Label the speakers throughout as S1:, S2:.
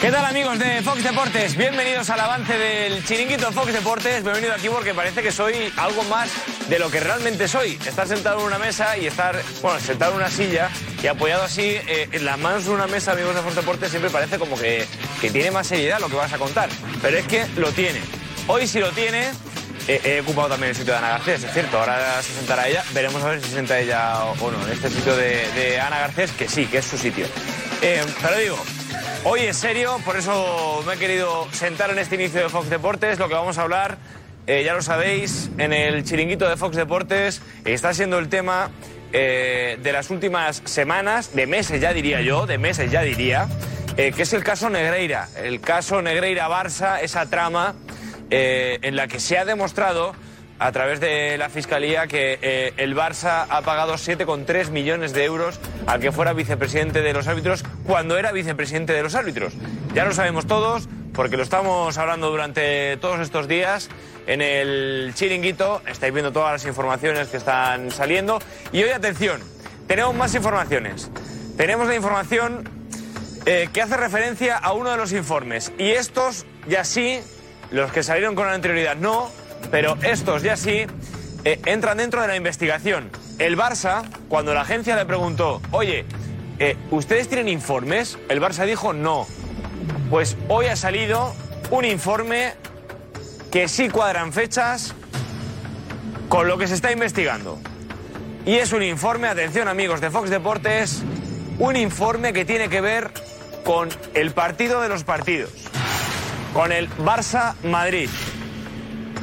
S1: ¿Qué tal amigos de Fox Deportes? Bienvenidos al avance del chiringuito Fox Deportes. Me he venido aquí porque parece que soy algo más de lo que realmente soy. Estar sentado en una mesa y estar, bueno, sentado en una silla y apoyado así eh, en las manos en una mesa, amigos de Fox Deportes, siempre parece como que, que tiene más seriedad lo que vas a contar. Pero es que lo tiene. Hoy si lo tiene, eh, He, ocupado también el sitio de Ana Garcés, es cierto. Ahora se sentará ella. Veremos a ver si se sienta ella o, o no. En este sitio de, de Ana Garcés, que sí, que es su sitio. Eh, pero digo, hoy es serio, por eso me he querido sentar en este inicio de Fox Deportes. Lo que vamos a hablar, eh, ya lo sabéis, en el chiringuito de Fox Deportes está siendo el tema eh, de las últimas semanas, de meses ya diría yo, de meses ya diría, eh, que es el caso Negreira. El caso Negreira-Barça, esa trama eh, en la que se ha demostrado a través de la Fiscalía que eh, el Barça ha pagado 7,3 millones de euros al que fuera vicepresidente de los árbitros cuando era vicepresidente de los árbitros. Ya lo sabemos todos porque lo estamos hablando durante todos estos días en el chiringuito. Estáis viendo todas las informaciones que están saliendo. Y hoy, atención, tenemos más informaciones. Tenemos la información eh, que hace referencia a uno de los informes. Y estos, ya sí, los que salieron con anterioridad no, pero estos ya sí, eh, entran dentro de la investigación. El Barça, cuando la agencia le preguntó, oye, eh, ¿ustedes tienen informes? El Barça dijo no. Pues hoy ha salido un informe que sí cuadran fechas con lo que se está investigando. Y es un informe, atención amigos de Fox Deportes, un informe que tiene que ver con el partido de los partidos, con el Barça-Madrid.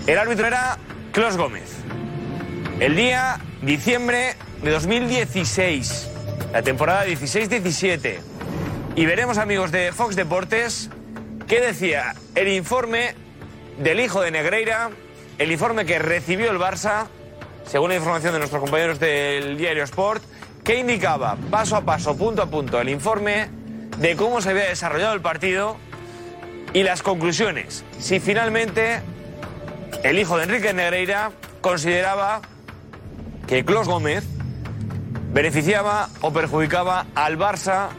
S1: El árbitro era Clos Gómez. El día diciembre de 2016, la temporada 16-17. Y veremos amigos de Fox Deportes qué decía el informe del hijo de Negreira, el informe que recibió el Barça, según la información de nuestros compañeros del diario Sport, que indicaba paso a paso, punto a punto, el informe de cómo se había desarrollado el partido y las conclusiones. Si finalmente el hijo de Enrique Negreira consideraba que Clos Gómez beneficiaba o perjudicaba al Barça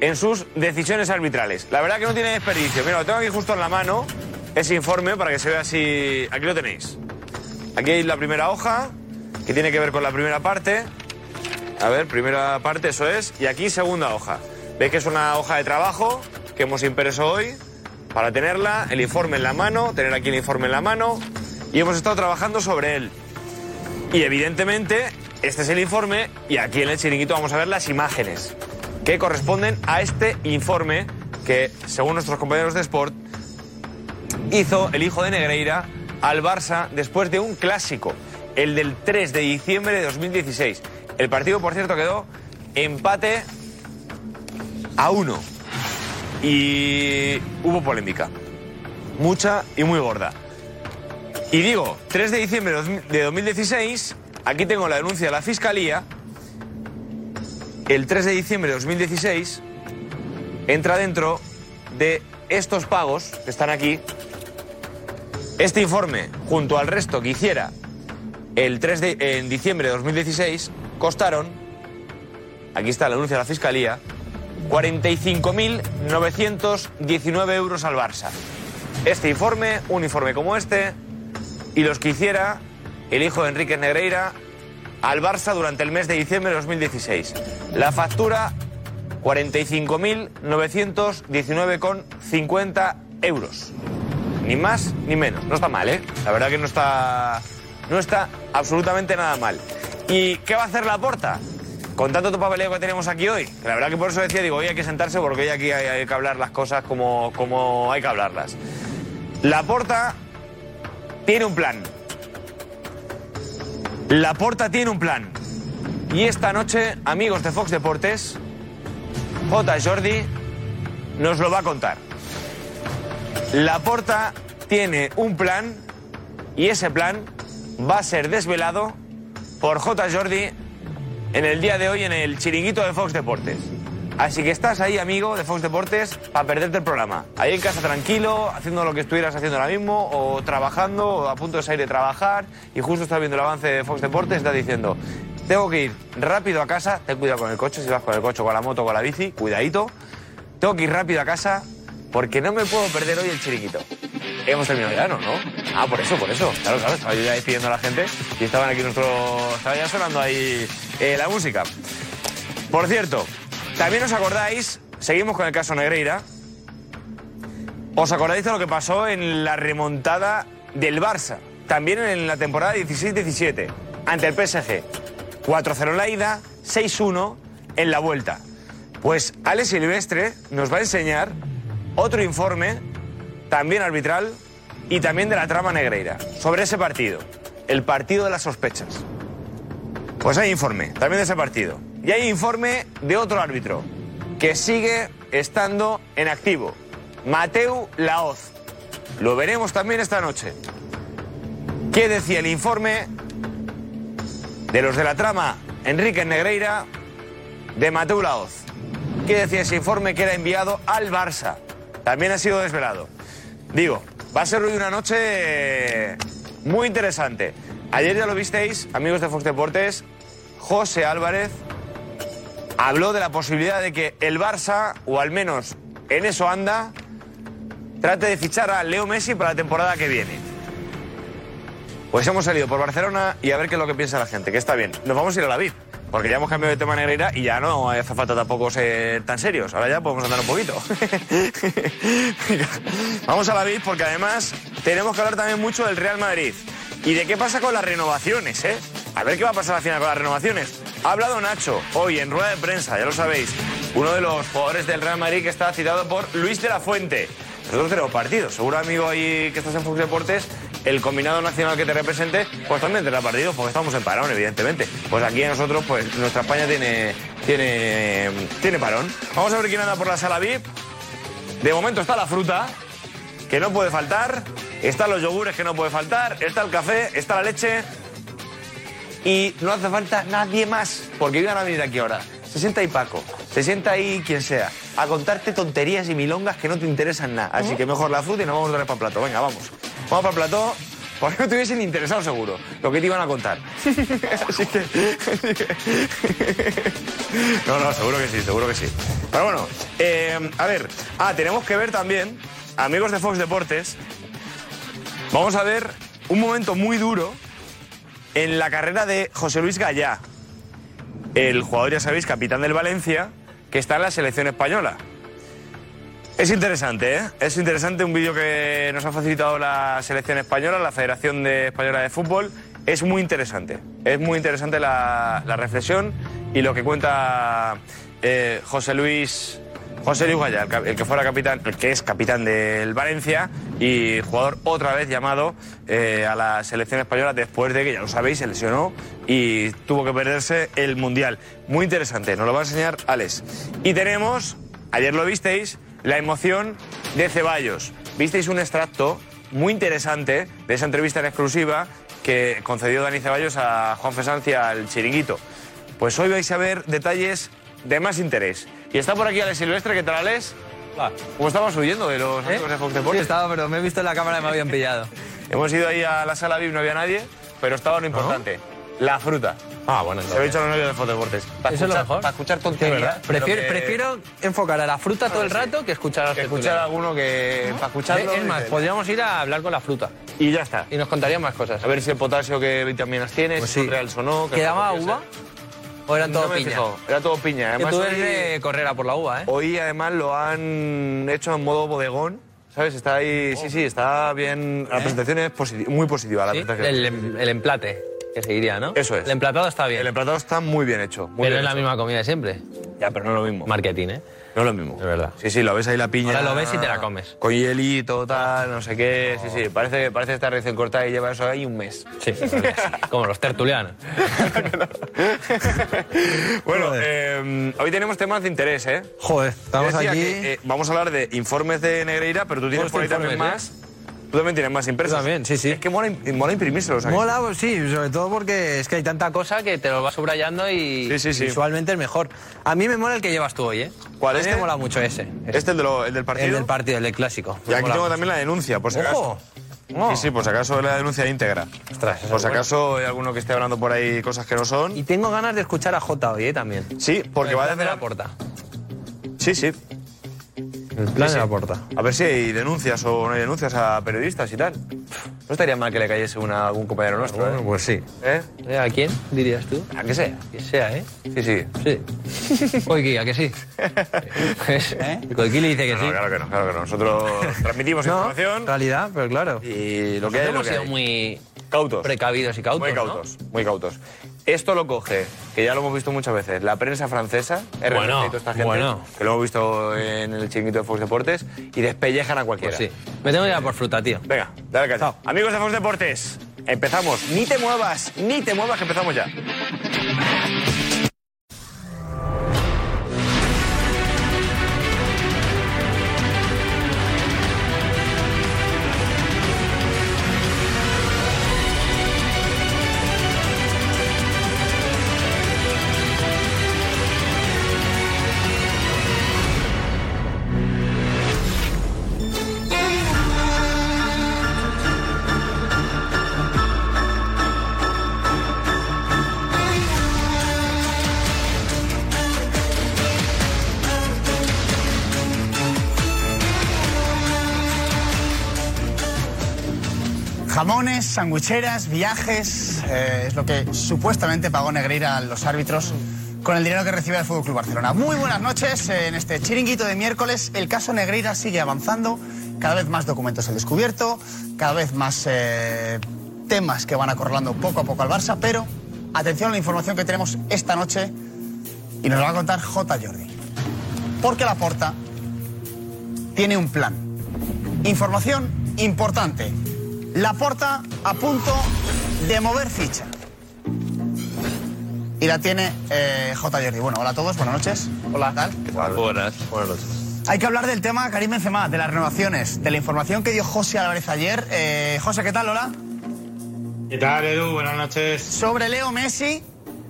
S1: en sus decisiones arbitrales. La verdad que no tiene desperdicio. Mira, lo tengo aquí justo en la mano ese informe para que se vea si... Aquí lo tenéis. Aquí hay la primera hoja, que tiene que ver con la primera parte. A ver, primera parte, eso es. Y aquí segunda hoja. Veis que es una hoja de trabajo que hemos impreso hoy para tenerla, el informe en la mano, tener aquí el informe en la mano. Y hemos estado trabajando sobre él. Y evidentemente, este es el informe y aquí en el chiringuito vamos a ver las imágenes que corresponden a este informe que, según nuestros compañeros de Sport, hizo el hijo de Negreira al Barça después de un clásico, el del 3 de diciembre de 2016. El partido, por cierto, quedó empate a uno. Y hubo polémica. Mucha y muy gorda. Y digo, 3 de diciembre de 2016, aquí tengo la denuncia de la Fiscalía. El 3 de diciembre de 2016 entra dentro de estos pagos que están aquí. Este informe, junto al resto que hiciera el 3 de, en diciembre de 2016, costaron, aquí está la denuncia de la Fiscalía, 45.919 euros al Barça. Este informe, un informe como este, y los que hiciera el hijo de Enrique Negreira al Barça durante el mes de diciembre de 2016. La factura 45.919,50 euros. Ni más ni menos. No está mal, ¿eh? La verdad que no está, no está absolutamente nada mal. ¿Y qué va a hacer la porta? Con tanto papeleo que tenemos aquí hoy, que la verdad que por eso decía, digo, hoy hay que sentarse porque hoy aquí hay, hay que hablar las cosas como, como hay que hablarlas. La porta tiene un plan. La porta tiene un plan. Y esta noche, amigos de Fox Deportes, J. Jordi nos lo va a contar. La Porta tiene un plan y ese plan va a ser desvelado por J. Jordi en el día de hoy en el chiringuito de Fox Deportes. Así que estás ahí, amigo de Fox Deportes, para perderte el programa. Ahí en casa tranquilo, haciendo lo que estuvieras haciendo ahora mismo, o trabajando, o a punto de salir de trabajar, y justo estás viendo el avance de Fox Deportes, y estás diciendo, tengo que ir rápido a casa, ten cuidado con el coche, si vas con el coche, con la moto, con la bici, cuidadito. Tengo que ir rápido a casa porque no me puedo perder hoy el chiringuito. Hemos terminado ya, ¿no? ¿no? Ah, por eso, por eso. Claro, claro, estaba yo ya despidiendo a la gente y estaban aquí nuestro... Estaba ya sonando ahí eh, la música. Por cierto, también os acordáis, seguimos con el caso Negreira, os acordáis de lo que pasó en la remontada del Barça, también en la temporada 16-17, ante el PSG. 4-0 en la ida, 6-1 en la vuelta. Pues Ale Silvestre nos va a enseñar otro informe, también arbitral, y también de la trama negreira, sobre ese partido, el partido de las sospechas. Pues hay informe, también de ese partido. Y hay informe de otro árbitro, que sigue estando en activo, Mateu Laoz. Lo veremos también esta noche. ¿Qué decía el informe de los de la trama Enrique Negreira de Mateu Laoz? ¿Qué decía ese informe que era enviado al Barça? También ha sido desvelado. Digo, va a ser hoy una noche eh, muy interesante. Ayer ya lo visteis, amigos de Fox Deportes, José Álvarez habló de la posibilidad de que el Barça, o al menos en eso anda, trate de fichar a Leo Messi para la temporada que viene. Pues hemos salido por Barcelona y a ver qué es lo que piensa la gente, que está bien. Nos vamos a ir a la VIP, porque ya hemos cambiado de tema Negreira y ya no hace falta tampoco ser tan serios. Ahora ya podemos andar un poquito. Venga, vamos a la VIP porque además tenemos que hablar también mucho del Real Madrid. ¿Y de qué pasa con las renovaciones, eh? A ver qué va a pasar al final con las renovaciones. Ha hablado Nacho hoy en rueda de prensa, ya lo sabéis. Uno de los jugadores del Real Madrid que está citado por Luis de la Fuente. Nosotros tenemos partido. Seguro, amigo, ahí que estás en Fox Deportes, el combinado nacional que te represente, pues también tendrá partido, porque estamos en parón, evidentemente. Pues aquí nosotros, pues nuestra España tiene, tiene, tiene parón. Vamos a ver quién anda por la sala VIP. De momento está la fruta, que no puede faltar. Están los yogures, que no puede faltar. Está el café, está la leche. Y no hace falta nadie más, porque iban a venir aquí ahora. Se sienta ahí Paco, se sienta ahí quien sea, a contarte tonterías y milongas que no te interesan nada. Así que mejor la fruta y nos vamos otra vez para el plato. Venga, vamos. Vamos para el plato, porque no te hubiesen interesado seguro lo que te iban a contar. Así que... así que- No, no, seguro que sí, seguro que sí. Pero bueno, eh, a ver, ah, tenemos que ver también, amigos de Fox Deportes, vamos a ver un momento muy duro en la carrera de José Luis Gallá, el jugador, ya sabéis, capitán del Valencia, que está en la selección española. Es interesante, ¿eh? Es interesante un vídeo que nos ha facilitado la selección española, la Federación de Española de Fútbol. Es muy interesante. Es muy interesante la, la reflexión y lo que cuenta eh, José Luis. José Luis Gaya, el, ca- el que fuera capitán, el que es capitán del Valencia y jugador otra vez llamado eh, a la selección española después de que, ya lo sabéis, se lesionó y tuvo que perderse el Mundial. Muy interesante, nos lo va a enseñar Alex. Y tenemos, ayer lo visteis, la emoción de Ceballos. Visteis un extracto muy interesante de esa entrevista en exclusiva que concedió Dani Ceballos a Juan Fesancia al Chiringuito. Pues hoy vais a ver detalles de más interés. Y está por aquí Alex Silvestre, ¿qué tal Alex? ¿Cómo estabas huyendo de los amigos de Fox Deportes?
S2: ¿Eh? Sí, estaba, pero me he visto en la cámara y me habían pillado.
S1: Hemos ido ahí a la sala VIP, no había nadie, pero estaba lo importante, la fruta. Ah, bueno, Se lo he dicho a los novios de Fox Deportes. Para
S2: Eso es lo
S1: escuchar-
S2: mejor.
S1: Para escuchar tonterías.
S2: Prefiero,
S1: pero que-
S2: prefiero enfocar a la fruta todo el rato que escuchar Eh, a los
S1: que escuchar a alguno
S3: ¿Eh?
S1: que... Para escucharlo...
S2: Es más,
S1: dices,
S2: podríamos ir a hablar con la fruta
S1: y ya está.
S2: y nos contarían más cosas.
S1: A ver si el potasio que vitaminas tiene,
S2: Pues
S1: si son
S2: sí.
S1: reales o no.
S2: ¿Quedaba
S1: qué
S2: uva
S1: puede ser.
S2: o eran
S1: No
S2: todo
S1: me he
S2: piña?
S1: fijado, Era todo piña.
S2: Que
S1: Además,
S2: tú
S1: hoy,
S2: eres de correr a por la uva, ¿eh?
S1: hoy, además lo han hecho en modo bodegón. ¿Sabes? Está
S2: Oh.
S1: ahí... Sí, sí, está bien... La presentación es posit- muy positiva. La
S2: ¿Eh? Sí,
S1: presentación.
S2: El, em- el emplate, que seguiría, ¿no?
S1: Eso es.
S2: El emplatado está bien,
S1: El emplatado está muy bien hecho. Muy
S2: pero
S1: bien
S2: es la
S1: hecho.
S2: misma comida de siempre.
S1: Ya, pero no es lo mismo.
S2: Marketing, ¿eh?
S1: No es lo mismo.
S2: Es verdad.
S1: Sí, sí, lo ves ahí la piña.
S2: Ahora lo ves y te la comes.
S1: Con hielito, tal, no sé qué. Sí, sí, parece, parece estar recién cortada y lleva eso ahí un mes.
S2: Sí, como los tertulianos.
S1: bueno, eh, hoy tenemos temas de interés, ¿eh?
S4: Joder, estamos
S1: Decía
S4: aquí.
S1: que, eh, vamos a hablar de informes de Negreira, pero tú tienes
S2: Todos
S1: por ahí también
S2: informes, ¿eh?
S1: más. Tú también tienes más impresos.
S4: Yo también, sí, sí.
S1: Es que mola, im- mola imprimírselos aquí.
S4: Mola, pues sí, sobre todo porque es que hay tanta
S2: Tanta
S4: cosa.
S2: cosa que te lo vas subrayando y
S1: Sí, sí, sí.
S4: Visualmente es mejor. A mí me mola el que llevas tú hoy, ¿eh?
S1: ¿Cuál,
S4: A mí
S1: este?
S4: me mola mucho ese.
S1: Este es el, de lo- el del partido.
S4: El del partido, el del clásico.
S1: y
S4: Me
S1: aquí
S4: mola
S1: tengo
S4: mucho.
S1: también la denuncia, por si acaso.
S4: ¡Ojo!
S1: Sí, sí, por si acaso la denuncia íntegra.
S4: Ostras, eso
S1: por
S4: es
S1: si
S4: bueno.
S1: acaso hay alguno que esté hablando por ahí cosas que no son.
S4: Y tengo ganas de escuchar a Jota hoy, ¿eh? También.
S1: Sí, porque va a
S2: de
S1: hacer
S2: la puerta.
S1: Sí, sí.
S2: El plan de la puerta.
S1: A ver si hay denuncias o no hay denuncias a periodistas y tal. No estaría mal que le cayese una a algún compañero nuestro, ¿eh?
S4: pues sí.
S1: ¿Eh?
S2: Eh, ¿A quién dirías tú?
S1: A que sea.
S2: Que sea, ¿eh?
S1: Sí, sí.
S2: Sí. Oye, ¿a que sí? Pues,
S4: El Coquili dice que
S1: No,
S4: sí.
S1: claro que no, claro que no. Nosotros transmitimos
S4: ¿Eh? No,
S1: información
S4: realidad, pero claro.
S1: y lo que hay es lo
S2: Hemos
S1: que
S2: sido
S1: hay.
S2: muy
S1: Cautos.
S2: precavidos y cautos,
S1: Muy
S2: ¿no?
S1: cautos, muy cautos. Esto lo coge, que ya lo hemos visto muchas veces, la prensa francesa, RMC y
S2: Bueno,
S1: toda esta gente,
S2: bueno.
S1: que lo hemos visto en el chinguito de Fox Deportes, y despellejan a cualquiera.
S2: Pues sí. Me tengo que ir a por fruta, tío.
S1: Venga, dale caña.
S4: Chao.
S1: Amigos de Fox Deportes, empezamos. Ni te muevas, ni te muevas, que empezamos ya.
S5: Jamones, sangucheras, viajes, eh, es lo que supuestamente pagó Negreira a los árbitros con el dinero que recibe el Fútbol Club Barcelona. Muy buenas noches, eh, en este chiringuito de miércoles el caso Negreira sigue avanzando, cada vez más documentos al descubierto, cada vez más eh, temas que van acorralando poco a poco al Barça, pero atención a la información que tenemos esta noche y nos lo va a contar J. Jordi. Porque la porta tiene un plan. Información importante. La porta a punto de mover ficha. Y la tiene eh, J. Jordi. Bueno, hola a todos, buenas noches. Hola. ¿Qué tal?
S6: ¿eh?
S1: Buenas. Buenas noches.
S5: Hay que hablar del tema Karim Benzema, de las renovaciones, de la información que dio José Álvarez ayer. Eh, José, ¿qué tal? Hola.
S7: ¿Qué tal, Edu? Buenas noches.
S5: Sobre Leo Messi,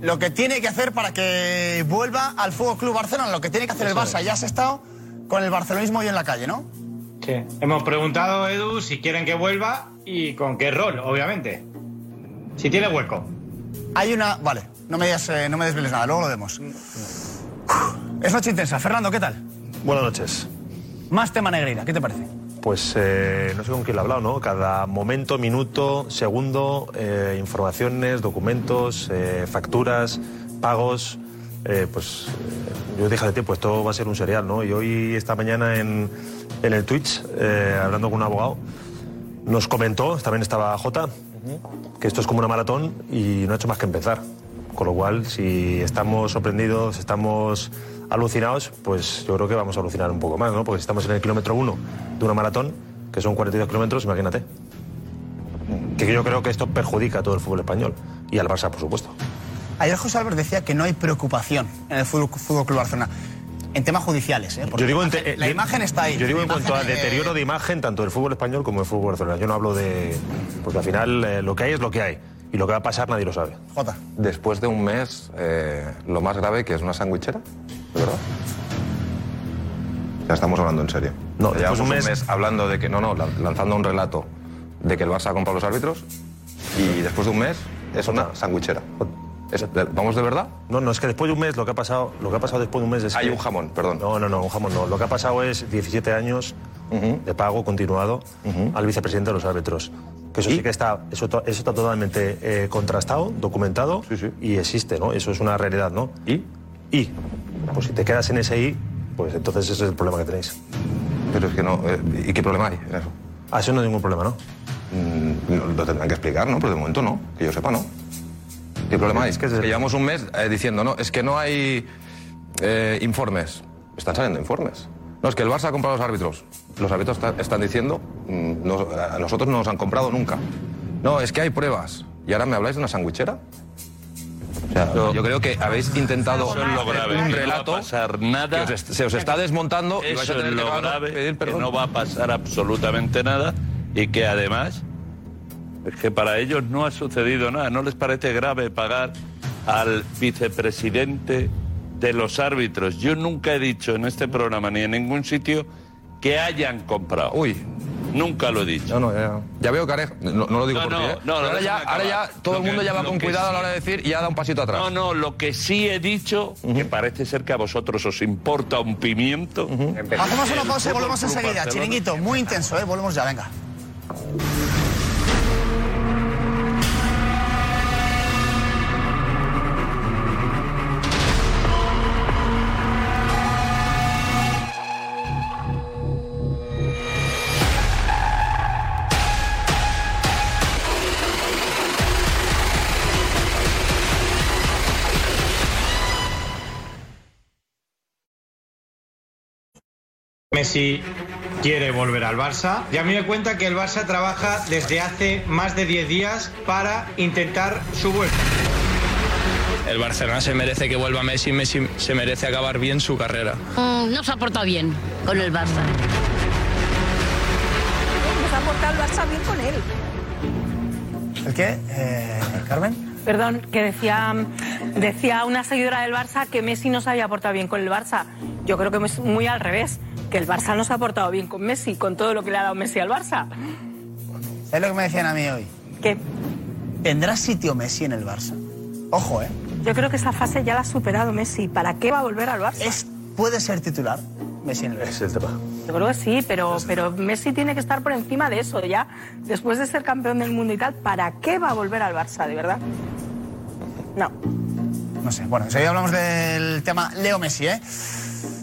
S5: lo que tiene que hacer para que vuelva al Fútbol Club Barcelona, lo que tiene que hacer el Barça. Ya has estado con el barcelonismo hoy en la calle, ¿no?
S7: Sí. Hemos preguntado, Edu, si quieren que vuelva y con qué rol, obviamente. Si tiene hueco.
S5: Hay una. Vale, no me, digas, eh, no me desveles nada, luego lo vemos. Uf, Es noche intensa. Fernando, ¿qué tal?
S8: Buenas noches.
S5: Más tema Negreira, ¿qué te parece?
S8: Pues eh, no sé con quién lo he hablado, ¿no? Cada momento, minuto, segundo, eh, informaciones, documentos, eh, facturas, pagos. eh, pues eh, yo dije hace tiempo, esto va a ser un serial, ¿no? Y hoy, esta mañana en, en el Twitch, eh, hablando con un abogado, nos comentó, también estaba Jota, que esto es como una maratón y no ha hecho más que empezar. Con lo cual, si estamos sorprendidos, estamos alucinados, pues yo creo que vamos a alucinar un poco más, ¿no? Porque si estamos en el kilómetro uno de una maratón, que son 42 kilómetros, imagínate. Que yo creo que esto perjudica a todo el fútbol español y al Barça, por supuesto.
S5: Ayer José Álvarez decía que no hay preocupación en el Fútbol, Fútbol Club Barcelona. En temas judiciales, ¿eh? Porque
S8: Yo digo en
S5: la, imagen,
S8: te-
S5: la
S8: eh,
S5: imagen está ahí.
S8: Yo digo
S5: La
S8: en cuanto a
S5: imagen, eh,
S8: deterioro de imagen, tanto del fútbol español como del fútbol barcelona. Yo no hablo de. Porque al final eh, lo que hay es lo que hay. Y lo que va a pasar nadie lo sabe.
S5: Jota.
S9: después de un mes, eh, lo más grave que es una sandwichera, ¿de verdad? Ya estamos hablando en serio.
S8: No, después
S9: Ya llevamos
S8: de un
S9: un
S8: mes-
S9: mes... hablando de que, no, no, la- lanzando un relato de que el Barça ha comprado los árbitros y después de un mes es una sandwichera. Es- de- ¿Vamos de verdad?
S8: No, no, es que después de un mes lo que ha pasado, lo que ha pasado después de un mes es
S9: Hay
S8: que-
S9: un jamón, perdón.
S8: No, no, no, un jamón no. Lo que ha pasado es 17 años de pago continuado al vicepresidente de los árbitros. Que eso sí que está, eso, to- eso está totalmente eh, contrastado, documentado
S9: Sí, sí.
S8: y existe, ¿no? Eso es una realidad, ¿no?
S9: ¿Y?
S8: Y, pues si te quedas en ese I, pues entonces ese es el problema que tenéis.
S9: Pero es que no... eh, ¿Y qué problema hay en eso?
S8: Ah, eso no es ningún problema, ¿no?
S9: Mm, lo- lo tendrán que explicar, ¿no? Pero de momento no, que yo sepa, no. ¿Qué problema hay?
S8: Es
S9: Es
S8: que
S9: que,
S8: es-
S9: llevamos un mes eh, diciendo, no, es que no hay eh, informes. Están saliendo informes. No, es que el Barça ha comprado los árbitros. Los árbitros está- están diciendo, mm, nos- a nosotros no nos han comprado nunca. No, es que hay pruebas. ¿Y ahora me habláis de una sandwichera? O sea, yo creo que habéis intentado
S6: Eso es lo grave, que
S9: un
S6: no va a
S9: relato
S6: pasar nada.
S9: que os est- se os está desmontando y vais a
S6: Eso
S9: tener
S6: es
S9: que
S6: lo
S9: pagar-
S6: grave,
S9: pedir
S6: que
S9: perdón.
S6: no va a pasar absolutamente nada y que además es que para ellos no ha sucedido nada. ¿No les parece grave pagar al vicepresidente de los árbitros? Yo nunca he dicho en este programa ni en ningún sitio que hayan comprado.
S9: Uy,
S6: Nunca lo he dicho.
S9: No, no, ya, ya veo que haré- no, no lo digo
S6: No,
S9: por
S6: no,
S9: ti, ¿eh?
S6: no,
S9: Pero
S6: no,
S9: ahora, ya,
S6: déjame
S9: ahora ya
S6: acabar.
S9: todo
S6: Lo
S9: el mundo
S6: que-
S9: ya va
S6: lo
S9: con
S6: que
S9: cuidado a la
S6: sí.
S9: hora de decir y ya da un pasito atrás.
S6: No, no, lo que sí he dicho, que parece ser que a vosotros os importa un pimiento.
S5: Hacemos una
S6: El
S5: pausa y
S6: Fútbol
S5: volvemos
S6: Club
S5: enseguida.
S6: Barcelona-
S5: Chiringuito, muy intenso, ¿eh? Volvemos ya, venga.
S7: Messi quiere volver al Barça. Y a mí me cuenta que el Barça trabaja desde hace más de 10 días para intentar su vuelta.
S10: El Barcelona se merece que vuelva Messi, Messi se merece acabar bien su carrera.
S11: Mm, no se ha portado bien con el Barça.
S12: Nos ha portado el Barça bien con él.
S5: ¿El qué? Eh, ¿Carmen?
S12: Perdón, que decía, decía una seguidora del Barça que Messi no se había portado bien con el Barça. Yo creo que es muy al revés, que el Barça no se ha portado bien con Messi, con todo lo que le ha dado Messi al Barça.
S5: ¿Sabes lo que me decían a mí hoy?
S12: ¿Qué?
S5: ¿Tendrá sitio Messi en el Barça? Ojo, ¿eh?
S12: Yo creo que esa fase ya la ha superado Messi. ¿Para qué va a volver al Barça?
S5: ¿Puede ser titular Messi en el Barça? Es
S8: el tema.
S12: Yo creo que sí, pero, pero Messi tiene que estar por encima de eso ya. Después de ser campeón del mundo y tal, ¿para qué va a volver al Barça, de verdad? No.
S5: No sé, bueno, enseguida hablamos del tema Leo Messi, ¿eh?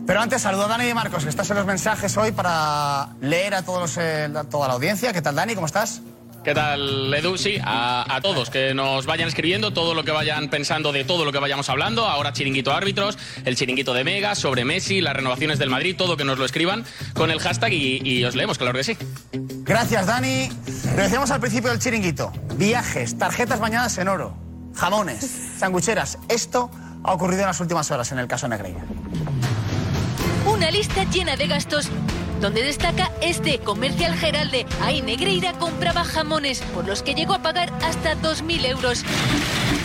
S5: Pero antes saludo a Dani de Marcos, que estás en los mensajes hoy para leer a, todos los, eh, a toda la audiencia. ¿Qué tal, Dani? ¿Cómo estás?
S13: ¿Qué tal, Edu? Sí, a, a todos que nos vayan escribiendo todo lo que vayan pensando de todo lo que vayamos hablando. Ahora chiringuito árbitros, el chiringuito de Mega, sobre Messi, las renovaciones del Madrid, todo que nos lo escriban con el hashtag y, y os leemos, claro que sí.
S5: Gracias, Dani. Lo decíamos al principio del chiringuito. Viajes, tarjetas bañadas en oro, jamones, sangucheras. Esto ha ocurrido en las últimas horas en el caso Negreira.
S14: Una lista llena de gastos donde destaca este Comercial Geralde. Ahí Negreira compraba jamones por los que llegó a pagar hasta 2.000 euros.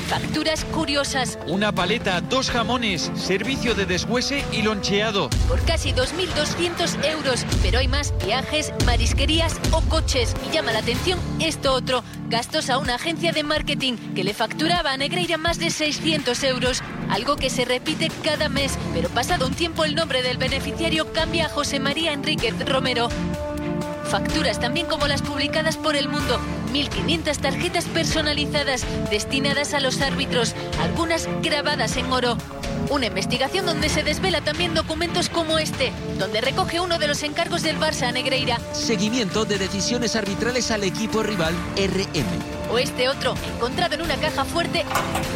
S14: Facturas curiosas.
S15: Una paleta, dos jamones, servicio de deshuese y loncheado.
S14: por casi 2.200 euros. Pero hay más viajes, marisquerías o coches. Y llama la atención esto otro, gastos a una agencia de marketing que le facturaba a Negreira más de 600 euros. Algo que se repite cada mes, pero pasado un tiempo el nombre del beneficiario cambia a José María Enríquez Romero. Facturas también como las publicadas por el mundo. 1.500 tarjetas personalizadas destinadas a los árbitros, algunas grabadas en oro. Una investigación donde se desvela también documentos como este, donde recoge uno de los encargos del Barça a Negreira.
S15: Seguimiento de decisiones arbitrales al equipo rival RM.
S14: O este otro, encontrado en una caja fuerte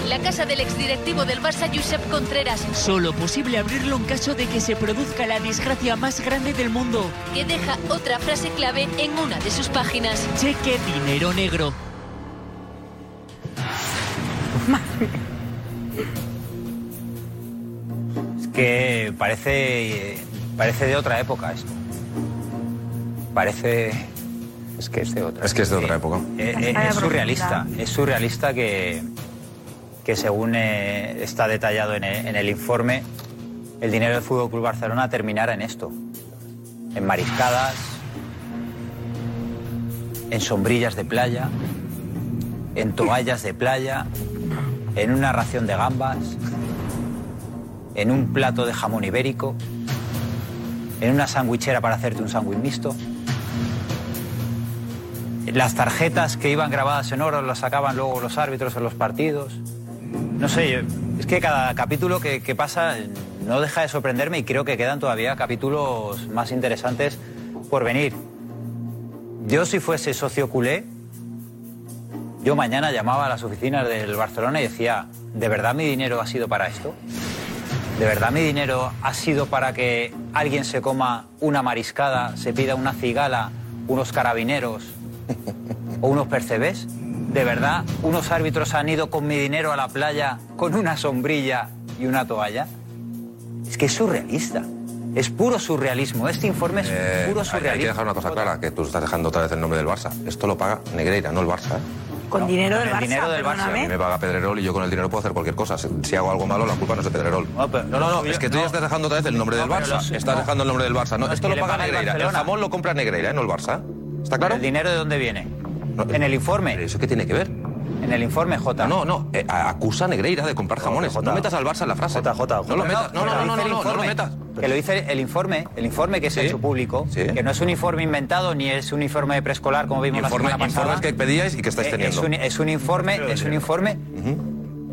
S14: en la casa del exdirectivo del Barça, Josep Contreras,
S16: Solo posible abrirlo en caso de que se produzca la desgracia más grande del mundo.
S14: que deja otra frase clave en una de sus páginas.
S16: Cheque dinero negro.
S2: Es que parece, parece de otra época esto. Parece... Es que es de otra.
S9: Es que es de otra época.
S2: Eh, eh, es surrealista, es surrealista que, que según eh, está detallado en el, en el informe, el dinero del Fútbol Club Barcelona terminara en esto, en mariscadas, en sombrillas de playa, en toallas de playa, en una ración de gambas, en un plato de jamón ibérico, en una sandwichera para hacerte un sándwich mixto. Las tarjetas que iban grabadas en oro las sacaban luego los árbitros en los partidos. No sé, yo- es que cada capítulo que, que pasa no deja de sorprenderme y creo que quedan todavía capítulos más interesantes por venir. Yo si fuese socio culé, yo mañana llamaba a las oficinas del Barcelona y decía, ¿de verdad mi dinero ha sido para esto? ¿De verdad mi dinero ha sido para que alguien se coma una mariscada, se pida una cigala, unos carabineros o unos percebes? ¿De verdad unos árbitros han ido con mi dinero a la playa con una sombrilla y una toalla? Es que es surrealista. Es puro surrealismo. Este informe es
S9: Eh,
S2: puro
S9: hay- hay que
S2: surrealismo.
S9: dejar una cosa clara, que tú estás dejando otra vez el nombre del Barça. Esto lo paga Negreira, no el Barça. ¿eh?
S12: Con dinero del
S2: el
S12: Barça,
S2: dinero del Barça,
S9: Si a
S12: perdóname.
S9: mí me paga Pedrerol y yo con el dinero puedo hacer cualquier cosa. Si, si hago algo malo, la culpa no es de Pedrerol. No, no, no, es que tú ya estás dejando otra vez el nombre del
S2: pero
S9: Barça.
S2: los-
S9: estás dejando el nombre del Barça. No,
S2: No, es
S9: esto
S2: que
S9: lo
S2: le
S9: paga
S2: paga el
S9: Negreira. El
S2: Barcelona.
S9: jamón lo compra Negreira, ¿eh? no el Barça. ¿Está claro?
S2: ¿El dinero de dónde viene? en el informe.
S9: ¿Eso qué tiene que ver?
S2: En el informe, J.
S9: No, no, eh, a- acusa a Negreira de comprar jamones.
S8: Jota.
S9: No metas al Barça en la frase.
S8: Jota, Jota,
S9: No lo metas. No, no, no, no,
S2: pero dice
S9: no,
S2: el
S9: no, no lo
S2: informe,
S9: metas.
S2: Que lo dice el informe, el informe que se ha hecho público, que no es un informe inventado ni es un informe preescolar como vimos
S9: Informe-
S2: la semana pasada.
S9: informes que pedíais y que estáis
S2: Eh,
S9: teniendo.
S2: Es un, es un informe, es un informe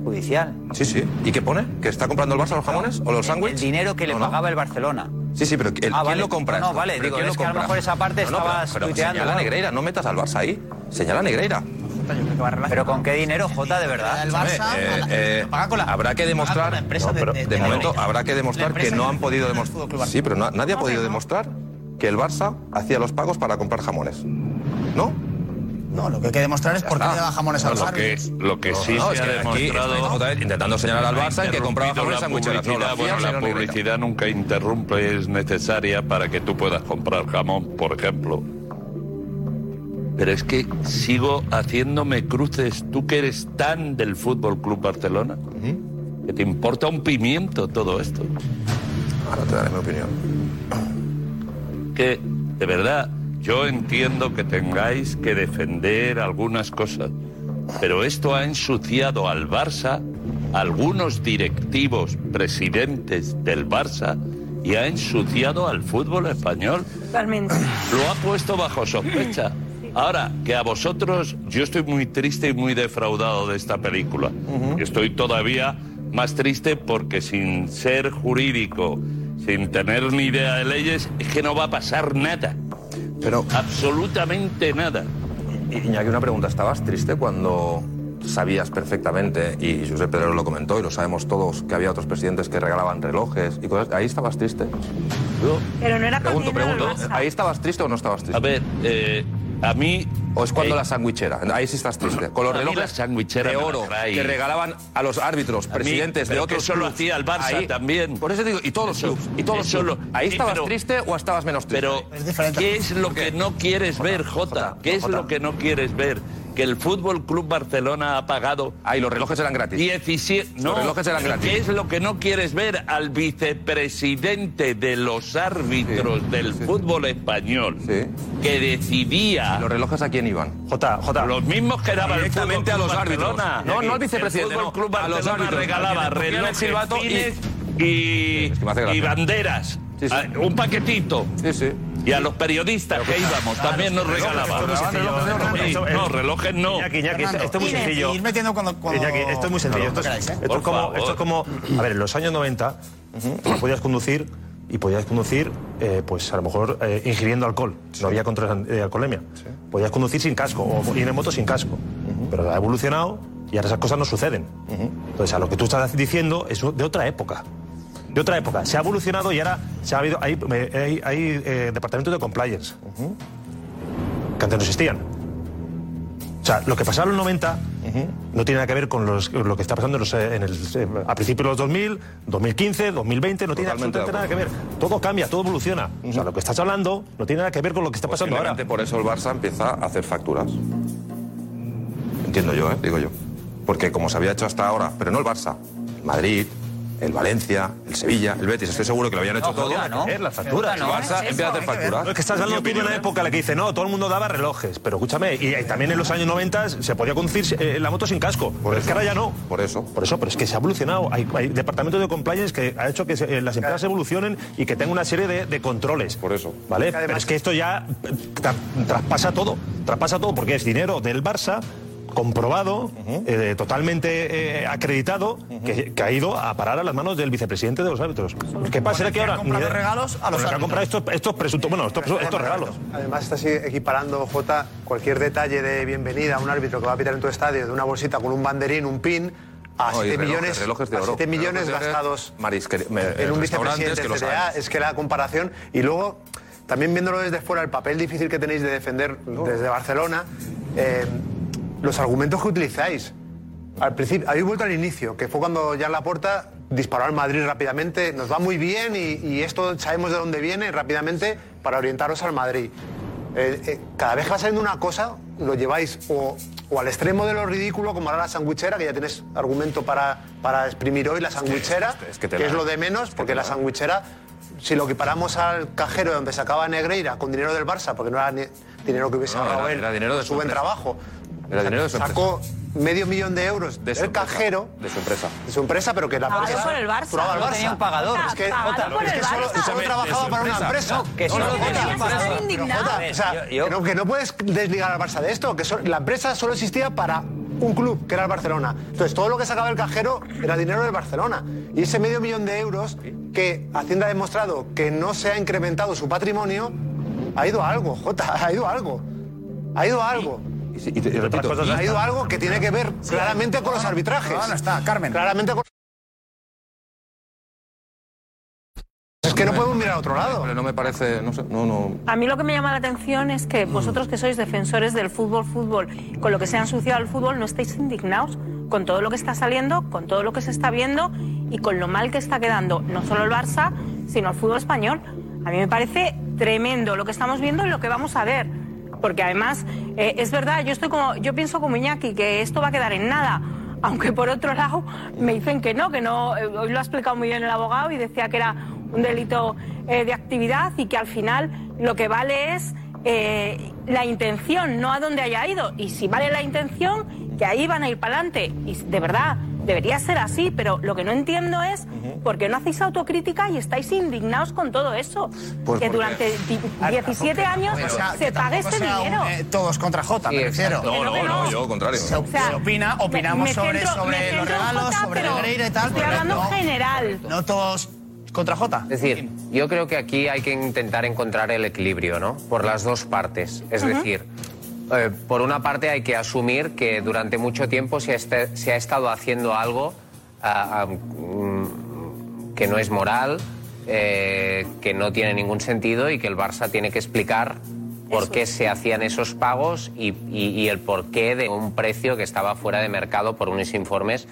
S2: judicial.
S9: Sí, sí. ¿Y qué pone? ¿Que está comprando el Barça los jamones o los
S2: El
S9: sándwiches?
S2: dinero que le pagaba el Barcelona.
S9: Sí, sí, pero el- ¿quién
S2: Ah, vale.
S9: lo compra?
S2: No, no,
S9: esto?
S2: vale,
S9: ¿Pero
S2: digo,
S9: ¿quién
S2: es que a lo
S9: compra?
S2: mejor esa parte
S9: No, no, pero-
S2: estabas
S9: pero
S2: tuiteando,
S9: Señala a
S2: ¿no?
S9: Negreira, no metas al Barça ahí. Señala a Negreira.
S2: Pero con qué dinero, J, de verdad.
S9: Hombre, eh, eh, habrá que demostrar. No, pero de momento habrá que demostrar que no han podido demostrar. Sí, pero no- nadie ha podido demostrar que el Barça hacía los pagos para comprar jamones. ¿No?
S5: No, lo que hay que demostrar es por qué
S9: Ah,
S5: le da jamones a
S9: no,
S5: los
S9: lo que-
S5: árbitros.
S6: Lo que
S9: No,
S6: sí
S9: no,
S6: se
S9: es
S6: ha
S9: que aquí estáis
S6: demostrado.
S9: otra vez intentando señalar al
S6: Ha
S9: Barça en que compraba
S6: interrumpido
S9: jamones
S6: la
S9: sanguicheras. No, lo
S6: publicidad.
S9: hacía
S6: Bueno,
S9: el
S6: la
S9: señor Negreira.
S6: publicidad nunca interrumpe, es necesaria para que tú puedas comprar jamón, por ejemplo. Pero es que sigo haciéndome cruces. Tú que eres tan del Fútbol Club Barcelona, que te importa un pimiento todo esto.
S9: Ahora te daré mi opinión.
S6: que, de verdad, yo entiendo que tengáis que defender algunas cosas, pero esto ha ensuciado al Barça, a algunos directivos, presidentes del Barça, y ha ensuciado al fútbol español.
S12: Totalmente.
S6: Lo ha puesto bajo sospecha. Ahora, que a vosotros, yo estoy muy triste y muy defraudado de esta película. Estoy todavía más triste porque sin ser jurídico, sin tener ni idea de leyes, es que no va a pasar nada.
S9: Pero
S6: absolutamente nada.
S9: Iñaki, una pregunta. ¿Estabas triste cuando sabías perfectamente, y José Pedro lo comentó, y lo sabemos todos, que había otros presidentes que regalaban relojes y cosas? ¿Ahí estabas triste?
S12: Pero no era con
S9: Pregunto,
S12: dinero del
S9: pregunto.
S2: eh,
S12: Barça.
S9: ¿Ahí estabas triste o no estabas triste? A
S6: ver, eh, a mí... eh,
S9: ¿O es cuando la sandwichera? Ahí sí estás triste. Con los
S6: A mí la
S9: relojes
S6: sandwichera
S9: de
S6: me la
S9: oro
S6: trae.
S9: que regalaban a los árbitros,
S6: A mí,
S9: presidentes de
S6: pero que
S9: otros
S6: eso lo
S9: clubs.
S6: hacía el Barça también.
S9: Por eso digo, y todos
S6: Eso-
S9: los clubs. Y todos los
S6: eso
S9: clubs.
S6: lo-
S9: ¿Ahí
S6: sí,
S9: estabas
S6: pero-
S9: triste o estabas menos triste?
S6: Pero, ¿qué es lo que no quieres ver, Jota? ¿Qué es lo que no quieres ver? Que el Fútbol Club Barcelona ha pagado.
S9: Ah, y los relojes eran gratis.
S6: 17. No,
S9: Los relojes eran
S6: pero
S9: gratis.
S6: ¿Qué es lo que no quieres ver al vicepresidente de los árbitros del fútbol español? Que decidía.
S9: ¿Los relojes a quién iban?
S8: Jota, Jota.
S6: Los mismos que daban
S9: Directamente a los árbitros. No, no al vicepresidente,
S6: El
S9: no,
S6: Fútbol Club
S9: a los
S6: Barcelona
S9: árbitros.
S6: regalaba
S9: Al que le cogían el
S6: relojes,
S9: silbato y-
S6: fines y,
S9: hace gracia.
S6: y banderas. Ah, Un paquetito. Y a los periodistas que íbamos
S9: Ah,
S6: también nos regalaban. Sí, No, relojes no.
S8: Iñaki, Iñaki, esto, esto es muy
S5: Ines,
S8: sencillo.
S5: ir metiendo cuando- cuando-
S8: Iñaki, esto es muy sencillo.
S5: cuando
S8: Esto, es-
S5: queráis, ¿eh?
S8: esto
S6: Por
S8: es como,
S6: favor.
S8: esto es como. A ver, en los años 90 podías conducir y podías conducir, eh, pues a lo mejor eh, ingiriendo alcohol. No había control de alcoholemia. Podías conducir sin casco o ir en moto sin casco. Pero ha evolucionado y ahora esas cosas no suceden. Entonces, a lo que tú estás diciendo es de otra época. De otra época. Se ha evolucionado y ahora se ha habido, hay, hay- hay, eh, departamentos de compliance que antes no existían. O sea, lo que pasaba en los 90 no tiene nada que ver con los- lo que está pasando en los, eh, en el, eh, a principios de los 2000, 2015, 2020, no tiene
S9: Totalmente
S8: absolutamente nada que
S9: de
S8: ver. Todo cambia, todo evoluciona. O sea, lo que estás hablando no tiene nada que ver con lo que está pasando ahora.
S9: Posiblemente Pues por eso el Barça empieza a hacer facturas. Entiendo yo, ¿eh? digo yo. Porque como se había hecho hasta ahora, pero no el Barça, el Madrid, el Valencia, el Sevilla, el Betis, estoy seguro que lo habían hecho
S8: No,
S9: todo.
S8: joda, ¿no?
S9: Las
S8: facturas.
S9: facturas. El Barça empieza a hacer facturas.
S8: No, Es que estás hablando tú de una época en la que dice, no, todo el mundo daba relojes. Pero escúchame, y, eh, también en los años 90 se podía conducir eh, la moto sin casco. Pero es que ahora ya no.
S9: Por eso.
S8: Por eso, pero es que se ha evolucionado. Hay, hay departamentos de compliance que ha hecho que se- eh, las empresas evolucionen y que tengan una serie de, de controles. Por
S9: eso.
S8: ¿Vale?
S9: Además-
S8: pero es que esto ya eh, tra- traspasa todo. Traspasa todo porque es dinero del Barça comprobado, eh, totalmente eh, acreditado, que, que ha ido a parar a las manos del vicepresidente de los árbitros. ¿Qué pasa?
S17: Con
S8: que
S17: el que
S8: ahora...
S17: han comprado
S8: ni-
S17: regalos a
S8: con
S17: los
S8: el que ha
S17: árbitros.
S8: comprado estos, estos presuntos... Bueno, estos, presuntos- estos regalos.
S17: Además, estás equiparando, J, cualquier detalle de bienvenida a un árbitro que va a pitar en tu estadio de una bolsita con un banderín, un pin, a
S9: No, y
S17: 7
S9: relojes,
S17: Ah, millones,
S9: relojes de
S17: a
S9: oro.
S17: siete millones
S9: Relojes de oro,
S17: gastados
S9: marisquería- me-
S17: en un
S9: restaurantes
S17: vicepresidente
S9: que lo
S17: etcétera,
S9: saben.
S17: es que la comparación y luego también viéndolo desde fuera el papel difícil que tenéis de defender desde Barcelona eh, los argumentos que utilizáis al principio habéis vuelto al inicio que fue cuando ya la puerta disparó al Madrid rápidamente nos va muy bien y, y esto sabemos de dónde viene rápidamente para orientaros al Madrid Eh, eh, cada vez que va saliendo una cosa lo lleváis o, o al extremo de lo ridículo como ahora la sandwichera que ya tienes argumento para, para exprimir hoy la sandwichera
S9: es que te
S17: que es
S9: la-
S17: lo de menos, porque la sandwichera si lo equiparamos al cajero donde sacaba Negreira con dinero del Barça, porque no era ni- dinero que hubiese
S9: No,
S17: ganado
S9: era-
S17: él,
S9: era dinero de
S17: su
S9: su
S17: buen
S9: empresa.
S17: trabajo.
S9: Era dinero de su
S17: Sacó medio millón de euros
S9: De su
S17: del
S9: empresa.
S17: cajero
S9: de su empresa.
S17: de su empresa, pero que la
S12: Pagado
S17: empresa
S12: por el Barça.
S17: curaba al
S12: No
S17: Barça.
S12: tenía un pagador.
S17: Es que,
S12: Pagado
S17: Jota,
S12: por
S17: es
S12: el
S17: que solo,
S12: Barça.
S17: solo
S12: De su
S17: trabajaba para una
S12: empresa.
S17: empresa.
S12: No, que solo
S17: Jota,
S12: tenía un
S17: Jota,
S12: pagador.
S17: pero
S12: indignado.
S17: Jota, o sea,
S2: Yo- yo-
S17: que no- que no puedes desligar al Barça de esto, que so- la empresa solo existía para un club, que era el Barcelona. Entonces, todo lo que sacaba el cajero era dinero del Barcelona. Y ese medio millón de euros que Hacienda ha demostrado que no se ha incrementado su patrimonio, ha ido a algo, Jota, ha ido a algo. Ha ido a algo.
S9: Y, te- y repito,
S17: ha ido a algo que tiene que ver claramente
S2: Ah,
S17: con los arbitrajes.
S5: No, no está, Carmen.
S17: Claramente con... Es que no podemos mirar a otro lado.
S9: Pero no me parece, no sé, no, no.
S12: A mí lo que me llama la atención es que vosotros que sois defensores del fútbol, fútbol, con lo que se ha ensuciado el fútbol, no estáis indignados con todo lo que está saliendo, con todo lo que se está viendo y con lo mal que está quedando no solo el Barça, sino el fútbol español. A mí me parece tremendo lo que estamos viendo y lo que vamos a ver. Porque además, eh, es verdad, yo, estoy como, yo pienso como Iñaki, que esto va a quedar en nada. Aunque por otro lado me dicen que no, que no, eh, hoy lo ha explicado muy bien el abogado y decía que era un delito eh, de actividad y que al final lo que vale es eh, la intención, no a dónde haya ido. Y si vale la intención, que ahí van a ir para adelante. Y de verdad, debería ser así, pero lo que no entiendo es por qué no hacéis autocrítica y estáis indignados con todo eso.
S9: Pues
S12: que
S9: porque-
S12: durante di- 17 años
S5: O sea,
S12: se
S5: que
S12: pague
S5: tampoco
S12: este
S5: sea un,
S12: dinero.
S5: eh, todos contra Jota,
S12: Sí,
S5: me refiero.
S12: exacto. No, no, no,
S9: yo contrario.
S5: Se,
S9: O
S12: sea,
S5: se opina,
S12: me-
S5: opinamos
S12: me
S5: sobre,
S12: centro- me
S5: sobre los
S12: centro en
S5: regalos,
S12: Jota,
S5: sobre
S12: pero
S5: Negreira y tal.
S12: estoy
S5: pero
S12: hablando
S5: no-
S12: en general.
S5: No todos contra Jota.
S18: Es decir, yo creo que aquí hay que intentar encontrar el equilibrio, ¿no? Por las dos partes. Es
S5: Ujú.
S18: decir, eh, por una parte hay que asumir que durante mucho tiempo se ha, este- se ha estado haciendo algo ah, ah, mm, que no es moral, eh, que no tiene ningún sentido y que el Barça tiene que explicar por qué se hacían esos pagos y, y- y el porqué de un precio que estaba fuera de mercado por unos informes.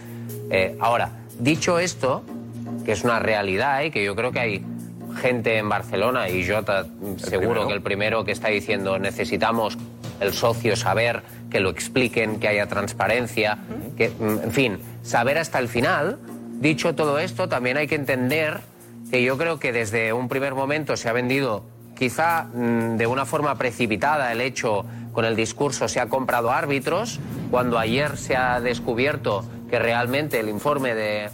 S18: Eh, ahora, dicho esto, que es una realidad y que yo creo que hay gente en Barcelona y yo ta- seguro
S9: primero.
S18: que el primero que está diciendo necesitamos el socio saber que lo expliquen, que haya transparencia, que mm, en fin, saber hasta el final. Dicho todo esto, también hay que entender que yo creo que desde un primer momento se ha vendido quizá mm, de una forma precipitada el hecho con el discurso se ha comprado árbitros cuando ayer se ha descubierto que realmente el informe de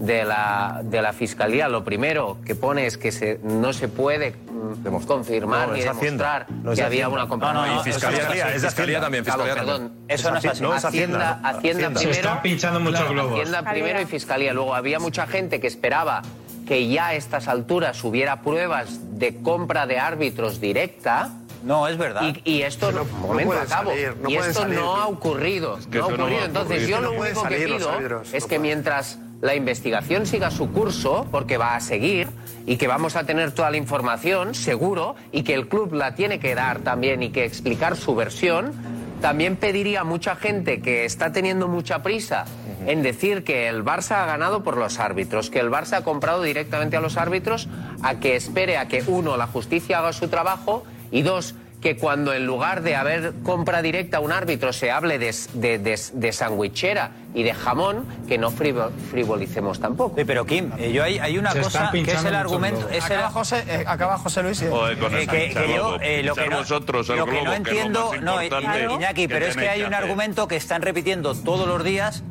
S18: de la, de la fiscalía, lo primero que pone es que se, no se puede mm, confirmar
S9: No,
S18: ni
S9: es Hacienda.
S18: demostrar
S9: No es
S18: que había
S9: Hacienda.
S18: una compra.
S9: No, no, y fiscalía,
S18: eso
S9: fiscalía, es Hacienda también,
S18: Claro,
S9: fiscalía
S18: perdón,
S9: también.
S18: Eso no es
S9: Haci-
S18: así.
S9: no es Hacienda,
S18: Hacienda,
S9: no,
S18: Hacienda
S9: Hacienda.
S18: primero.
S9: Se están pinchando muchos
S18: Claro,
S9: globos.
S18: Hacienda primero y fiscalía. Luego había mucha gente que esperaba que ya a estas alturas hubiera pruebas de compra de árbitros directa.
S2: No, es verdad.
S18: Y, y esto no, un momento
S2: pueden
S18: acabo.
S2: salir, no
S18: y
S2: pueden
S18: esto
S2: salir.
S18: no ha ocurrido.
S2: Es que
S18: no ha
S2: eso no va a
S18: ocurrido. Entonces,
S2: ocurrir.
S18: yo
S2: No
S18: lo
S2: pueden
S18: único que
S2: salir los
S18: pido
S2: árbitros,
S18: es
S2: no
S18: que mientras la investigación siga su curso, porque va a seguir y que vamos a tener toda la información, seguro, y que el club la tiene que dar también y que explicar su versión. También pediría a mucha gente que está teniendo mucha prisa en decir que el Barça ha ganado por los árbitros, que el Barça ha comprado directamente a los árbitros, a que espere a que, uno, la justicia haga su trabajo y, dos, que cuando en lugar de haber compra directa a un árbitro se hable de, de, de- de sandwichera y de jamón, que no frivo- frivolicemos tampoco.
S2: pero Kim, eh, yo hay, hay una cosa que es el argumento. Es el-
S5: acaba, José, eh, acaba José Luis. eh.
S6: Joder, con
S2: Eh,
S6: esa
S2: que-
S6: pincha
S2: que
S6: de
S2: yo,
S6: globo.
S2: eh, lo que
S6: Pinchar
S2: no-
S6: vosotros el
S2: lo que
S6: globo,
S2: no
S6: que es lo más
S2: entiendo, no, eh,
S6: importante
S2: Iñaki,
S6: que
S2: pero es que
S6: tenéis
S2: hay
S6: que
S2: un
S6: hacer.
S2: argumento que están repitiendo todos los días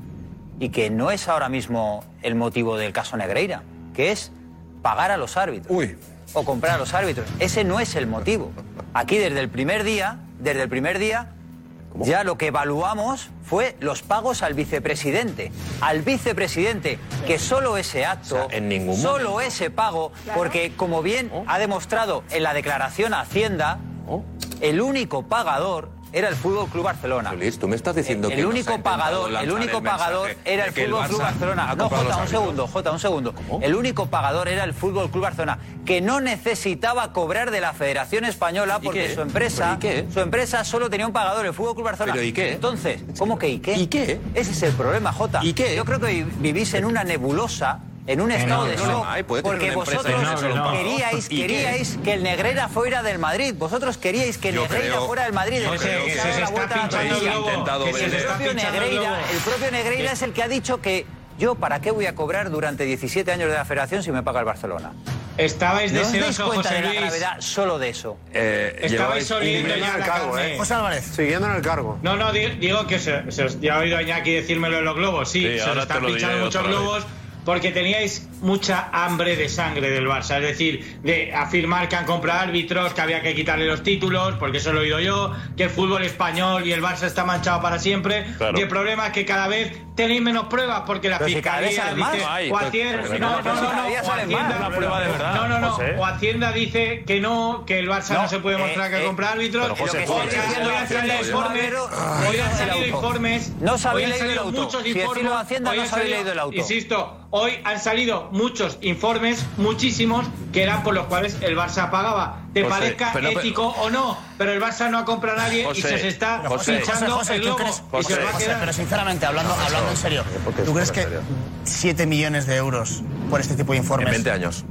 S2: y que no es ahora mismo el motivo del caso Negreira, que es pagar a los árbitros. O comprar a los árbitros. Ese no es el motivo. Aquí desde el primer día, desde el primer día, ya lo que evaluamos fue los pagos al vicepresidente. Al vicepresidente, que solo ese acto, en ningún solo ese pago, porque como bien
S9: ¿Oh?
S2: ha demostrado en la declaración a Hacienda, el único pagador era el Fútbol Club Barcelona.
S9: Listo, me estás diciendo
S2: el
S9: que nos ha
S2: único
S9: intentado
S2: pagador, el
S9: lanzar
S2: único
S9: el
S2: pagador
S9: mensaje
S2: era
S9: de
S2: el
S9: que el
S2: Fútbol Club
S9: Barça
S2: Barcelona.
S9: ha
S2: No,
S9: comprado
S2: Jota,
S9: los
S2: un
S9: árbitros.
S2: segundo, Jota, un segundo. El único pagador era el Fútbol Club Barcelona, que no necesitaba cobrar de la Federación Española porque
S9: qué?
S2: su empresa,
S9: ¿Pero y qué?
S2: su empresa solo tenía un pagador, el Fútbol Club Barcelona.
S9: ¿Pero y qué?
S2: Entonces, ¿cómo que y qué? ¿Y qué? Ese es el problema, Jota. ¿Y qué? Yo creo que vi- vivís en una nebulosa, en un
S9: Que no,
S2: estado
S9: que
S2: de
S9: no.
S2: shock,
S9: Ay, puede tener
S2: porque
S9: una empresa
S2: vosotros
S9: y no, que no.
S2: queríais,
S9: ¿Y qué?
S2: queríais que el Negrera fuera del Madrid. Vosotros queríais que el
S9: Yo
S2: Negreira
S9: creo-
S2: fuera del Madrid.
S9: yo
S2: El
S9: creo
S2: Madrid
S9: que
S2: se
S9: se
S2: da la
S9: está
S2: vuelta a la
S9: pinchando
S2: tortilla.
S9: el globo. Intentado
S2: Que se
S9: vender.
S2: está propio
S9: pinchando el
S2: Negreira-
S9: globo.
S2: el propio Negreira
S9: Que-
S2: es el que ha dicho que yo para qué voy a cobrar durante 17 años de la federación si me paga el Barcelona.
S7: Estabais
S2: ¿No os dais
S7: deseosos,
S2: cuenta
S7: José
S2: de la
S7: Luis.
S2: gravedad solo de eso?
S17: Eh,
S9: Eh,
S7: Estabais oliendo ya la carne.
S17: Siguiendo en el cargo.
S7: No, no, di- digo que se, se os- ya he oído a Iñaki decírmelo en los globos. Sí,
S6: Sí,
S7: se os
S6: ahora te
S7: están
S6: lo diré
S7: pinchando muchos
S6: otra vez.
S7: globos porque teníais mucha hambre de sangre del Barça. Es decir, de afirmar que han comprado árbitros, que había que quitarle los títulos, porque eso lo he oído yo, que el fútbol español y el Barça está manchado para siempre.
S6: Claro.
S7: De problemas que cada vez tenéis menos pruebas porque la
S6: Pero si cada
S7: fiscalía
S6: vez salen más.
S7: dice.
S6: No hay,
S7: o
S6: pero-
S7: Hacienda-
S6: pero
S7: no,
S6: no, pero
S7: no,
S6: si
S7: no,
S6: cada
S7: no,
S6: día
S7: o
S6: salen más.
S7: Hacienda-
S6: Una prueba de verdad,
S7: No, no, no.
S6: José.
S7: O Hacienda dice que no, que el Barça no,
S6: No,
S7: se puede
S6: eh,
S7: mostrar que
S6: eh,
S7: compra árbitros.
S6: pero José,
S7: Hoy
S6: joder,
S7: han-
S6: eh,
S7: hoy han salido
S6: eh,
S7: informes.
S2: eh,
S7: Hoy han
S2: eh,
S7: salido
S2: el auto.
S7: informes.
S2: No os habéis
S7: hoy han
S2: leído el
S7: salido
S2: auto.
S7: muchos
S2: Si decirlo
S7: informes,
S2: a Hacienda,
S7: hoy
S2: no
S7: han
S2: os habéis
S7: salido-
S2: leído el auto.
S7: Insisto, hoy han salido muchos informes, muchísimos, que eran por los cuales el Barça pagaba. Te
S6: José,
S7: parezca
S6: pero no, pero-
S7: ético o no, pero el Barça no ha comprado a nadie y
S6: José,
S7: se, les está
S6: Pero José,
S7: pinchando
S5: José, José,
S7: el
S5: ¿tú
S7: globo.
S5: crees-
S7: y se
S5: José,
S7: va a
S5: José,
S7: quedar-
S5: pero sinceramente, hablando, hablando en serio, ¿tú crees que 7 millones de euros por este tipo de informes?
S9: En 20 años.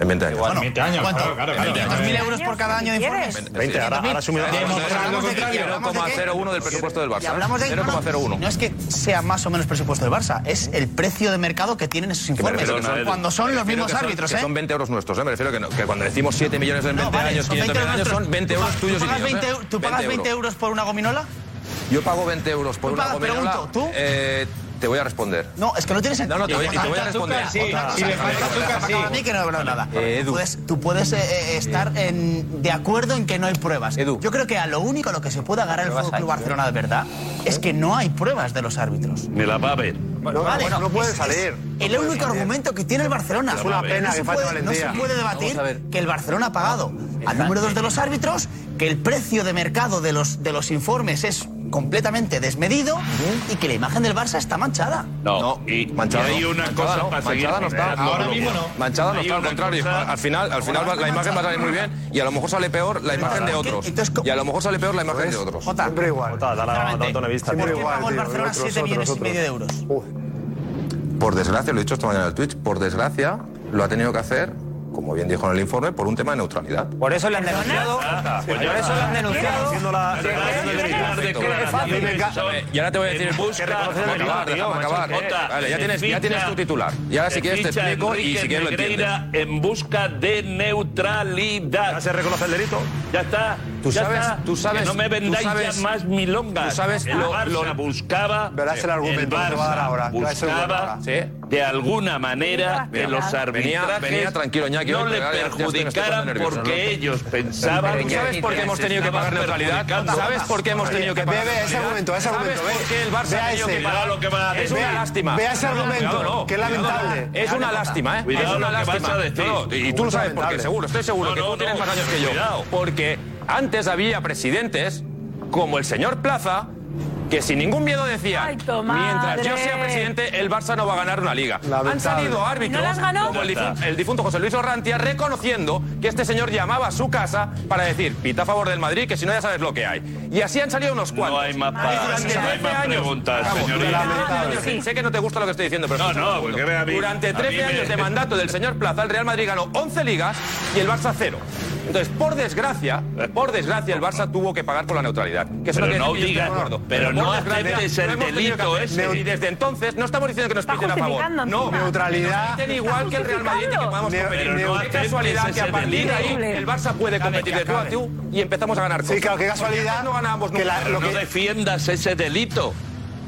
S9: En 20 años.
S5: Bueno, 20 años, ¿cuánto? claro, claro, claro.
S9: 20 años.
S5: 2.000 euros por cada año de informes.
S9: 20, ahora, ahora ha sumido
S5: ¿Hablamos de qué? ¿Hablamos de qué?
S9: 0,01 del presupuesto del
S5: Y
S9: Barça. ¿eh?
S5: hablamos de no, no,
S9: 0,01.
S5: No es que sea más o menos presupuesto del Barça, es el precio de mercado que tienen esos
S9: Que me
S5: informes.
S9: refiero que son-
S5: cuando
S9: me
S5: son los
S9: refiero
S5: mismos
S9: que son-
S5: árbitros,
S9: que
S5: ¿eh?
S9: Son 20 euros nuestros, ¿eh? Me refiero que, no- que cuando decimos 7 millones en 20
S5: vale,
S9: años,
S5: son
S9: 500 millones de años, son 20 euros
S5: ¿Tú
S9: tuyos y
S5: pagas
S9: míos,
S5: 20
S9: ¿eh?
S5: eu- ¿Tú pagas 20 euros por una gominola?
S9: Yo pago 20 euros por
S5: ¿Tú
S9: una
S5: pagas?
S9: gominola.
S5: Pregunto, ¿tú?
S9: Eh, te voy a responder.
S5: No, es que no tiene sentido.
S9: no, te voy- y te voy a responder.
S5: Otra cosa,
S9: Sí,
S5: otra
S9: si
S5: cosa,
S9: le falta
S5: otra cosa,
S9: azúcar,
S5: para
S9: sí.
S5: acabar aquí que no habrá
S9: Vale.
S5: nada.
S9: Eh, Edu.
S5: Tú puedes, tú puedes eh, eh, estar en- de acuerdo en que no hay pruebas. Yo creo que a lo único a lo que se puede agarrar el Fútbol Club
S9: ¿eh?
S5: Barcelona de verdad es que no hay pruebas de los árbitros.
S6: Ni la va a ver.
S17: No, no, no puede
S5: es-
S17: salir.
S5: es el único argumento que tiene el Barcelona.
S17: Es una
S5: No
S17: pena
S5: se
S17: que falte
S5: puede-
S17: valentía.
S5: No se puede
S17: Vamos a ver.
S5: debatir que el Barcelona ha pagado al número dos de los árbitros, que el precio de mercado de los, de los informes es completamente desmedido y que la imagen del Barça está manchada.
S6: No, y,
S9: Manchada
S6: y hay
S9: no.
S6: una
S9: Manchada
S6: cosa
S9: no,
S6: para seguir.
S9: Manchada no está.
S6: mirando, Globo.
S9: Manchada no
S6: Hay
S9: está, al
S6: una
S9: contrario.
S6: cosa-
S9: Al- Al final, al final va- la imagen va a salir muy bien y a lo mejor sale peor la imagen de otros. Y a lo mejor sale peor la imagen de otros.
S17: Siempre igual. Siempre igual. tío. Otros, otros, otros.
S5: euros?
S9: Por desgracia, lo he dicho esta mañana en el Twitch, por desgracia lo ha tenido que hacer, como bien dijo en el informe, por un tema de neutralidad.
S2: Por eso le han denunciado. Por eso le han denunciado.
S9: A mí me encanta- Y ahora te voy a decir,
S6: Busca-
S9: déjame acabar, déjame acabar. eh.
S6: Jota,
S9: Vale, ya
S6: se
S9: tienes, ya tienes
S6: ficha-
S9: tu titular. Y ahora si
S6: se
S9: quieres te
S6: ficha
S9: explico y
S6: Enrique
S9: si quieres lo entiendes.
S6: Negreira en busca de neutralidad. Ya se reconoce el delito. Ya está.
S9: Tú
S6: ya
S9: sabes-
S6: está.
S9: tú sabes-
S6: Que no me
S9: tú
S6: vendáis
S9: sabes-
S6: ya más milongas.
S9: tú sabes
S6: el
S9: lo-
S6: Barça
S9: lo-
S6: buscaba.
S9: Verás el argumento que
S6: Barça
S9: te va a dar ahora, que va a ser bueno
S6: Buscaba
S9: ahora. Sí.
S6: de alguna manera que
S9: Mira,
S6: los
S9: venía-
S6: arbitrajes
S9: venía tranquilo, Iñaki,
S6: no
S9: que ya-
S6: le
S9: ya estoy- estoy
S6: perjudicaran
S9: poniendo nervioso,
S6: porque
S9: ¿no?
S6: ellos pensaban.
S9: ¿Tú sabes por qué hemos tenido que pagar neutralidad? ¿Sabes por qué hemos tenido que pagar
S17: Ve, ve ese
S9: neutralidad?
S17: argumento, ese
S9: ¿Sabes
S17: argumento. ve.
S9: por qué el Barça
S17: Ve
S9: ha
S17: a
S9: tenido
S17: ese.
S9: que pagar lo que va a
S17: Ve-
S9: Es una lástima.
S17: Ve a ese argumento,
S9: Cuidado, no.
S17: que es
S9: Cuidado,
S17: lamentable.
S9: Es una lástima, ¿eh?
S17: Cuidado
S9: es una
S17: lo que vas
S9: lástima.
S17: a decir.
S9: No, no, y tú lo sabes por qué,
S17: Lamentable.
S9: seguro. Estoy seguro
S17: No,
S9: que
S17: no,
S9: tú tienes
S17: no.
S9: más años que yo.
S17: Cuidado.
S9: Porque antes había presidentes como el señor Plaza que sin ningún miedo decían,
S12: Ay, tu
S9: mientras yo
S12: madre.
S9: sea presidente, el Barça no va a ganar una liga. Han
S12: Lamentable.
S9: salido árbitros
S12: ¿No las ganó?
S9: como el, difunto, el difunto José Luis Orrantia reconociendo que este señor llamaba a su casa para decir, pita a favor del Madrid, que si no ya sabes lo que hay. Y así han salido unos cuantos. No hay más
S6: palabras, no hay más preguntas, señoría.
S9: Sé, sé que no te gusta lo que estoy diciendo, pero...
S6: No,
S9: escucha
S6: no,
S9: un segundo.
S6: porque a mí- a
S9: Durante
S6: mí
S9: 13
S6: me-
S9: años de mandato del señor Plaza, el Real Madrid ganó 11 ligas y el Barça cero. Entonces, por desgracia, por desgracia, el Barça tuvo que pagar por la neutralidad. Que eso
S6: Pero
S9: quiere decir que
S6: no
S9: yo esté de
S6: digas-
S9: acuerdo.
S6: pero
S9: por
S6: no
S9: desgracia,
S6: aceptes el
S9: lo hemos tenido que
S6: delito
S9: hacer.
S6: ese.
S9: Y desde entonces no estamos diciendo que nos
S6: Está
S9: piten a favor.
S6: justificando
S9: No,
S6: encima. Neutralidad.
S9: Nos piten igual que el Real Madrid que podamos
S6: Pero
S9: competir.
S6: no
S9: qué
S6: aceptes
S9: casualidad que
S6: ese
S9: a partir de ahí
S6: delito.
S9: el Barça puede competir de tú a tú y empezamos a ganar
S6: Sí,
S9: cosas.
S6: claro, qué
S9: Porque
S6: casualidad
S9: antes no ganábamos
S6: que
S9: nunca.
S6: la- lo que- defiendas ese delito.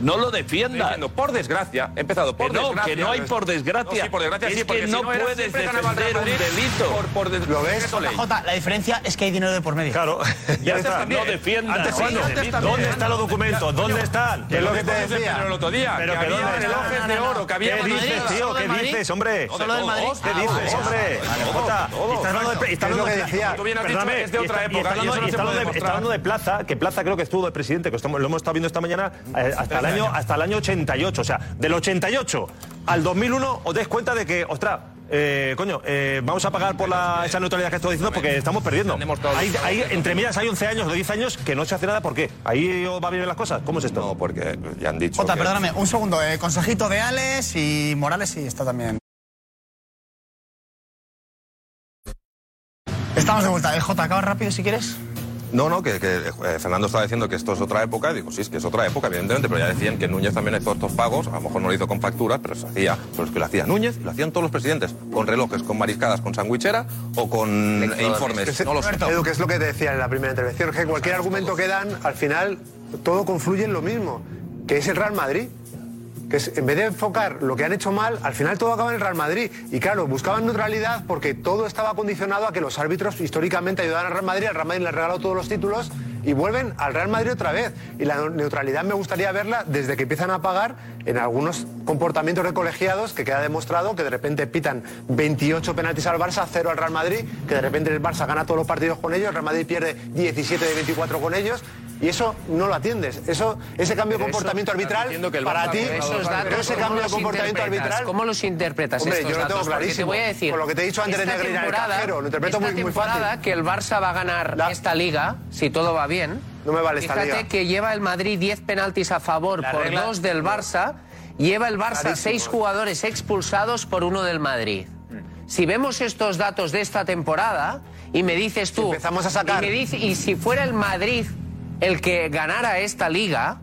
S6: No lo defiendas.
S9: por desgracia, he empezado por
S6: Que no,
S9: desgracia.
S6: que no hay por desgracia.
S9: No, sí, por desgracia
S6: Es
S9: sí, porque
S6: que
S9: si era,
S6: no puedes
S9: siempre ganaba el Real
S6: defender un
S9: Madrid
S6: delito.
S9: Por, por des-
S5: ¿Lo
S9: por
S5: ves?
S9: eso leí.
S5: Jota, la diferencia es que hay dinero de por medio. Claro.
S9: Ya está. No defiendas.
S5: Antes
S9: Sí,
S5: cuando-
S9: antes también.
S5: ¿Dónde están los
S8: documentos? ¿Dónde están?
S9: Que es lo que te decía. el otro día.
S8: Pero
S9: que
S8: que
S9: había
S8: dónde están.
S9: relojes de oro, que había
S8: ¿Qué dices, tío? ¿Qué dices, hombre? ¿Qué dices, hombre? Jota, está hablando de- está
S9: Es
S8: hablando
S9: lo que
S8: de-
S9: decía. Tú bien has dicho
S8: Perdóname,
S9: que es de
S8: y
S9: otra
S8: está- y está
S9: época, y eso
S8: hablando- y está
S9: no se puede
S8: hablando de- Está
S9: demostrar.
S8: hablando de Plaza, que Plaza creo que estuvo de presidente, que estamos- lo hemos estado viendo esta mañana, eh, hasta el año hasta el año 88. O sea, del 88 al 2001 os des cuenta de que, ostras, eh, coño, eh, vamos a pagar por la, esa neutralidad que estoy diciendo porque estamos perdiendo. Hay, hay- entre millas hay 11 años o 10 años que no se hace nada. ¿Por qué? ¿Ahí os va a venir las cosas? ¿Cómo es esto? No,
S9: porque ya han dicho.
S5: Jota, perdóname, un segundo. eh, consejito de Alex y Morales sí está también. Estamos de vuelta. Eh, Jota, acabas rápido si quieres.
S9: No, no, que, que, eh, Fernando estaba diciendo que esto es otra época. Digo, sí, es que es otra época, evidentemente, pero ya decían que Núñez también hizo estos pagos. A lo mejor no lo hizo con facturas, pero se hacía. Pero es que lo hacía Núñez y lo hacían todos los presidentes. Con relojes, con mariscadas, con sandwichera o con eh, informes.
S17: Que se-
S9: no lo sé.
S17: Edu, que es lo que te decía en la primera intervención, que cualquier argumento que dan, al final todo confluye en lo mismo, que es el Real Madrid. Que es, en vez de enfocar lo que han hecho mal, al final todo acaba en el Real Madrid. Y claro, buscaban neutralidad porque todo estaba condicionado a que los árbitros históricamente ayudaban al Real Madrid, al Real Madrid le ha regalado todos los títulos y vuelven al Real Madrid otra vez. Y la neutralidad me gustaría verla desde que empiezan a pagar en algunos comportamientos de colegiados que queda demostrado que de repente pitan 28 penaltis al Barça, 0 al Real Madrid, que de repente el Barça gana todos los partidos con ellos, el Real Madrid pierde 17 de 24 con ellos. Y eso no lo atiendes. Eso, ese cambio de
S18: Pero eso-
S17: comportamiento
S18: estás diciendo
S17: arbitral,
S18: que el Barça
S17: para ti,
S18: ha esos datos,
S17: ese
S18: ¿cómo
S17: cambio de
S18: los
S17: comportamiento
S18: interpretas?
S17: arbitral.
S18: ¿Cómo los interpretas
S17: Hombre,
S18: estos
S17: yo lo tengo
S18: datos? Porque
S17: clarísimo.
S18: te voy a decir.
S17: Por lo que te he dicho antes de
S18: esta
S17: Negreira en el
S18: temporada-
S17: cajero, lo interpreto
S18: esta
S17: muy, muy
S18: temporada
S17: fácil.
S18: que el Barça va a ganar esta liga, si todo va bien.
S17: No me vale esta
S18: Fíjate
S17: liga.
S18: que lleva el Madrid 10 penaltis a favor
S17: La
S18: por
S17: regla-
S18: dos del Barça. Lleva el Barça
S17: Clarísimo.
S18: 6 jugadores expulsados por uno del Madrid.
S17: Mm.
S18: Si vemos estos datos de esta temporada y me dices tú,
S17: empezamos a sacar-
S18: y, me dice- y si fuera el Madrid el que ganara esta liga,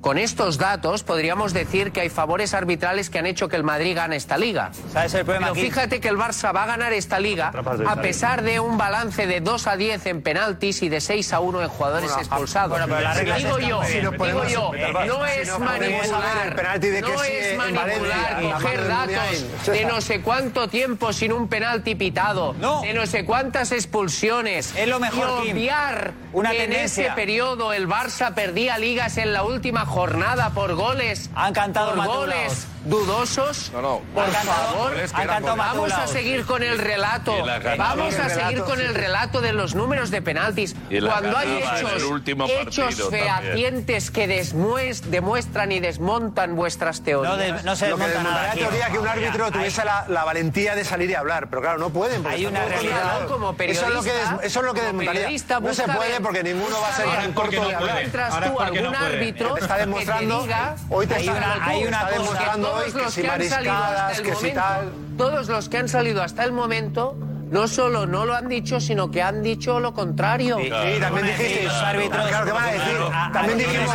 S18: con estos datos podríamos decir que hay favores arbitrales que han hecho que el Madrid gane esta liga.
S2: ¿Sabes el problema
S18: Pero
S2: aquí?
S18: fíjate que el Barça va a ganar esta liga
S2: de
S18: a
S2: Italia.
S18: pesar de un balance de 2 a 10 en penaltis y de 6 a 1 en jugadores
S17: Bueno, ah,
S18: expulsados.
S17: bueno, pero la regla es
S18: digo
S17: esta,
S18: yo,
S17: hombre. Si nos
S18: digo
S17: podemos-
S18: yo,
S17: eh,
S18: no
S17: si
S18: es
S17: nos ponemos a ver el
S18: manipular,
S17: penalti de que
S18: no
S17: sí
S18: es
S17: en
S18: manipular,
S17: Valencia, en la
S18: coger
S17: mano de
S18: datos
S17: Mundial.
S18: de no sé cuánto tiempo sin un penalti pitado, de no sé cuántas expulsiones,
S2: Es lo mejor,
S18: y
S2: Kim.
S18: obviar
S2: Una
S18: que en
S2: tendencia.
S18: ese periodo el Barça perdía ligas en la última jornada por goles, Han
S2: cantado
S18: por goles
S2: Matulaos.
S18: dudosos. Por
S2: Han cantado-
S18: favor,
S2: han cantado
S18: vamos a
S2: Matulaos.
S18: seguir con el relato.
S6: Y la ganaba.
S18: Vamos a
S6: El
S18: seguir
S6: relato,
S18: con
S6: sí.
S18: el relato de los números de penaltis.
S6: Y la
S18: Cuando hay
S6: ganaba en el último
S18: hechos, hechos
S6: partido también.
S18: fehacientes que desmues- demuestran y desmontan vuestras teorías.
S17: Lo que desmontará la teoría que un árbitro tuviese la, la valentía de salir y hablar, pero claro, no pueden. porque
S18: Hay
S17: están
S18: una
S17: todos
S18: realidad.
S17: controlados.
S18: Como
S17: eso es lo que, des-
S18: periodista,
S17: eso es lo que
S18: como periodista,
S17: desmontaría. No se
S18: busca
S17: puede
S18: ver-
S17: porque ninguno va a ser
S18: busca
S17: tan
S18: ver-
S17: corto de
S18: ahora
S17: hablar.
S18: encuentras Ahora tú es porque no algún puede. árbitro
S17: Te está
S18: que te
S17: demostrando,
S18: diga-
S17: hoy te
S18: Hay
S17: está,
S18: una- hay
S17: te
S18: una
S17: está
S18: cosa.
S17: demostrando
S18: Todos
S17: hoy que
S18: los
S17: si
S18: que han salido hasta
S17: mariscadas,
S18: el
S17: que si
S18: momento,
S17: tal.
S18: Todos los que han salido hasta el momento no solo no lo han dicho, sino que han dicho lo contrario.
S17: Sí, sí, también dijiste. Claro, ¿qué van a decir? También dijimos.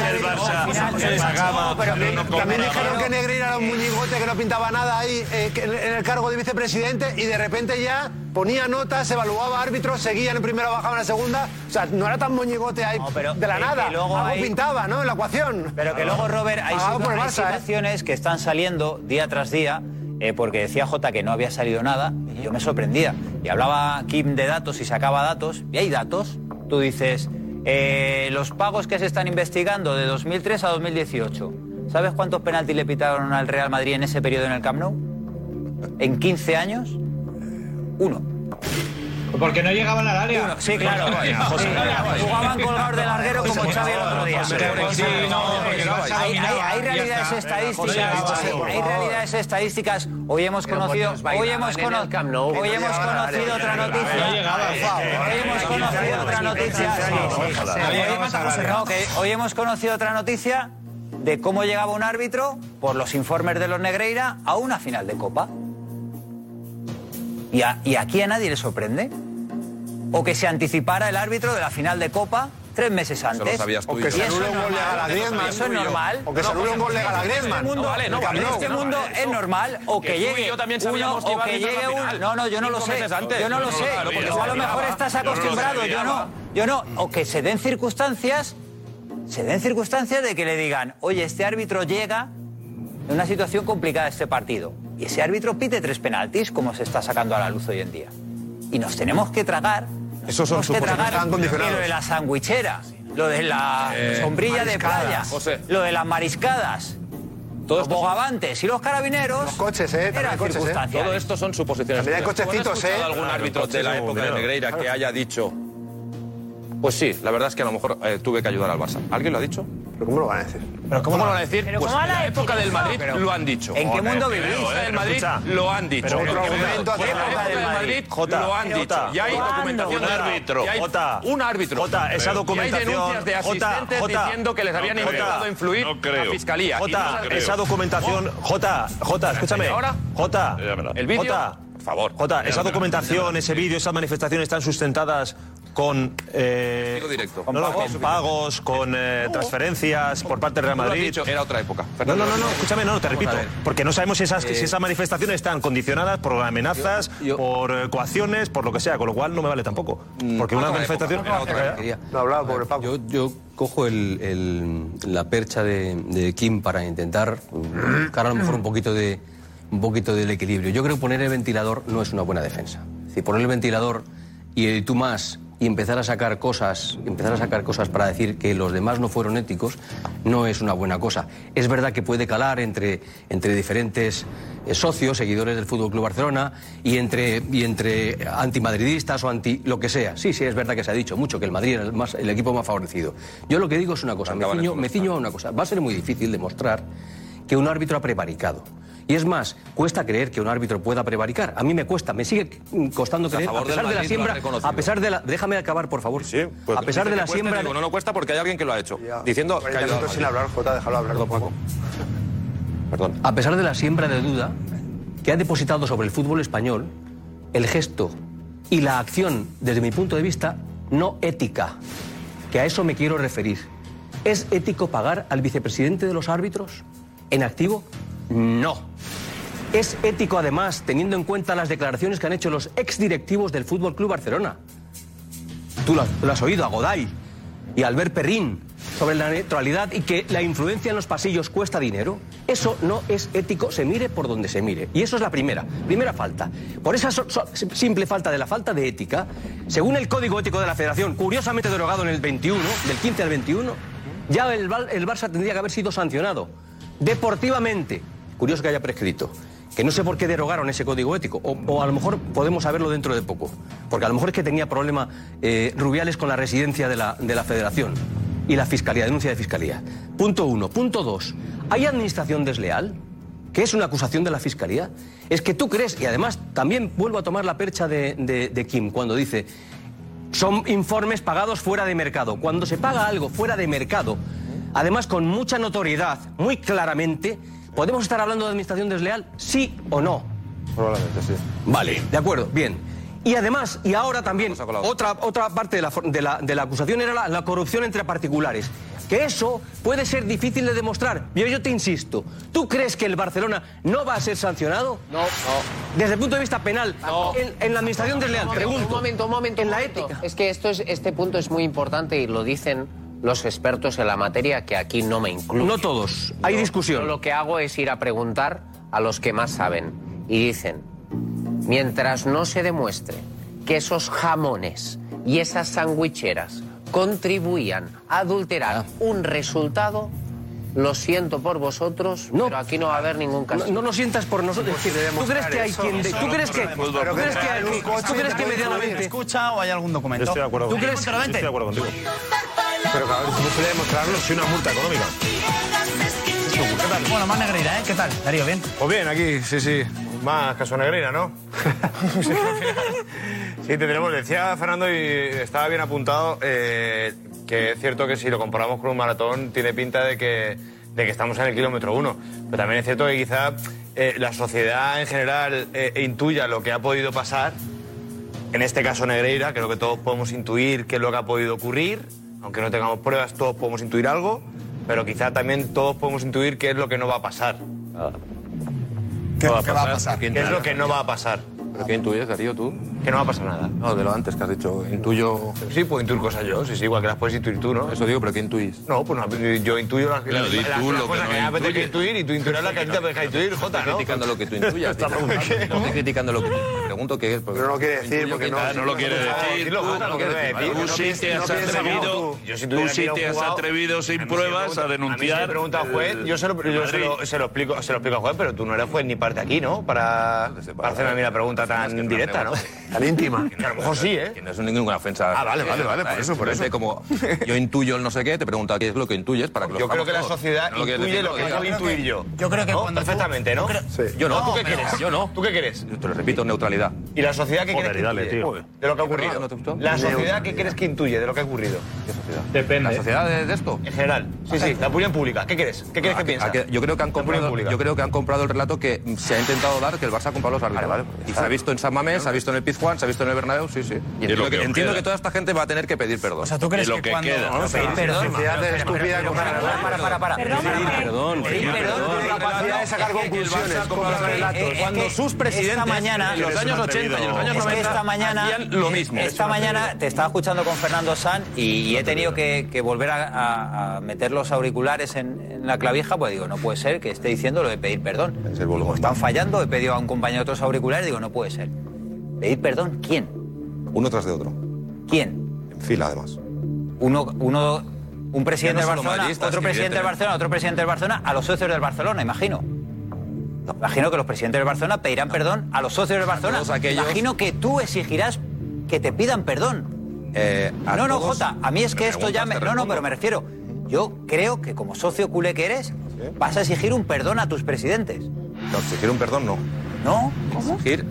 S17: No, pero También dijeron que Negreira era un muñigote que no pintaba nada ahí eh, que en en el cargo de vicepresidente y de repente ya ponía notas, evaluaba árbitros, seguían en primera, bajaban en segunda. O sea, no era tan muñigote ahí de la
S2: que-
S17: nada.
S2: que luego
S17: Algo
S2: hay-
S17: pintaba, ¿no? En la ecuación.
S2: Pero que luego, Robert, hay,
S17: Pagado
S2: situ-
S17: por el
S2: hay
S17: Barça, ¿eh?
S2: situaciones que están saliendo día tras día, eh, porque decía Jota que no había salido nada, y yo me sorprendía. Y hablaba Kim de datos y sacaba datos, y hay datos. Tú dices, eh, los pagos que se están investigando de 2003 a 2018, ¿sabes cuántos penaltis le pitaron al Real Madrid en ese periodo en el Camp Nou? ¿En 15 años? Uno.
S7: Porque no llegaban al área.
S2: sí, claro. Sí, Jugaban colgados de larguero como Xavi el otro día. Pues
S7: Sí, no, porque no
S2: Hay- hay, hay realidades estadísticas. hay- Hay realidades estadísticas. Hoy hemos conocido, hoy hemos conocido, hoy hemos conocido otra noticia. Hoy hemos conocido otra noticia. sí, sí, sí. Hoy hemos- no, que Hoy hemos conocido otra noticia de cómo llegaba un árbitro por los informes de los Negreira a una final de Copa. Y, a- y aquí a nadie le sorprende. O que se anticipara el árbitro de la final de Copa tres meses antes.
S9: sabías tú
S2: O
S9: y
S2: que
S9: yo.
S2: se
S9: Y eso
S2: anule
S9: es
S2: un gol
S9: normal.
S2: legal a
S9: Eso lo
S2: Griezmann.
S9: sabías
S2: Eso es
S9: tú y yo.
S2: normal.
S9: O que se
S2: No,
S9: anule un gol legal a
S2: en este
S9: Griezmann.
S2: mundo-
S9: No vale, no vale,
S2: En
S9: no,
S2: este
S9: no
S2: mundo
S9: vale.
S2: es
S9: Eso-
S2: normal. O
S9: que
S2: que
S9: tú y
S2: llegue
S9: yo también
S2: uno,
S9: sabíamos que
S2: o
S9: iba
S2: que
S9: Griezmann a
S2: llegue
S9: la final.
S2: un. No, no, yo no lo
S9: Cinco
S2: sé.
S9: meses antes.
S2: Yo no
S9: Yo
S2: lo
S9: no
S2: sé.
S9: lo sabía.
S2: Tú a lo mejor estás
S9: Yo no lo
S2: acostumbrado.
S9: sabía.
S2: Yo no. Yo no. O que se den circunstancias. Se den circunstancias de que le digan, oye, este árbitro llega en una situación complicada este partido. Y ese árbitro pite tres penaltis, como se está sacando a la luz hoy en día. Y nos tenemos que tragar. nos
S9: Esos son
S2: tenemos que
S9: suposiciones,
S2: tragar
S9: están condicionados.
S2: Lo de la sandwichera, lo de la
S9: Eh,
S2: sombrilla de
S9: mariscadas,
S2: playa,
S9: José.
S2: lo de las mariscadas. los bogavantes y los carabineros. Los
S17: coches, ¿eh?
S2: Eran
S17: coches, ¿eh?
S2: circunstancias.
S9: Todo esto son suposiciones.
S17: También hay
S9: ¿Tú has
S17: cochecitos,
S9: escuchado
S17: ¿eh?
S9: algún
S17: Claro,
S9: árbitro
S17: coches
S9: de la
S17: son
S9: época de
S17: dinero.
S9: Negreira que haya dicho? Pues sí, la verdad es que a lo mejor eh, tuve que ayudar al Barça. ¿Alguien lo ha dicho?
S17: ¿Pero cómo lo van a decir?
S9: ¿Pero cómo, lo van a decir?
S12: ¿Pero
S9: Pues en
S12: cómo van a
S9: la
S12: decir
S9: época del
S12: eso?
S9: Madrid
S12: Pero-
S9: lo han dicho.
S2: ¿En qué mundo
S9: eh, En
S2: vivís?
S9: la época del
S2: Pero
S9: Madrid
S2: escucha,
S9: lo han dicho.
S2: pero
S9: En
S2: otro
S9: la época
S2: argumento hace falta
S9: del
S2: del
S9: Madrid
S19: Jota,
S9: lo han
S19: Jota,
S9: dicho. Y hay
S19: ¿cuándo?
S9: documentación de
S19: Un árbitro.
S9: Y hay
S19: Jota,
S9: Un árbitro.
S19: Jota, esa
S9: Y
S19: documentación-
S9: hay denuncias de
S19: Jota,
S9: asistentes
S19: Jota,
S9: diciendo que les
S19: no
S9: habían
S19: creo.
S9: intentado influir
S19: No creo.
S9: la fiscalía. Y no
S19: Jota,
S9: se-
S19: esa documentación. Jota, Jota, escúchame.
S9: ¿Y ahora?
S19: Jota,
S9: El vídeo.
S19: Jota,
S9: Por favor.
S19: Jota, esa
S9: Léamela.
S19: documentación, ese vídeo, esas manifestaciones están sustentadas
S8: con. eh,
S9: Digo directo.
S8: no, no,
S9: Con pagos.
S8: con pagos, con eh, transferencias por parte del Real
S9: Tú lo has
S8: Madrid.
S9: dicho, era otra época.
S8: No,
S9: Fernando.
S8: no, no, no, escúchame, no, te
S9: Vamos
S8: repito.
S9: a ver.
S8: Porque no sabemos si esas,
S9: Eh,
S8: si esas manifestaciones están condicionadas por amenazas, por eh, coacciones, por lo que sea, con lo cual no me vale tampoco.
S9: Mm.
S20: Mm.
S8: Porque una manifestación.
S20: Lo hablaba pobre Paco. Yo, yo cojo el, el- la percha de, de Kim para intentar buscar a lo mejor un poquito, de, un poquito del equilibrio. Yo creo que poner el ventilador no es una buena defensa. Es decir, poner el ventilador y el tú más y empezar a sacar cosas, empezar a sacar cosas para decir que los demás no fueron éticos, no es una buena cosa. Es verdad que puede calar entre, entre diferentes eh, socios, seguidores del Fútbol Club Barcelona y entre y entre antimadridistas o anti lo que sea. Sí, sí, es verdad que se ha dicho mucho que el Madrid era el, más- el equipo más favorecido. Yo lo que digo es una cosa, me
S9: Acaban
S20: ciño,
S9: en
S20: me ciño a una cosa. Va a ser muy difícil demostrar que un árbitro ha prevaricado. Y es más, cuesta creer que un árbitro pueda prevaricar. A mí me cuesta, me sigue mm, costando
S9: A
S20: creer.
S9: favor del
S20: pesar de la
S9: Madrid lo has
S20: siembra,
S9: reconocido.
S20: a pesar de la, déjame acabar por favor. a pesar
S9: Dice
S20: de
S9: pues que
S20: la
S9: cuesta,
S20: siembra,
S9: digo, no, no cuesta porque hay alguien que lo ha hecho. Diciendo que ha
S20: 40
S9: ayudado
S20: minutos
S9: al
S20: sin
S9: Madrid.
S20: hablar, Jota, déjalo hablar
S9: Perdón, Paco. Perdón.
S20: a pesar de la siembra de duda que ha depositado sobre el fútbol español, el gesto y la acción, desde mi punto de vista, no ética, que a eso me quiero referir. ¿Es ético pagar al vicepresidente de los árbitros en activo? No. Es ético, además, teniendo en cuenta las declaraciones que han hecho los exdirectivos del Fútbol Club Barcelona. Tú lo, lo has oído, a Goday y a Albert Perrin, sobre la neutralidad y que la influencia en los pasillos cuesta dinero. Eso no es ético, se mire por donde se mire. Y eso es la primera, primera falta. Por esa so- so- simple falta de la falta de ética, según el Código Ético de la Federación, curiosamente derogado en el 21, del 15 al 21, ya el, Val- el Barça tendría que haber sido sancionado deportivamente. Curioso que haya prescrito. Que no sé por qué derogaron ese código ético, o, o a lo mejor podemos saberlo dentro de poco, porque a lo mejor es que tenía problemas eh, Rubiales con la residencia de la, de la federación y la fiscalía, denuncia de fiscalía. Punto uno. Punto dos, ¿hay administración desleal? que es una acusación de la fiscalía? Es que tú crees, y además también vuelvo a tomar la percha de- de- de Kim cuando dice, son informes pagados fuera de mercado. Cuando se paga algo fuera de mercado, además con mucha notoriedad, muy claramente, ¿podemos estar hablando de administración desleal? Sí o no.
S9: Probablemente sí.
S20: Vale, de acuerdo, bien. Y además, y ahora también, otra, otra parte de la, for- de la- de la acusación era la, la corrupción entre particulares. Que eso puede ser difícil de demostrar. Yo, yo te insisto, ¿tú crees que el Barcelona no va a ser sancionado? No, no. Desde el punto de vista penal, en, en la administración desleal,
S18: Un momento,
S20: pregunto.
S18: Un momento, un momento. En la ética. Es que esto es, este punto es muy importante y lo dicen los expertos en la materia que aquí no me incluyo.
S20: No todos. Hay discusión.
S18: Yo lo que hago es ir a preguntar a los que más saben y dicen, mientras no se demuestre que esos jamones y esas sandwicheras contribuían a
S20: Ah.
S18: adulterar un resultado, lo siento por vosotros, pero aquí no va a haber ningún caso.
S20: No, no lo sientas por nosotros. Es decir, ¿Tú crees que hay quien.? de- ¿Tú crees que.? ¿Tú crees que.? hay- ¿Tú crees que medianamente.?
S5: escucha o hay algún documento?
S8: Yo estoy de acuerdo.
S5: ¿Tú
S8: Yo
S5: crees?
S8: estoy de acuerdo contigo. Pero cabrón, ¿cómo se debe demostrarlo si una multa económica?
S5: ¿Qué tal? Bueno, más negreira, ¿eh? ¿Qué tal? Darío, ¿bien?
S1: Pues bien, aquí, sí, sí. Más caso negrina, ¿no?
S5: Sí,
S1: Sí, tendremos. Decía Fernando y estaba bien apuntado eh, que es cierto que si lo comparamos con un maratón tiene pinta de que, de que estamos en el kilómetro uno. Pero también es cierto que quizá eh, la sociedad en general eh, intuya lo que ha podido pasar. En este caso Negreira, creo que todos podemos intuir qué es lo que ha podido ocurrir. Aunque no tengamos pruebas, todos podemos intuir algo. Pero quizá también todos podemos intuir qué es lo que no va a pasar.
S5: ¿Qué,
S9: ¿Qué Ah. va a pasar?
S1: ¿Qué es lo que no va a pasar?
S9: ¿Pero qué intuyes, Darío, tú?
S1: Que no va a pasar nada.
S9: No, de lo antes que has dicho. Intuyo...
S1: Sí, puedo intuir cosas yo, sí, sí, igual que las puedes intuir tú, ¿no?
S9: Eso digo, pero ¿qué intuyes?
S1: No, pues no, yo intuyo las,
S9: Claro,
S1: las-
S9: di
S1: las-
S9: tú
S1: las
S9: lo
S1: cosas
S9: que
S1: que,
S9: no
S1: me apetece
S9: intuyes.
S1: intuir y tú intuirás las que a ti te
S8: Pues
S1: apetezca intuir, Jota, ¿no?
S9: criticando lo que tú intuyas. tío. No estoy criticando lo que tú intuyes. Pregunto qué es. pues, Pero
S21: no quiere decir, porque no-
S6: no lo quiere decir.
S1: Dilo, Jota,
S6: Tú
S1: lo que debe decir.
S6: tú
S1: No
S6: sí
S1: pienses-
S6: te
S1: no
S6: has
S1: pienses como
S6: atrevido,
S1: tú. Yo si
S6: tú
S1: tuviera que
S6: sí
S1: ir a un
S6: te has
S1: jugado-
S6: atrevido
S1: A mí
S6: sin
S1: se me
S6: pruebas
S1: pregunta-
S6: a
S1: A mí se
S6: denunciar.
S1: me pregunta al juez, yo, se lo, yo se, lo, se lo explico, se lo explico al juez, pero tú no eres juez ni parte aquí, ¿no? Para, para hacerme a mí la pregunta tan directa, ¿no?
S21: Tan íntima.
S1: Que a lo mejor sí, ¿eh?
S9: Que no es ninguna ofensa.
S1: Ah, vale, vale, vale, por
S9: Es
S1: eso, por
S9: simplemente
S1: eso.
S9: como yo intuyo el no sé qué, te pregunta qué es lo que intuyes para que lo
S1: Yo creo
S9: sepamos
S1: que la
S9: todos.
S1: sociedad
S9: No lo quieres
S1: intuye
S9: decir,
S1: lo que
S9: no
S1: acabo de
S9: digas.
S1: intuir yo.
S5: Yo creo que
S1: ¿No?
S5: cuando tú-
S1: Perfectamente, ¿no?
S9: Yo no.
S1: ¿Tú qué quieres?
S9: Yo no.
S1: ¿Tú qué quieres?
S9: Te lo repito, neutralidad. mira.
S19: ¿Y la sociedad qué
S9: Joder,
S19: crees que
S9: y dale,
S19: intuye?
S9: tío.
S19: De lo que ha ocurrido.
S9: ¿No te gustó?
S19: La
S9: Ni
S19: sociedad
S9: una,
S19: qué
S9: ni
S19: crees que intuye de lo que ha ocurrido.
S9: ¿Qué sociedad?
S19: Depende.
S9: ¿La sociedad de, de esto?
S19: En general. Sí, sí, la opinión pública. ¿Qué crees? ¿Qué crees
S9: ¿A
S19: que piensa?
S9: a que- yo, creo que han comprado,
S19: pública.
S9: yo creo que han comprado el relato que se ha intentado dar que el Barça ha comprado los árbitros.
S1: pues
S9: y se ha visto en San Mamés, se ha visto en el Pizjuán, se ha visto en el Bernabéu, sí, sí. Y entiendo,
S6: lo
S9: que,
S6: que os
S9: entiendo
S6: queda.
S9: que toda esta gente va a tener que pedir perdón. O sea,
S6: ¿tú crees Y lo que que cuando- queda.
S9: Vamos a
S6: Pero-
S9: pedir
S6: pero-
S9: perdón.
S6: pero-
S9: Pero- pero-
S17: estúpida
S9: pero-
S17: como-
S9: pero- para, para, para, para.
S17: Perdón,
S9: Pedir perdón.
S17: Capacidad de sacar conclusiones, compras relatos.
S9: Cuando sus presidentes
S2: mañana-
S9: en los
S2: Eres
S9: años
S2: un
S9: 80 y en los años
S2: Es que
S9: 90
S2: esta mañana-
S9: hacían lo mismo.
S2: Esta mañana te estaba escuchando con Fernando San y, y he tenido que, que volver a, a- a meter los auriculares en, en la clavija, pues digo, no puede ser que esté diciendo lo de pedir perdón. Como están fallando, he pedido a un compañero otros auriculares, digo, no puede ser. ¿Pedir perdón? ¿Quién?
S9: Uno tras de otro.
S2: ¿Quién?
S9: En fila, además.
S2: Uno, uno, un presidente
S9: Ya no
S2: del
S9: solo
S2: Barcelona,
S9: madridistas,
S2: otro presidente del
S9: evidentemente.
S2: Barcelona, otro presidente del Barcelona, a los socios del Barcelona, imagino. Imagino que los presidentes del Barcelona pedirán perdón a los socios del Barcelona.
S9: todos aquellos-
S2: Imagino que tú exigirás que te pidan perdón.
S9: Eh, a
S2: No, no,
S9: todos-
S2: Jota, a mí es que esto ya
S9: preguntas,
S2: me...
S9: te
S2: No, no,
S9: respondo.
S2: pero me refiero. Yo creo que como socio culé que eres, vas a exigir un perdón a tus presidentes.
S9: No, exigir un perdón no.
S2: ¿No?
S9: Exigir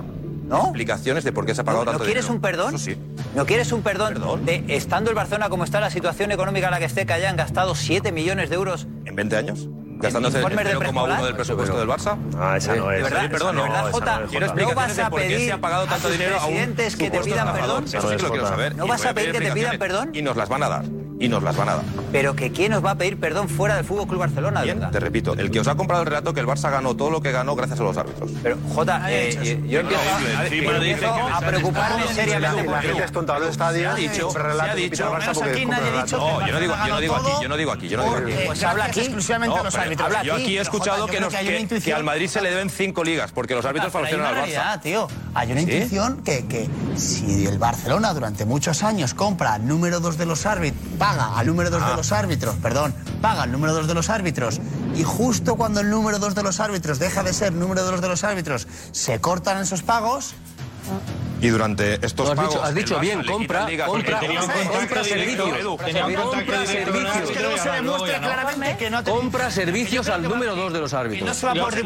S9: explicaciones de por qué se ha pagado
S2: ¿No
S9: tanto
S2: quieres
S9: dinero.
S2: un perdón?
S9: Eso sí.
S2: ¿No quieres un perdón, de, estando el Barcelona como está, la situación económica en la que esté, que hayan gastado 7 millones de euros
S9: ¿En 20 años? Gastándose el
S2: informes de
S9: 0,1 del presupuesto del Barça. Eh,
S19: Ah, esa no
S9: De
S19: es.
S9: verdad,
S19: Esa
S9: perdón,
S19: no
S9: no,
S19: es,
S9: esa
S19: Jota.
S9: no es,
S19: Quiero
S9: Jota.
S19: explicaciones de por qué se ha pagado
S2: a
S19: tanto
S2: tus
S19: dinero a un
S2: presidentes que te
S9: supuesto
S2: pidan
S9: estafador.
S2: perdón?
S9: Eso sí que lo quiero saber.
S2: ¿No
S9: Y
S2: vas
S9: voy
S2: a pedir que te pidan
S9: explicaciones.
S2: perdón?
S9: Y nos las van a dar. Y nos las van a dar.
S2: Pero que ¿quién nos va a pedir perdón fuera del Fútbol Club Barcelona, de verdad?
S9: Te repito, el que os ha comprado el relato que el Barça ganó todo lo que ganó gracias a los árbitros.
S2: Pero, Jota, eh, eh, yo empiezo, a- yo empiezo a preocuparme seriamente por
S17: La gente es tonta, los estadios.
S9: Se ha dicho,
S17: compra
S9: se ha
S17: relatos,
S9: dicho,
S17: pita al Barça porque compra relatos.
S9: No, yo no digo, yo no digo aquí, yo no digo aquí, yo no digo aquí.
S5: Pues habla aquí. exclusivamente
S9: No,
S5: a los
S9: pero
S5: árbitros.
S9: Yo aquí he escuchado que, nos- que- que al Madrid se le deben cinco ligas porque los árbitros
S5: Pero hay
S9: favorecieron
S5: una
S9: al Barça.
S5: realidad, tío. Hay una
S9: ¿Sí?
S5: intuición que, que si el Barcelona durante muchos años compra al número 2 de los árbitros, paga al número 2
S9: Ah.
S5: de los árbitros, perdón, paga al número 2 de los árbitros, y justo cuando el número 2 de los árbitros deja de ser número 2 de los árbitros, se cortan esos pagos.
S9: Y durante estos
S20: No, has
S9: pagos...
S20: dicho- has
S9: el
S20: dicho
S9: Barça
S20: bien,
S9: le quita
S20: compra,
S9: ligas
S20: compra,
S9: porque tenía un
S20: compra,
S9: contrato
S20: compra
S9: directo,
S20: servicios.
S9: Edu.
S20: Tenía un contrato
S9: Compra
S20: directo con el
S9: servicios.
S20: árbitro.
S5: se demuestra claramente que no
S20: Compra servicios al número 2 de los árbitros.
S9: Pues entonces,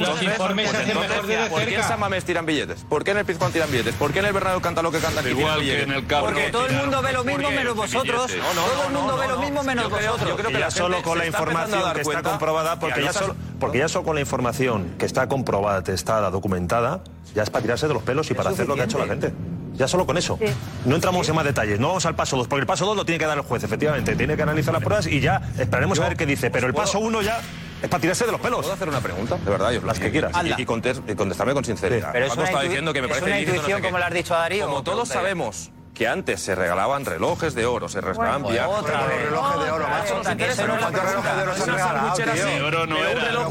S9: ¿Por qué en San Mamés tiran billetes? ¿Por qué en el Pizjuán tiran billetes? ¿Por qué en el Bernabéu canta lo que cantan? y tiran
S6: Igual que
S9: billetes?
S6: en el Camp
S9: Porque
S6: Nou
S9: todo el
S6: tiraron
S9: mundo ve lo
S6: billetes.
S9: mismo menos vosotros.
S6: No, no,
S9: Todo el mundo ve lo mismo menos vosotros. Yo creo que la
S8: ya solo
S9: gente
S8: con
S9: se
S8: la
S9: está empezando a
S8: información
S9: dar
S8: que está
S9: cuenta
S8: comprobada,
S9: y
S8: porque
S9: ahí
S8: ya,
S9: está-
S8: solo, porque ya solo con la información que está comprobada, testada, documentada, ya es para tirarse de los pelos y para hacer lo que ha hecho la gente. Ya solo con eso. No entramos en más detalles, no vamos al paso 2, porque el paso 2 lo tiene que dar el juez, efectivamente. Tiene que analizar las pruebas y ya esperaremos a ver qué dice. Pero el paso 1 ya es para tirarse de los pelos.
S9: ¿Puedo hacer una pregunta? De verdad, yo
S8: Las que
S9: y-
S8: quieras.
S9: y- Y, contest- y contestarme con sinceridad.
S2: Pero es
S9: Paco
S2: una
S9: estaba
S2: intui-
S9: diciendo que me
S2: es
S9: parece
S2: una
S9: ilícito,
S2: intuición,
S9: qué.
S2: como le has dicho a Darío,
S9: Como
S2: como
S9: todos
S2: pregunta ya.
S9: sabemos que antes se regalaban relojes de oro, se regalaban
S2: Bueno,
S9: viajes.
S2: otra vez.
S17: Relojes de oro, macho.
S9: Eso nos interesa, ¿no? ¿Cuántos relojes de oro se han regalado, tío?
S17: tío?
S9: Pero un reloj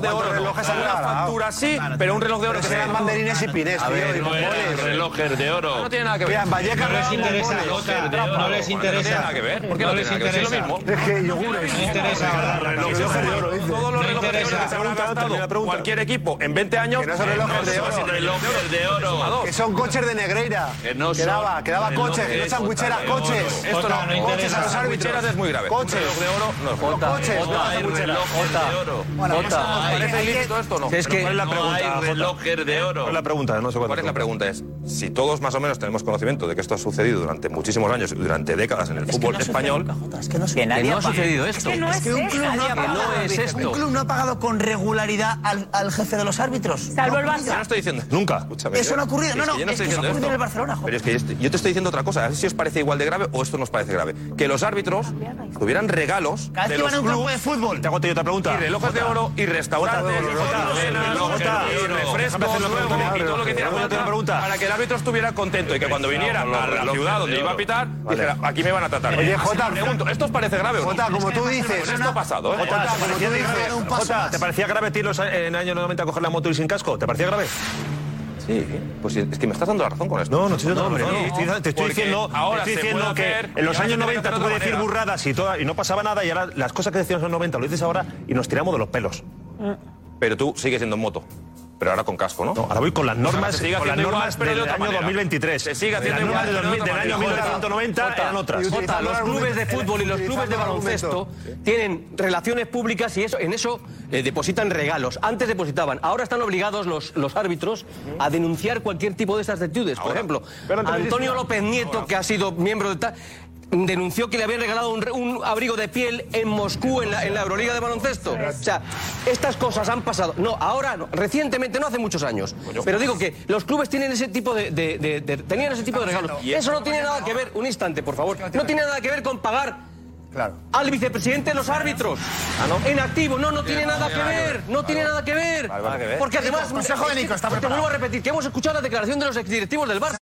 S9: de oro, no. Una factura sí, pero un reloj de oro que
S17: Eran banderines y pines, tío. y
S6: No eran
S17: bombones.
S6: relojes de oro.
S9: No tiene nada que ver.
S17: Vean, Vallecas
S6: No les
S17: regalaban
S6: interesa,
S17: bombones.
S6: Jota, de oro,
S17: Trampa.
S6: no les
S9: No tiene
S6: interesa.
S9: nada que ver. ¿Por qué
S6: No
S9: no,
S6: les
S9: tiene nada que ver? Si es lo mismo.
S6: interesa.
S17: Es que yogures.
S6: No interesa.
S17: Relojes de oro, dice.
S9: Todos los relojes de oro que se habrá gastado cualquier equipo en 20 años. eh,
S17: Que no son relojes de oro.
S6: Relojes de oro.
S17: Que son coches de Negreira.
S6: Que no son
S17: Quedaba, quedaba
S6: relojes,
S17: coches, que no sandwicheras,
S6: Jota, de
S17: coches.
S6: oro.
S9: Esto
S6: Jota, no
S9: no, coches a los
S6: interesa.
S9: árbitros es muy grave.
S17: Coches.
S9: Un reloj de oro no es
S17: Jota, coches, no
S6: No hay
S17: sandwicheras.
S6: relojes de oro.
S9: ¿Os parece ilícito esto o no?
S8: Es que-
S9: ¿Cuál es la
S8: No
S9: pregunta?
S6: Hay relojes de oro.
S8: ¿Cuál es la pregunta? No sé cuánto.
S9: ¿Cuál es la pregunta? Es si todos más o menos tenemos conocimiento de que esto ha sucedido durante muchísimos años, durante décadas en el fútbol español.
S2: Que nadie
S20: no
S2: ha
S20: ha sucedido esto.
S12: no es
S5: que un club
S12: eso.
S5: no ha
S20: Que
S5: pagado-
S20: no es esto.
S5: un club no ha pagado con regularidad al, al jefe de los árbitros.
S12: Salvo el
S5: No,
S12: Barça.
S9: Yo no estoy diciendo.
S8: Nunca.
S9: Escúchame,
S5: Eso
S9: yo-
S5: no ha ocurrido. No,
S9: es
S5: no,
S9: que yo no
S5: es
S9: estoy
S5: que eso ha
S9: diciendo
S5: ocurrido
S9: esto.
S5: en el Barcelona, Juan.
S9: Pero es que yo estoy- yo te estoy diciendo otra cosa. A ver si os parece igual de grave o esto nos parece grave. Que los árbitros tuvieran regalos
S5: Cada vez
S9: de
S5: que
S9: los
S5: van a un campo
S9: clubes
S5: de fútbol.
S8: Te hago yo otra
S9: y
S8: pregunta.
S9: relojes de oro y restaurantes y cenas, y refrescos nuevos y todo lo que tiene
S8: pregunta.
S9: para que el árbitro estuviera contento y que cuando viniera a la ciudad donde iba a pitar dijera aquí me van a tratar
S17: Oye,
S9: Así
S17: Jota,
S9: te pregunto ¿esto os parece grave o no?
S17: Jota, como tú dices.
S9: Pues esto ha pasado ¿eh?
S17: Jota, como tú dices.
S8: Jota, ¿te parecía grave tiros en año 90 a coger la moto y sin casco? ¿Te parecía grave?
S9: sí pues sí, es que me estás dando la razón con esto
S8: No, no estoy dando hambre.
S9: no, no.
S8: Te estoy- Te estoy
S9: Porque
S8: diciendo,
S9: ahora
S8: te
S9: se
S8: estoy diciendo
S9: puede
S8: que
S9: hacer
S8: en
S9: y
S8: los
S9: ahora
S8: años
S9: se tiene que
S8: 90 tú
S9: hacer
S8: puedes
S9: de otra
S8: decir
S9: manera.
S8: burradas y, toda- y no pasaba nada y ahora las cosas que decías en los 90 lo dices ahora y nos tiramos de los pelos.
S9: pero tú sigues siendo en moto Pero ahora con casco, ¿no?
S8: Ahora voy con las
S9: Ahora
S8: normas,
S9: se sigue
S8: con las
S9: haciendo igual,
S8: normas
S9: pero de
S8: del
S9: otra
S8: año
S9: manera.
S8: 2023.
S9: Se sigue
S8: Las
S9: haciendo
S8: normas
S9: igual,
S8: del
S9: de
S8: dos mil-
S9: otra
S8: del año
S9: manera.
S8: 1990
S9: Jota,
S8: eran otras.
S9: y
S8: Jota,
S9: utilizando
S8: los
S20: los clubes de fútbol y los clubes de baloncesto tienen relaciones públicas y eso, en eso eh, depositan regalos. Antes depositaban, ahora están obligados los, los árbitros a denunciar cualquier tipo de estas actitudes. Por ejemplo,
S8: Pero antes
S20: Antonio
S8: decía-
S20: López Nieto, que ha sido miembro de tal, denunció que le habían regalado un, re- un abrigo de piel en Moscú en la, en la Euroliga de baloncesto. O sea, estas cosas han pasado. No, ahora, no, recientemente, no hace muchos años. Pero digo que los clubes tienen ese tipo de, de- de- de- tenían ese este tipo de regalos. Y eso no tiene nada que ver, un instante, por favor, no tiene nada que ver con pagar al vicepresidente de los árbitros. En activo, Ah, no, no tiene nada que ver, no tiene nada que ver.
S5: Vale, vale, que ver.
S20: Porque además,
S5: Nico, consejo de
S20: es que-
S5: Nico, está
S20: te
S5: preparado.
S20: vuelvo a repetir que hemos escuchado la declaración de los exdirectivos del Barça.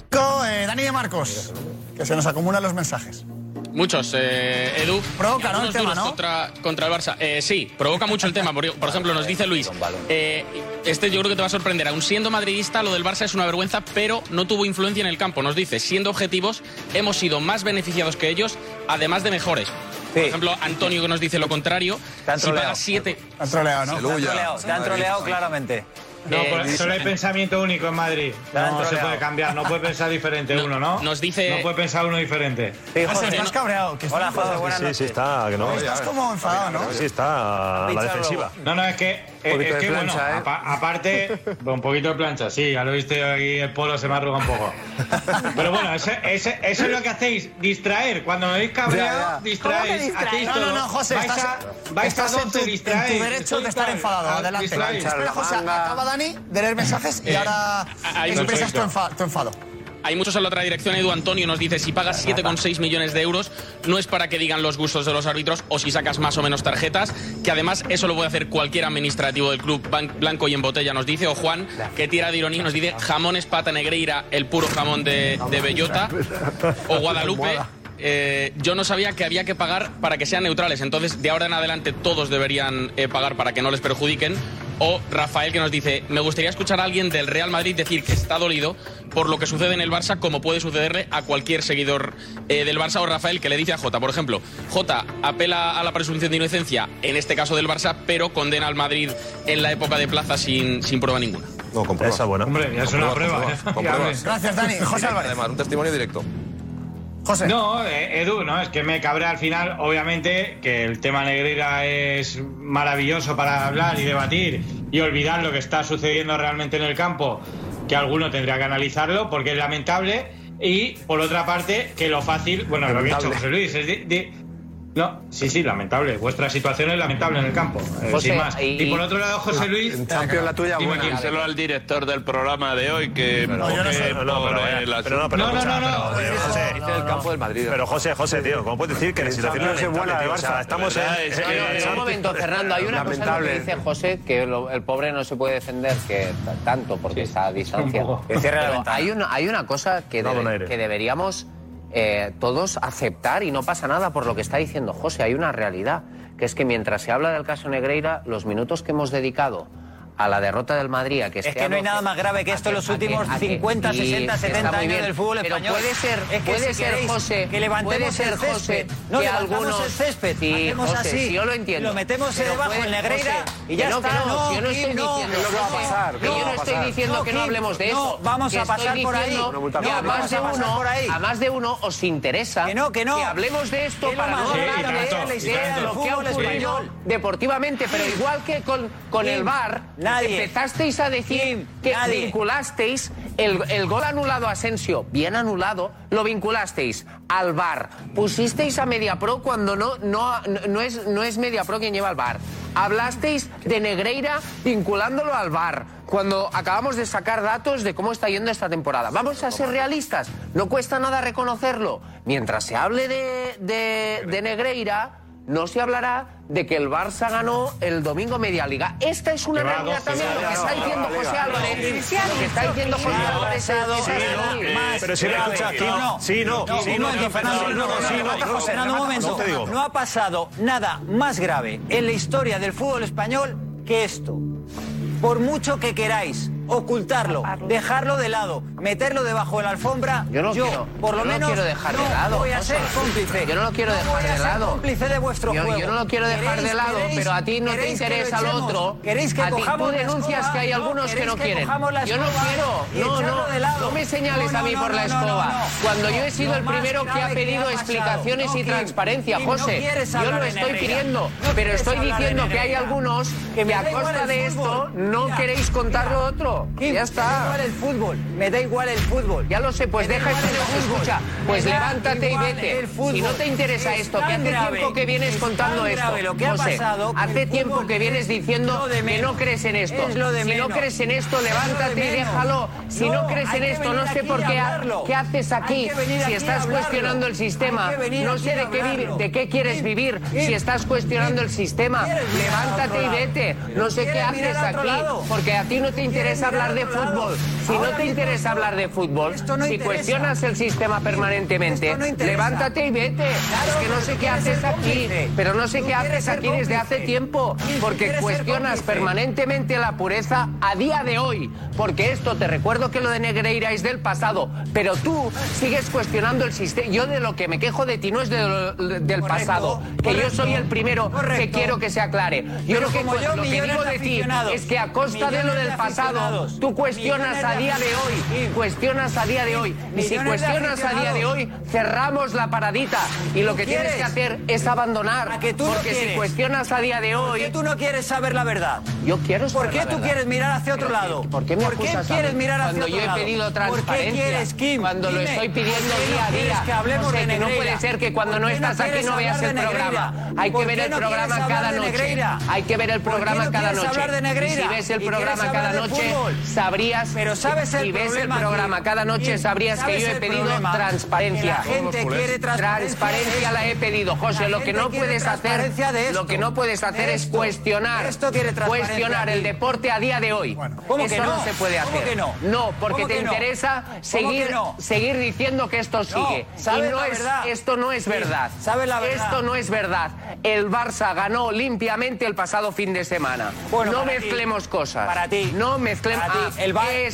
S5: Nico, eh, Dani de Marcos, que se nos acumulan los mensajes.
S13: Muchos, eh, Edu.
S5: Provoca, ¿no? El
S13: Algunos
S5: tema,
S13: duros
S5: ¿no?
S13: Contra, contra el Barça. Eh, sí, provoca mucho el tema. Por, por ejemplo, nos dice Luis. eh, este yo creo que te va a sorprender. Aún siendo madridista, lo del Barça es una vergüenza, pero no tuvo influencia en el campo. Nos dice, siendo objetivos, hemos sido más beneficiados que ellos, además de mejores. Por ejemplo, Antonio que nos dice lo contrario.
S2: Te han
S13: Si
S2: troleado.
S13: pagas siete.
S5: Te han troleado, ¿no?
S2: Te han troleado, te han troleado claramente.
S7: No, pero solo hay pensamiento único en Madrid. No se
S2: troleado.
S7: puede cambiar, no puede pensar diferente uno, ¿no?
S13: nos dice-
S7: No puede pensar uno diferente.
S5: José, estás cabreado. que
S7: Hola,
S5: estás-
S7: José, buenas
S8: Sí, sí, está, que no. eh.
S5: Estás como enfadado, ¿no?
S8: Sí, está a la defensiva.
S7: No, no, es que, eh, es,
S8: poquito de
S7: que
S8: plancha,
S7: bueno,
S8: ¿eh?
S7: apa- aparte, un poquito de plancha, sí, ya lo viste aquí, el polo se me arruga un poco. Pero bueno, ese- ese- eso es lo que hacéis, distraer. Cuando me veis
S5: Ya,
S7: cabreado,
S5: ya.
S7: distraéis.
S5: ¿Cómo que
S7: hacéis
S5: distraes? No,
S7: todo.
S5: no, no, José,
S7: vais
S5: estás-
S7: a, vais a
S5: estás en tu-
S7: 12
S5: en tu
S7: distraéis.
S5: derecho
S7: Estoy
S5: de estar
S7: tal,
S5: enfadado,
S7: ah,
S5: adelante.
S7: distraéis.
S5: Espera, José, acaba Dani de leer mensajes y
S13: Eh,
S5: ahora
S13: hay mucho
S5: expresas tu,
S13: esto.
S5: enfa- tu enfado.
S13: Hay muchos en la otra dirección. Edu Antonio nos dice, si pagas 7,6 millones de euros, no es para que digan los gustos de los árbitros o si sacas más o menos tarjetas, que además eso lo puede hacer cualquier administrativo del club ban- blanco y en botella, nos dice. O Juan, que tira de ironía, nos dice, jamones pata negreira, el puro jamón de, de bellota. O Guadalupe. eh, yo no sabía que había que pagar para que sean neutrales, entonces de ahora en adelante todos deberían eh, pagar para que no les perjudiquen. O Rafael que nos dice, me gustaría escuchar a alguien del Real Madrid decir que está dolido por lo que sucede en el Barça como puede sucederle a cualquier seguidor eh, del Barça o Rafael que le dice a Jota, por ejemplo, Jota apela a la presunción de inocencia, en este caso del Barça, pero condena al Madrid en la época de plaza sin, sin prueba ninguna.
S9: No, con pruebas.
S8: Esa buena.
S7: Hombre, ya es una
S9: Con
S7: prueba,
S9: pruebas,
S7: ¿eh?
S9: con
S7: Ya
S9: pruebas.
S7: ves. Gracias, Dani. José Álvarez.
S9: Además, un testimonio directo.
S7: No, eh, Edu, no, es que me cabré al final, obviamente, que el tema Negreira es maravilloso para hablar y debatir y olvidar lo que está sucediendo realmente en el campo, que alguno tendría que analizarlo porque es lamentable. Y por otra parte, que lo fácil, bueno, lo que ha
S17: Lamentable.
S7: hecho José Luis, es di- di- no, sí, sí, lamentable. Vuestra situación es lamentable en el campo, eh,
S6: Pues
S18: José,
S7: sin más.
S18: ahí-
S7: Y por otro lado,
S6: Ah,
S7: José Luis.
S17: Ah, En Champions la tuya,
S7: Dime
S17: buena.
S7: quién se
S6: Díselo al director del programa de hoy que
S8: yo no sé.
S6: que
S8: No, no,
S6: por
S8: pero vaya.
S6: el
S8: Pero no, pero
S6: asunto.
S8: No, no, escucha, no, no. pero-
S9: el campo del Madrid.
S8: Pero José, José, tío, ¿cómo puedes decir que la situación
S17: Champions
S8: es
S17: es buena
S8: buena
S17: de
S8: tío? O sea,
S17: Barça.
S8: estamos en...
S6: ¿Verdad? Es
S8: en-
S6: que-
S8: en-
S6: es
S18: Un momento, Fernando, hay una cosa en lo que dice José, que lo- el pobre no se puede defender que t- tanto porque está a distancia.
S2: Que cierre la
S18: Pero
S2: ventana.
S18: hay, una, hay una cosa que,
S8: No,
S18: debe-
S8: don aire.
S18: que deberíamos eh, todos aceptar y no pasa nada por lo que está diciendo José. Hay una realidad, que es que mientras se habla del caso Negreira, los minutos que hemos dedicado a la derrota del Madrid, a que este
S2: Es que no hay nada más grave que esto en los últimos 50, 60, 70 años del fútbol
S18: pero
S2: español.
S18: Puede ser,
S2: Es que
S18: puede
S2: si
S18: ser,
S2: queréis
S18: José,
S2: que levantemos
S18: puede ser,
S2: el césped.
S18: José,
S2: no,
S18: que
S2: levantamos
S18: algunos,
S2: el césped,
S18: Sí,
S2: hacemos
S18: José,
S2: así,
S18: sí, yo lo entiendo.
S2: lo metemos
S18: Pero
S2: debajo en Negreira
S18: José,
S2: y ya
S18: que no, que
S2: está,
S18: no,
S2: no,
S18: yo no estoy
S2: Kim,
S18: diciendo
S2: no, que no va a
S18: José,
S2: pasar,
S18: que
S2: no
S18: yo
S2: va
S18: no
S2: a
S18: estoy
S2: pasar.
S18: diciendo
S2: No,
S18: que no
S2: Kim,
S18: hablemos de
S2: no,
S18: eso.
S2: vamos
S18: que
S2: a
S18: estoy
S2: pasar por ahí.
S18: diciendo
S2: Una multa
S18: que
S2: por
S18: a
S2: ahí.
S18: más de
S2: Vamos a pasar
S18: uno,
S2: por ahí.
S18: a más de uno os interesa
S2: Que no, que no.
S18: hablemos de esto
S2: Es lo
S18: para
S2: más
S18: no
S2: grave
S18: hablar
S2: que
S18: de
S2: tanto,
S18: la
S2: y
S18: idea
S2: tanto.
S18: de lo que
S2: Fútbol
S18: ha ocurrido
S2: español.
S18: deportivamente, pero igual que con, con
S2: Kim,
S18: el VAR,
S2: nadie.
S18: empezasteis a decir
S2: Kim,
S18: que
S2: nadie.
S18: vinculasteis el, el gol anulado a Asensio, bien anulado, lo vinculasteis al VAR, pusisteis a Mediapro cuando no, no, no, es, no es Mediapro quien lleva al VAR, hablasteis de Negreira vinculándolo al VAR. Cuando acabamos de sacar datos de cómo está yendo esta temporada. Vamos a ser realistas, no cuesta nada reconocerlo. Mientras se hable de, de- de Negreira, no se hablará de que el Barça ganó el domingo media liga. Esta es una
S7: Que va a
S18: realidad
S7: doce,
S18: también,
S7: ya,
S18: lo
S7: ya,
S18: que está
S7: ya,
S18: diciendo
S7: ya,
S18: José
S7: ya.
S18: Álvarez. Lo que está diciendo José Álvarez es- es-
S8: Eh, Pero si no,
S2: grave.
S8: escucha,
S2: No, no.
S8: sí, no,
S2: No,
S8: sí,
S2: un
S8: no,
S2: momento,
S8: no,
S2: Fernando,
S8: no,
S2: no,
S8: no, sí, no,
S2: no,
S8: no,
S2: Fernando, un momento.
S8: te digo.
S2: No ha pasado nada más grave en la historia del fútbol español que esto. Por mucho que queráis ocultarlo, dejarlo de lado, meterlo debajo de la alfombra. Yo,
S18: quiero-
S2: por lo
S18: yo no lo
S2: menos,
S18: quiero dejar de
S2: no
S18: lado,
S2: voy a
S18: José.
S2: ser cómplice.
S18: Yo no lo quiero dejar
S2: voy a
S18: de
S2: ser
S18: lado.
S2: cómplice de vuestro
S18: Yo-
S2: juego.
S18: yo no lo quiero dejar de lado, pero a ti no te
S2: queréis que lo
S18: interesa lo
S2: echemos?
S18: otro.
S2: Queréis que
S18: A ti tú
S2: cojamos la
S18: denuncias
S2: escoba?
S18: que hay algunos que
S2: queréis
S18: no quieren.
S2: cojamos la
S18: Yo no
S2: escoba
S18: quiero.
S2: y
S18: No,
S2: echarlo
S18: no.
S2: de lado.
S18: No me señales a mí por la escoba. Cuando yo he sido
S2: lo
S18: el
S2: más
S18: primero que ha
S2: grave
S18: pedido
S2: pasado.
S18: explicaciones y
S2: Kim,
S18: transparencia,
S2: Kim,
S18: José.
S2: quieres
S18: Yo
S2: hablar
S18: lo
S2: de
S18: estoy
S2: Negreira.
S18: pidiendo,
S2: No
S18: pero
S2: quieres
S18: estoy
S2: hablar de
S18: diciendo que hay
S2: Negreira.
S18: algunos
S2: Que me
S18: que
S2: da
S18: a
S2: igual
S18: costa
S2: el
S18: de esto
S2: fútbol.
S18: no
S2: Mira,
S18: queréis contar lo otro.
S2: Kim,
S18: Ya
S2: Me
S18: está.
S2: da igual el fútbol, me da igual el fútbol.
S18: Ya lo sé, pues
S2: Me da
S18: deja
S2: igual
S18: esto
S2: el
S18: de
S2: fútbol.
S18: escucha. Pues
S2: Me da
S18: levántate y
S2: igual
S18: vete.
S2: el fútbol.
S18: Si no te interesa
S2: Es
S18: esto, que
S2: tan
S18: hace
S2: grave,
S18: tiempo que vienes
S2: es
S18: contando
S2: tan grave
S18: esto.
S2: lo que ha
S18: José,
S2: pasado, que el
S18: hace
S2: fútbol
S18: tiempo que vienes diciendo
S2: lo de
S18: que no
S2: menos.
S18: crees en esto.
S2: Es lo de
S18: Si no
S2: menos.
S18: crees en esto,
S2: Es lo de
S18: levántate y
S2: menos.
S18: déjalo. Si no
S2: No,
S18: crees
S2: hay
S18: en
S2: que
S18: esto, no
S2: venir
S18: sé
S2: aquí
S18: por
S2: y
S18: qué ha-
S2: hablarlo.
S18: qué haces
S2: Hay
S18: aquí.
S2: que venir
S18: Si
S2: aquí
S18: estás
S2: y hablarlo.
S18: cuestionando el sistema,
S2: Hay que venir
S18: no
S2: aquí
S18: sé
S2: y
S18: de qué, vi-
S2: hablarlo.
S18: de qué quieres vivir. Si estás cuestionando el sistema, levántate y vete. No sé qué
S2: ¿Quieres
S18: haces
S2: mirar a otro
S18: aquí,
S2: lado?
S18: porque a ti no te interesa
S2: mirar
S18: hablar
S2: a
S18: de
S2: otro lado?
S18: fútbol. Si no
S2: Ahora
S18: te
S2: mismo
S18: interesa hablar de fútbol,
S2: esto no
S18: si
S2: interesa.
S18: cuestionas el sistema permanentemente,
S2: Esto no interesa.
S18: levántate y vete. es que no sé
S2: porque tú
S18: qué
S2: quieres
S18: haces
S2: ser
S18: aquí,
S2: cómplice.
S18: pero no sé
S2: Tú
S18: qué haces
S2: quieres ser
S18: aquí desde hace
S2: cómplice.
S18: tiempo,
S2: Sí, tú
S18: porque
S2: quieres ser
S18: cuestionas
S2: cómplice.
S18: permanentemente la pureza a día de hoy. Porque esto, te recuerdo que lo de Negreira es del pasado, pero tú sigues cuestionando el sistema. Yo de lo que me quejo de ti no es de lo- del pasado, que yo
S2: correcto,
S18: soy el primero que
S2: correcto.
S18: quiero que se aclare. Yo
S2: Pero
S18: lo que,
S2: como yo,
S18: lo que
S2: millones
S18: digo
S2: de
S18: de ti
S2: aficionados,
S18: es que a costa de lo
S2: millones de
S18: del pasado,
S2: aficionados,
S18: tú cuestionas a día
S2: millones de
S18: de hoy, cuestionas a día de hoy. Y si
S2: millones de
S18: cuestionas a día de hoy, cerramos la paradita. Y lo que tienes que
S2: quieres?
S18: hacer es abandonar.
S2: ¿A que tú no
S18: Porque si
S2: quieres?
S18: cuestionas a día de
S2: ¿Por
S18: hoy...
S2: qué tú no quieres saber la verdad?
S18: Yo quiero
S2: ¿Por
S18: saber
S2: qué
S18: la
S2: tú
S18: verdad.
S2: quieres mirar hacia otro
S18: Pero,
S2: lado?
S18: ¿Por qué me acusas a
S2: quieres
S18: mí?
S2: mirar hacia
S18: Cuando
S2: otro
S18: yo he
S2: lado?
S18: pedido transparencia.
S2: ¿Por qué quieres, Kim?
S18: Cuando lo
S2: Dime,
S18: estoy pidiendo
S2: ¿por qué
S18: día a
S2: no
S18: día.
S2: quieres que hablemos
S18: O sea,
S2: de
S18: que no
S2: Negreira?
S18: puede ser que cuando
S2: ¿Por
S18: no
S2: qué
S18: estás aquí
S2: quieres
S18: no veas el
S2: hablar de
S18: programa.
S2: Negreira?
S18: Hay que
S2: ¿Por
S18: ver
S2: qué
S18: el
S2: no
S18: programa
S2: quieres
S18: cada
S2: hablar de
S18: noche.
S2: Negreira?
S18: Hay que ver el
S2: ¿Por qué
S18: programa
S2: no
S18: cada
S2: quieres
S18: noche.
S2: hablar de
S18: Y si
S2: Negreira?
S18: ves el
S2: ¿Y
S18: programa
S2: quieres
S18: cada
S2: hablar de
S18: noche,
S2: fútbol?
S18: sabrías.
S2: Pero sabes el
S18: si ves el
S2: problema,
S18: programa
S2: Kim.
S18: cada noche,
S2: Kim,
S18: sabrías que
S2: ¿sabes
S18: yo he
S2: el
S18: pedido
S2: problema?
S18: transparencia.
S2: Que la gente quiere transparencia.
S18: Transparencia la he pedido, José.
S2: La
S18: Lo que
S2: gente
S18: no
S2: quiere
S18: puedes hacer,
S2: transparencia de
S18: lo
S2: esto,
S18: que no puedes hacer
S2: de
S18: es
S2: esto.
S18: cuestionar,
S2: Esto quiere transparencia,
S18: cuestionar el
S2: Kim.
S18: deporte a día de hoy.
S2: ¿Cómo
S18: Eso
S2: que no?
S18: se puede hacer.
S2: ¿Cómo que no?
S18: porque
S2: ¿Cómo
S18: te
S2: que no?
S18: interesa
S2: ¿Cómo
S18: seguir,
S2: que no?
S18: seguir diciendo que esto sigue.
S2: ¿sabes
S18: y no
S2: la
S18: es,
S2: verdad?
S18: esto no es
S2: Sí,
S18: verdad.
S2: ¿sabes la verdad?
S18: Esto no es verdad. El Barça ganó limpiamente el pasado fin de semana.
S2: Bueno,
S18: no
S2: para ti.
S18: mezclemos cosas.
S2: Para ti.
S18: No mezclemos.
S2: Para ti.
S18: Ah,
S2: El VAR-
S18: exactamente.
S2: el VAR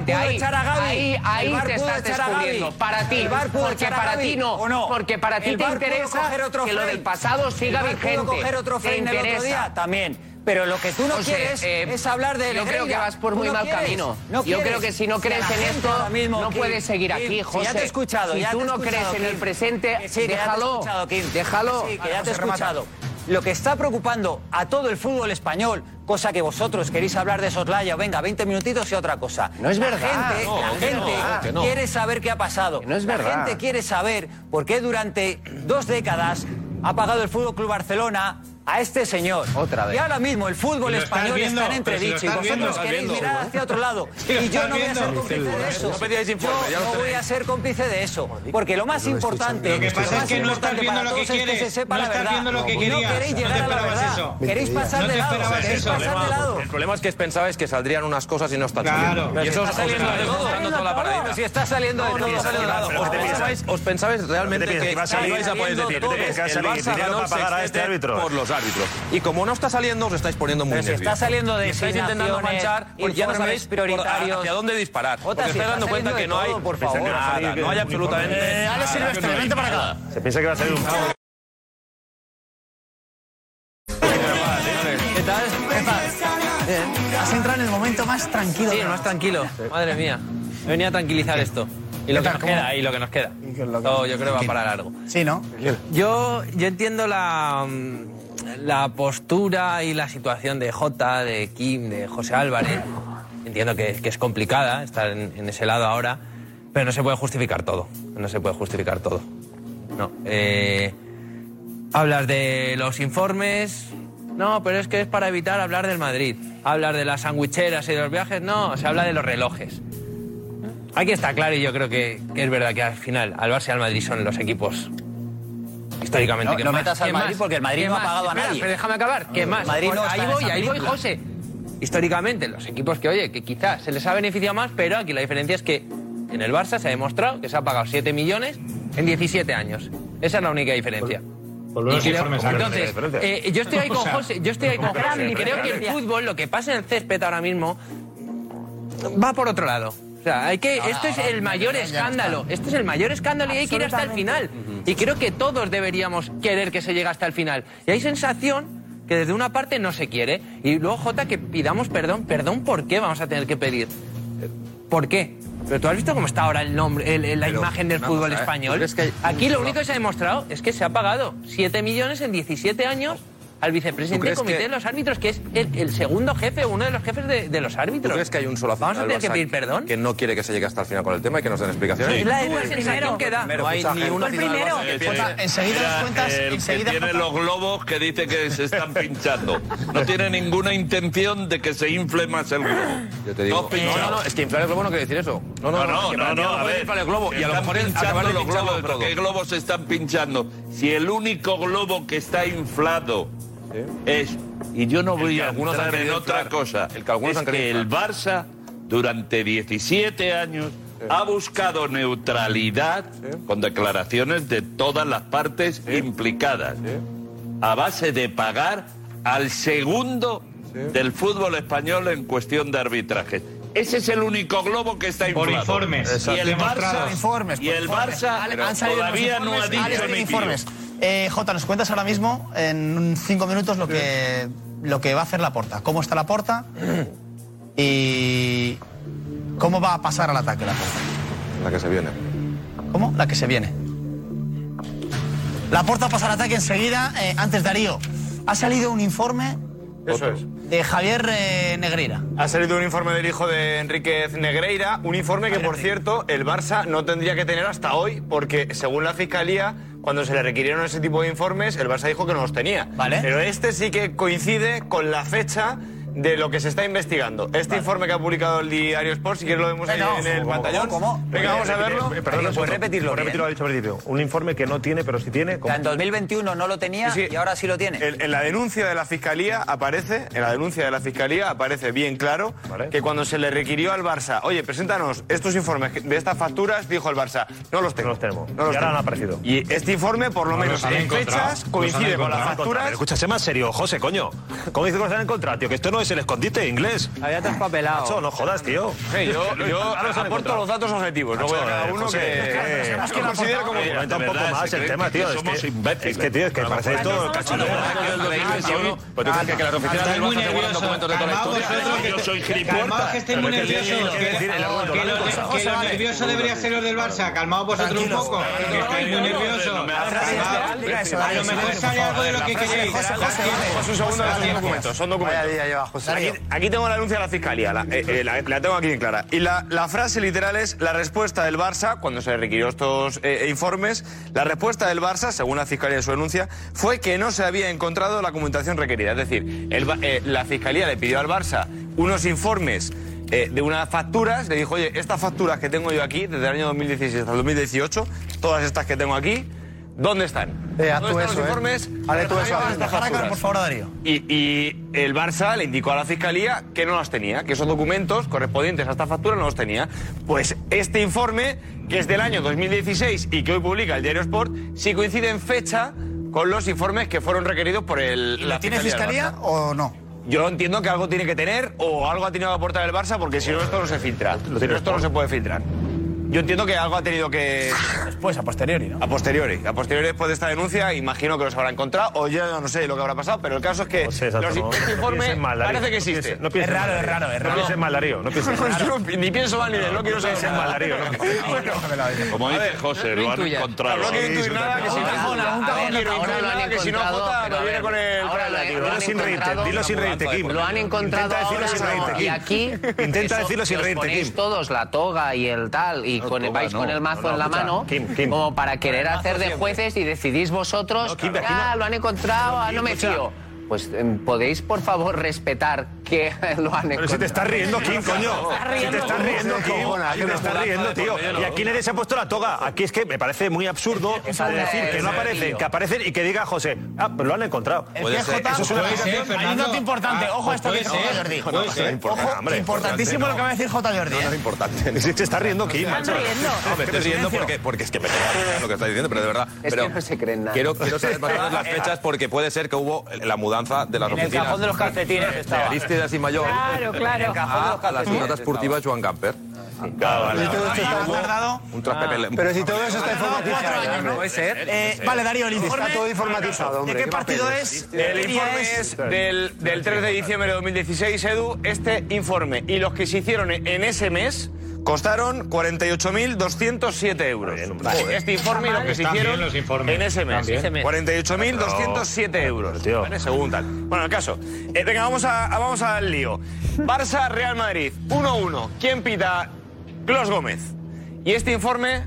S2: pudo
S18: ahí
S2: echar a Gavi.
S18: ahí, ahí
S2: El VAR
S18: te
S2: pudo
S18: estás
S2: echar a Gavi.
S18: descubriendo. Para ti.
S2: El VAR pudo
S18: Porque
S2: echar a
S18: para
S2: Gavi,
S18: ti no.
S2: ¿o no?
S18: Porque para ti
S2: El
S18: te
S2: VAr pudo
S18: interesa
S2: coger otro
S18: que lo
S2: frame.
S18: del pasado siga
S2: El VAr pudo
S18: vigente.
S2: coger otro
S18: Te
S2: frame el otro
S18: interesa.
S2: día, también. Pero lo que tú no
S18: José,
S2: quieres
S18: eh,
S2: es hablar de
S18: Yo creo
S2: Negreira.
S18: que vas por
S2: Tú
S18: muy
S2: no
S18: mal
S2: quieres,
S18: camino.
S2: no
S18: yo
S2: quieres.
S18: creo que si no
S2: Si a
S18: crees
S2: la
S18: en
S2: gente
S18: esto,
S2: ahora mismo,
S18: no
S2: Kim,
S18: puedes seguir
S2: Kim,
S18: aquí,
S2: si
S18: José.
S2: ya te he escuchado,
S18: Si
S2: ya
S18: tú
S2: te he
S18: no
S2: escuchado,
S18: crees en el
S2: Kim.
S18: presente,
S2: Que sí, que ya te he
S18: déjalo.
S2: escuchado, Kim.
S18: déjalo.
S2: Que sí, que ya te he escuchado. Lo que está preocupando a todo el fútbol español, cosa que vosotros queréis hablar de Sotlaya, venga, 20 minutitos y otra cosa.
S18: No es
S2: La
S18: verdad.
S2: gente-
S18: No,
S2: la
S18: que
S2: gente
S18: no, que no.
S2: quiere saber qué ha pasado.
S18: no es verdad.
S2: La gente quiere saber por qué durante dos décadas ha pagado el Fútbol Club Barcelona a este señor. Otra
S18: vez.
S2: Y ahora mismo el fútbol
S18: Y lo estás
S2: español
S18: viendo,
S2: está en
S18: pero si lo
S2: entredicho
S18: estás
S2: y
S18: viendo,
S2: vosotros
S18: lo
S2: queréis
S18: estás
S2: mirar
S18: viendo.
S2: hacia otro lado.
S18: Si lo
S2: Y yo
S18: estás
S2: no voy a ser
S18: viendo.
S2: cómplice
S18: No
S2: de eso.
S18: pedíais informe, ya
S2: Yo
S18: lo
S2: no voy
S18: tenéis.
S2: a ser cómplice de eso. Porque lo más importante,
S7: Lo que pasa
S2: lo
S7: es que
S2: más
S7: no estás
S2: importante
S7: viendo
S2: para
S7: lo que
S2: todos es que
S7: quieres,
S2: se sepa
S7: no
S2: la
S7: estás
S2: verdad.
S7: viendo lo que querías,
S2: No queréis
S7: no te
S2: llegar a la
S7: esperabas
S2: verdad.
S7: eso.
S2: Queréis pasar
S7: No te
S2: de lado.
S7: esperabas
S2: Queréis
S7: eso.
S2: pasar de lado.
S9: El problema es que pensabais que saldrían unas cosas y no están saliendo. Y eso os- os está demostrando toda la paradita.
S2: Si está saliendo de
S9: No, no,
S2: todo.
S9: no, no, no, no, os pensabais- Os pensabais realmente
S8: Pero que te
S9: que
S8: piensas, que va a salir-
S9: ibais a poder
S8: saliendo
S9: decir
S8: todo,
S9: "Es
S8: que va a
S9: el
S8: salir
S9: Barça
S8: dinero
S9: ganó
S8: para
S9: el
S8: pagar a
S9: sextete
S8: este árbitro".
S9: por los árbitros. Y como no está saliendo, os estáis poniendo muy
S2: Pero Pues si
S9: nerviosos.
S2: está saliendo de
S9: Y estáis intentando
S2: designaciones,
S9: manchar porque ya no
S2: informes
S9: sabéis por-
S2: prioritarios.
S9: hacia dónde disparar. Porque
S2: Jota, si
S9: estáis
S2: está
S9: dando cuenta
S2: saliendo
S9: que
S2: de
S9: no hay
S2: todo, por
S9: Pensé que
S2: favor.
S9: va a salir,
S2: Nada,
S9: que no hay
S2: un
S9: absolutamente
S2: informe. Eh,
S9: nada.
S2: Alex Silvestre, vente para acá.
S8: Se piensa que va a salir un pago.
S2: ¿Qué tal? ¿Qué tal?
S5: Has entrado en el momento más tranquilo.
S2: Sí, más tranquilo. Madre mía. He venido a tranquilizar esto. Y lo que nos queda, y lo que nos queda. Todo, yo creo que va para largo.
S5: Sí, ¿no?
S3: Yo, yo entiendo la, mm, la postura y la situación de Jota, de Kim, de José Álvarez. Entiendo que, que es complicada estar en, en ese lado ahora, pero no se puede justificar todo. No se puede justificar todo. No. Eh, hablas de los informes. No, pero es que es para evitar hablar del Madrid. Hablar de las sandwicheras y de los viajes. No, se habla de los relojes. Aquí está claro y yo creo que, que es verdad que al final al Barça y al Madrid son los equipos históricamente
S2: No,
S3: que
S2: no
S3: más.
S2: metas al
S3: ¿Qué
S2: Madrid
S3: más?
S2: porque el Madrid
S3: ¿Qué
S2: no ha
S3: más?
S2: pagado a
S3: Espera,
S2: nadie.
S3: Pero déjame acabar. ¿Qué
S2: El
S3: más?
S2: Madrid no
S3: Por-
S2: está
S3: ahí
S2: en
S3: voy,
S2: esa
S3: ahí voy,
S2: película.
S3: José. Históricamente, los equipos que oye, que quizás se les ha beneficiado más, pero aquí la diferencia es que en el Barça se ha demostrado que se ha pagado 7 millones en 17 años. Esa es la única diferencia.
S7: Volvemos
S3: Y creo-
S7: a informes,
S3: entonces,
S7: Álvaro, de
S3: eh, yo estoy ahí con
S7: O sea,
S3: José, yo estoy ahí con
S7: pero,
S3: Fran y
S7: pero,
S3: creo
S7: pero,
S3: que el fútbol, lo que pasa en el césped ahora mismo, va por otro lado. O sea, hay que. Este es el mayor escándalo. Este es el mayor escándalo y hay que ir hasta el final. Y creo que todos deberíamos querer que se llegue hasta el final. Y hay sensación que desde una parte no se quiere. Y luego, Jota, que pidamos perdón. ¿Perdón por qué vamos a tener que pedir? Eh, ¿Por qué? Pero tú has visto cómo está ahora el nombre, el- el- la
S22: Pero,
S3: imagen del
S22: una
S3: fútbol
S22: cosa, ¿eh? ¿Tú
S3: español.
S22: crees que hay-
S3: Aquí lo
S22: no.
S3: único que se ha demostrado es que se ha pagado 7 millones en 17 años al
S22: ¿Tú
S3: vicepresidente del
S22: crees
S3: comité
S22: que-
S3: de los árbitros, que es el, el segundo jefe, uno de los jefes de, de los árbitros.
S9: ¿Tú crees que hay un solo
S3: ¿Vamos a
S9: aficionado del
S3: tener que
S9: Barça
S3: pedir perdón?
S9: Que no quiere que se llegue hasta el final con el tema y que nos den explicaciones.
S3: Es la, es la sensación que da.
S9: Primero, pues, mucha gente.
S6: Eh,
S5: Jota,
S6: sí.
S5: enseguida
S6: Mira,
S5: nos cuentas,
S6: El
S5: enseguida,
S6: que tiene
S5: Jota.
S6: los globos que dice que se están pinchando. No tiene ninguna intención de que se infle más el globo.
S9: Yo te digo,
S6: Dos pinchados.
S9: no, no, no, es que inflar el globo no quiere decir eso. No,
S6: No,
S9: no,
S6: no,
S9: es que
S6: no,
S9: para mí
S6: no, a
S9: puede
S6: ver.
S9: inflar el globo y a lo
S6: están
S9: mejor es
S6: pinchando
S9: acabar de
S6: los
S9: pincharlo
S6: globos,
S9: del
S6: pero
S9: todo.
S6: ¿qué globos se están pinchando? Si el único globo que está inflado es y yo no voy a
S9: algunos han
S6: entrar en
S9: querido
S6: otra
S9: inflar.
S6: cosa,
S9: El que algunos
S6: es
S9: han querido
S6: que el Barça durante 17 años ha buscado neutralidad con declaraciones de todas las partes implicadas a base de pagar al segundo del fútbol español en cuestión de arbitraje. Ese es el único globo que está
S7: Por
S6: inflado.
S7: informes,
S6: Y el
S7: demostrados.
S6: Barça, y el Barça
S5: Ale- han salido
S6: todavía
S5: los
S6: no ha
S5: informes,
S6: dicho
S5: Ale,
S6: ni
S5: tiene
S6: pío.
S5: informes. Eh, Jota, nos cuentas ahora mismo en cinco minutos lo que, lo que va a hacer la porta. ¿Cómo está la porta? Y cómo va a pasar al ataque la porta.
S9: La que se viene.
S5: ¿Cómo? La que se viene. La porta pasa al ataque enseguida. Eh, antes, Darío, ha salido un informe
S1: Eso es.
S5: de Javier eh, Negreira.
S1: Ha salido un informe del hijo de Enríquez Negreira, un informe que, por cierto, el Barça no tendría que tener hasta hoy, porque según la Fiscalía, cuando se le requirieron ese tipo de informes, el Barça dijo que no los tenía. Pero este sí que coincide con la fecha de lo que se está investigando. Este informe que ha publicado el diario Sport, si quieres lo
S6: Eh,
S1: vemos ahí
S5: Bueno,
S1: en el
S5: ¿cómo,
S1: pantallón.
S5: cómo, cómo?
S1: Venga, vamos a verlo.
S8: Eh, perdón, un segundo. Por repetirlo, lo ha dicho al principio. Un informe que no tiene, pero sí tiene.
S2: O sea, en 2021 no lo tenía
S1: Sí, sí.
S2: y ahora sí lo tiene.
S1: En, en la denuncia de la fiscalía aparece, en la denuncia de la fiscalía aparece bien claro que cuando se le requirió al Barça, oye, preséntanos estos informes que- de estas facturas, dijo el Barça, no los tengo. No los tenemos.
S8: Y ahora han aparecido.
S1: Y este informe, por lo
S8: No
S1: menos
S8: los han
S1: en
S8: encontrado.
S1: fechas,
S8: Los han
S1: coincide con las
S8: encontrado.
S1: facturas.
S8: Pero escucha, sé más serio, José, coño. ¿Cómo dices que los han encontrado, tío? Que esto no es el escondite inglés. Había traspapelado. Macho, no jodas, tío.
S1: Sí, yo- yo
S8: Ahora los han
S1: aporto los datos objetivos, luego
S8: Macho,
S1: ya cada
S8: eh,
S1: uno
S8: José,
S1: que-
S8: eh,
S1: que lo
S8: es que
S1: considere
S8: la-
S1: como
S8: eh,
S1: quiera.
S8: comenta un
S1: De
S8: poco
S1: verdad,
S8: más
S1: se
S8: el
S1: creen
S8: tema,
S1: que
S8: tío. Es
S1: somos
S8: que,
S1: imbéciles.
S8: es que, tío, es que parece esto cachondeo.
S9: Pues tú crees que la oficina del Barça se guardan documentos de toda la historia.
S6: Yo soy
S7: Calmaos,
S6: gilipuerta.
S7: que estoy muy
S6: Pero es que
S7: nervioso.
S6: tiene- tiene que decir el argumento,
S7: Que
S6: ¿no?
S7: lo-
S6: Cosa,
S7: que
S6: cosa,
S7: lo
S6: vale.
S7: nervioso debería ser los del Barça. Calmaos vosotros un poco. Que estáis muy nerviosos. Calmaos. A lo mejor sale algo de lo que queréis.
S1: Pues un segundo,
S7: Gracias.
S1: son documentos, son documentos.
S17: Vaya día lleva, José.
S1: Aquí, aquí tengo la denuncia de la fiscalía, la, eh, eh, la- la tengo aquí bien clara. Y la, la frase literal es la respuesta del Barça, cuando se requirió estos eh, informes, la respuesta del Barça, según la fiscalía en su denuncia, fue que no se había encontrado la documentación requerida. Es decir, el Ba- eh, la fiscalía le pidió al Barça unos informes eh, de unas facturas, le dijo, oye, estas facturas que tengo yo aquí, desde el año 2016 hasta el 2018, todas estas que tengo aquí, ¿dónde están?
S17: Eh, haz
S1: ¿Dónde
S17: tú
S1: están
S17: eso,
S1: los
S17: eh.
S1: informes?
S17: Haz tú
S1: ¿Dónde
S17: eso,
S1: están
S17: haz
S1: estas
S17: tú.
S1: facturas?
S5: Por favor, Darío.
S1: Y, y el Barça le indicó a la fiscalía que no las tenía, que esos documentos correspondientes a esta factura no los tenía. Pues este informe, que es del año 2016 y que hoy publica el diario Sport, sí coincide en fecha con los informes que fueron requeridos por el, la
S5: ¿Tiene
S1: del
S5: fiscalía o no?
S1: Barça. Yo entiendo que algo tiene que tener o algo ha tenido que aportar el Barça porque si no esto no se filtra. Si no, esto no se puede filtrar. Yo entiendo que algo ha tenido que...
S8: Pues
S5: Después, a posteriori, ¿no?
S1: A posteriori. A posteriori, después de esta denuncia, imagino que los habrá encontrado o yo no sé lo que habrá pasado, pero el caso es que
S8: Pues exacto,
S1: los-
S8: no.
S1: este
S8: No
S1: informe
S8: pienses mal, Darío.
S1: parece que
S8: No
S1: existe.
S8: pienses- no pienses Es raro, mal, es
S9: ¿eh?
S8: Darío. raro, es No raro. pienses mal, Darío, no pienses mal.
S1: yo ni pienso mal ni de no quiero saber
S8: pienses mal, Darío, no
S6: Como dice José, lo han encontrado.
S1: No quiero intuir nada, que si no quiero
S18: ahora
S1: intuir
S18: lo han
S1: nada, que si no
S18: encontrado,
S1: Jota
S18: pero
S1: me
S18: a
S1: viene
S18: ver,
S1: con el...
S18: ahora lo- lo
S8: Dilo
S18: han
S8: sin reírte,
S18: encontrado-
S8: dilo sin reírte, Kim.
S18: Lo han encontrado
S8: Intenta decirlo
S18: ahora,
S8: sin reírte,
S18: y
S8: Kim.
S18: aquí
S8: Intenta
S18: que
S8: decirlo sin
S18: que os
S8: reírte,
S18: ponéis
S8: Kim.
S18: todos la toga y el tal y con,
S8: toga,
S18: vais
S8: no,
S18: con el mazo
S8: no, no,
S18: en la
S8: escucha,
S18: mano
S8: Kim, Kim.
S18: como para querer
S8: Con el mazo
S18: hacer de
S8: siempre.
S18: jueces y decidís vosotros
S8: Kim, aquí
S18: ah, lo han encontrado, ah, no me fío. Pues em, podéis por favor respetar que lo han encontrado.
S8: Pero si te estás riendo, Kim, coño. Si te estás riendo, Kim. Si te estás riendo, tío. Y aquí nadie se ha puesto la toga. Aquí es que me parece muy absurdo de decir que no aparecen, que aparecen y que diga José, ah, pero lo han encontrado.
S5: Puede ser.
S8: Eso es una
S5: Puede ser,
S8: explicación.
S5: Fernando. Hay un dato importante. Ojo a esto que dice Jordi.
S8: Hijo,
S5: Puede
S8: no,
S5: ser.
S8: no, importante,
S5: Ojo,
S8: hombre,
S5: importantísimo lo que va a decir J. Jordi. eh.
S9: No, no es importante.
S8: Si te estás riendo, Kim, macho.
S9: No, me estoy riendo porque, porque es que me cago lo que está diciendo, pero de verdad.
S18: Es
S9: pero
S18: que no se creen nada.
S9: quiero, quiero saber más o menos las fechas porque puede ser que hubo la mudanza de las
S2: En el
S9: oficinas.
S2: cajón de los calcetines
S9: De
S2: estaba.
S9: Aristide medida así mayor.
S12: Claro, claro.
S9: A las notas deportivas Joan Gamper. Ah, vale, vale. Un traspepele.
S17: Ah. Pero si todo eso está informatizado.
S9: ¿no? Puede ser.
S5: Eh, vale, Darío, el informe.
S17: Está todo informatizado, hombre.
S5: ¿De qué partido es?
S1: El informe es del, del 3 de diciembre de 2016, Edu. Este informe y los que se hicieron en ese mes costaron 48.207 euros. Vale, Este informe y los que se
S7: Están bien
S1: hicieron
S7: los informes.
S1: en ese mes.
S7: Están bien.
S1: 48.207 euros. Vale, según tal. Bueno, el caso. Eh, venga, vamos, a, a- vamos al lío. Barça-Real Madrid, 1-1. ¿Quién pita? Clos Gómez. Y este informe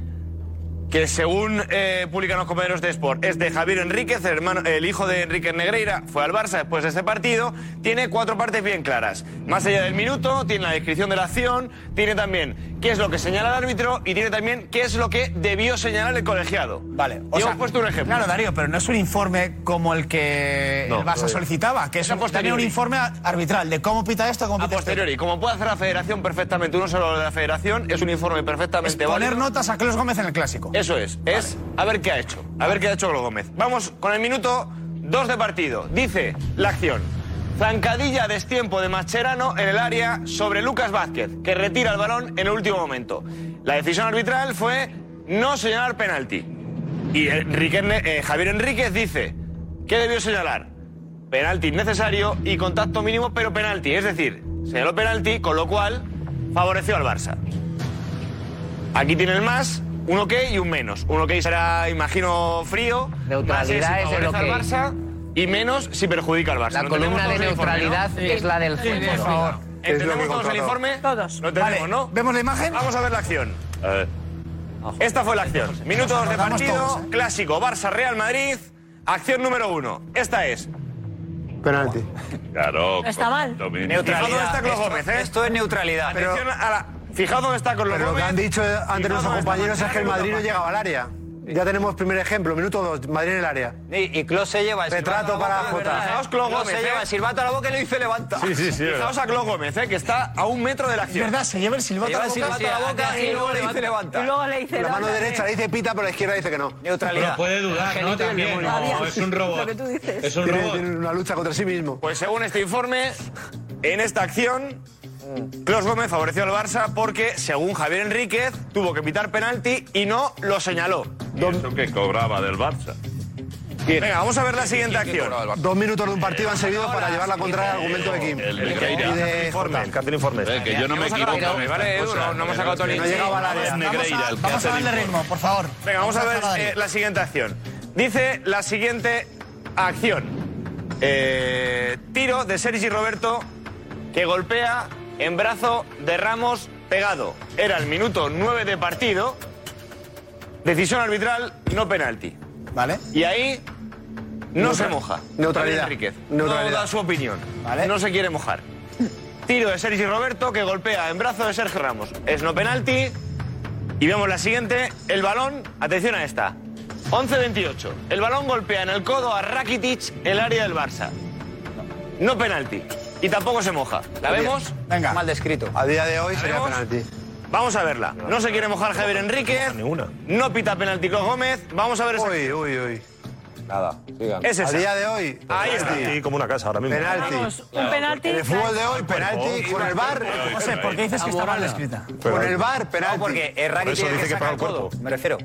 S1: que según eh, publican los compañeros de Sport, es de Javier Enríquez, el, hermano- el hijo de Enrique Negreira, fue al Barça después de este partido, tiene cuatro partes bien claras. Más allá del minuto, tiene la descripción de la acción, tiene también qué es lo que señala el árbitro y tiene también qué es lo que debió señalar el colegiado. Vale.
S5: O
S1: y
S5: sea,
S1: hemos puesto un ejemplo.
S5: Claro, Darío, pero no es un informe como el que
S1: No,
S5: el Barça
S1: no.
S5: solicitaba, que es
S1: Esa
S5: un, también un
S1: posteriori.
S5: informe arbitral de cómo pita esto, cómo
S1: A
S5: pita esto.
S1: posteriori, como puede hacer la federación perfectamente, uno solo de la federación, es un informe perfectamente válido.
S5: Poner notas a Carlos Gómez en el clásico.
S1: Eso es, es a ver qué ha hecho, a ver qué ha hecho Golo Gómez. Vamos con el minuto 2 de partido. Dice la acción. Zancadilla a destiempo de Mascherano en el área sobre Lucas Vázquez, que retira el balón en el último momento. La decisión arbitral fue no señalar penalti. Y Enrique- eh, Javier Enríquez dice, ¿qué debió señalar? Penalti innecesario y contacto mínimo, pero penalti. Es decir, señaló penalti, con lo cual favoreció al Barça. Aquí tiene el más, un ok y un menos. Un ok será, imagino, frío.
S18: Neutralidad
S1: más
S18: es el
S1: favorece
S18: ok.
S1: al Barça y menos si perjudica al Barça.
S18: La
S1: Lo
S18: columna
S1: entendemos
S18: de
S1: todos el
S18: neutralidad
S1: informe, ¿no?
S18: que es la del
S1: Sí,
S18: fútbol.
S1: por favor. ¿Entendemos todos el informe? Todos. Lo tenemos,
S5: Vale,
S1: ¿no?
S5: ¿Vemos la imagen?
S1: Vamos a ver la acción. Esta fue la acción. Minuto dos de
S5: Acordamos
S1: partido,
S5: todos,
S1: clásico, Barça, Real Madrid. Acción número uno. Esta es.
S17: Penalti.
S6: Claro.
S1: Está mal. Fijaos dónde está Colo Gómez, ¿eh?
S2: Esto es neutralidad.
S1: Atención a la- Fijaos dónde está Colo
S17: Pero lo
S1: Gómez.
S17: que han dicho antes
S1: Fijaos
S17: nuestros
S1: dónde está
S17: compañeros es que
S1: Mascherano
S17: el
S1: y
S17: Madrid no
S1: Lucas
S17: llegaba al área. Ya tenemos primer ejemplo, minuto 2, Madrid en el área.
S2: Y, y Klos se lleva el
S17: Retrato
S2: silbato a la
S17: para
S2: boca,
S17: Jota.
S2: ¿verdad?
S1: Fijaos, Klo
S2: Klos
S1: Gómez,
S2: se
S1: ¿eh?
S2: lleva el silbato a la boca y lo dice levanta.
S1: Sí, sí, sí. Fijaos a Clo Gómez, ¿eh? que está a un metro de la
S5: Es
S1: acción.
S5: verdad, se lleva el silbato
S2: Lleva el
S5: a la boca.
S2: silbato a la boca y luego le dice levanta.
S12: Y luego le dice
S17: La mano
S12: levanta,
S17: derecha
S12: eh.
S17: le dice pita, pero la izquierda dice que no.
S2: Neutralidad.
S7: Pero puede dudar, ¿no? También. o es un
S12: Lo que
S7: robot.
S12: tú dices.
S7: Es un
S17: Tiene,
S7: robot.
S17: tiene una lucha contra sí mismo.
S1: Pues según este informe, en esta acción, Klaus Gómez favoreció al Barça porque, según Javier Enríquez, tuvo que pitar penalti y no lo señaló.
S6: ¿Y eso que cobraba del Barça.
S1: Venga, vamos a ver la siguiente acción.
S17: Dos minutos de un partido han servido para llevar la contra al argumento de Kim.
S6: El Negreira.
S17: Y de
S1: Informe.
S8: Cartel informe.
S6: Eh, que yo no me
S1: Hemos sacado
S6: equivoco.
S1: el nombre, ¿vale, Edu? No, no hemos sacado todo el
S17: No llegaba al área.
S6: Es Negreira el que
S5: Vamos
S6: hace
S5: a
S6: el informe.
S5: darle ritmo, por favor.
S1: Venga, vamos a ver
S5: Darío.
S1: eh, la siguiente acción. Dice la siguiente acción. Eh, tiro de Sergi Roberto que golpea en brazo de Ramos pegado. Era el minuto 9 de partido. Decisión arbitral, no penalti.
S5: Vale,
S1: Y ahí no se moja.
S17: Neutralidad.
S1: Javier Enríquez.
S17: Neutralidad.
S1: No da su opinión.
S5: Vale.
S1: No se quiere mojar. Tiro de Sergi Roberto que golpea en brazo de Sergio Ramos. Es no penalti. Y vemos la siguiente. El balón, atención a esta. 11-28. El balón golpea en el codo a Rakitic, el área del Barça. No penalti. Y tampoco se moja. ¿La vemos?
S5: venga.
S2: Mal descrito.
S17: A día de hoy sería
S1: ¿Haremos?
S17: penalti.
S1: Vamos a verla. No se quiere mojar Javier Enríquez.
S8: Ninguna.
S1: No pita penalti Clos Gómez. Vamos a ver esa.
S17: Uy, uy, uy.
S9: Nada. Sigan.
S1: Es
S17: A
S1: esa.
S17: día de hoy,
S1: Ahí está.
S8: Penalti como una casa ahora mismo.
S17: penalti.
S12: Vamos, Pues, un penalti.
S17: En el fútbol de hoy, penalti. Con el bar,
S5: No sé, ¿por qué dices que está mal descrita?
S17: con el bar,
S2: No, porque
S17: penalti.
S2: el Raki
S8: Por eso
S2: tiene
S8: dice
S2: que
S8: que paga
S2: sacar
S8: el
S2: todo.
S8: cuerpo.
S2: Me refiero.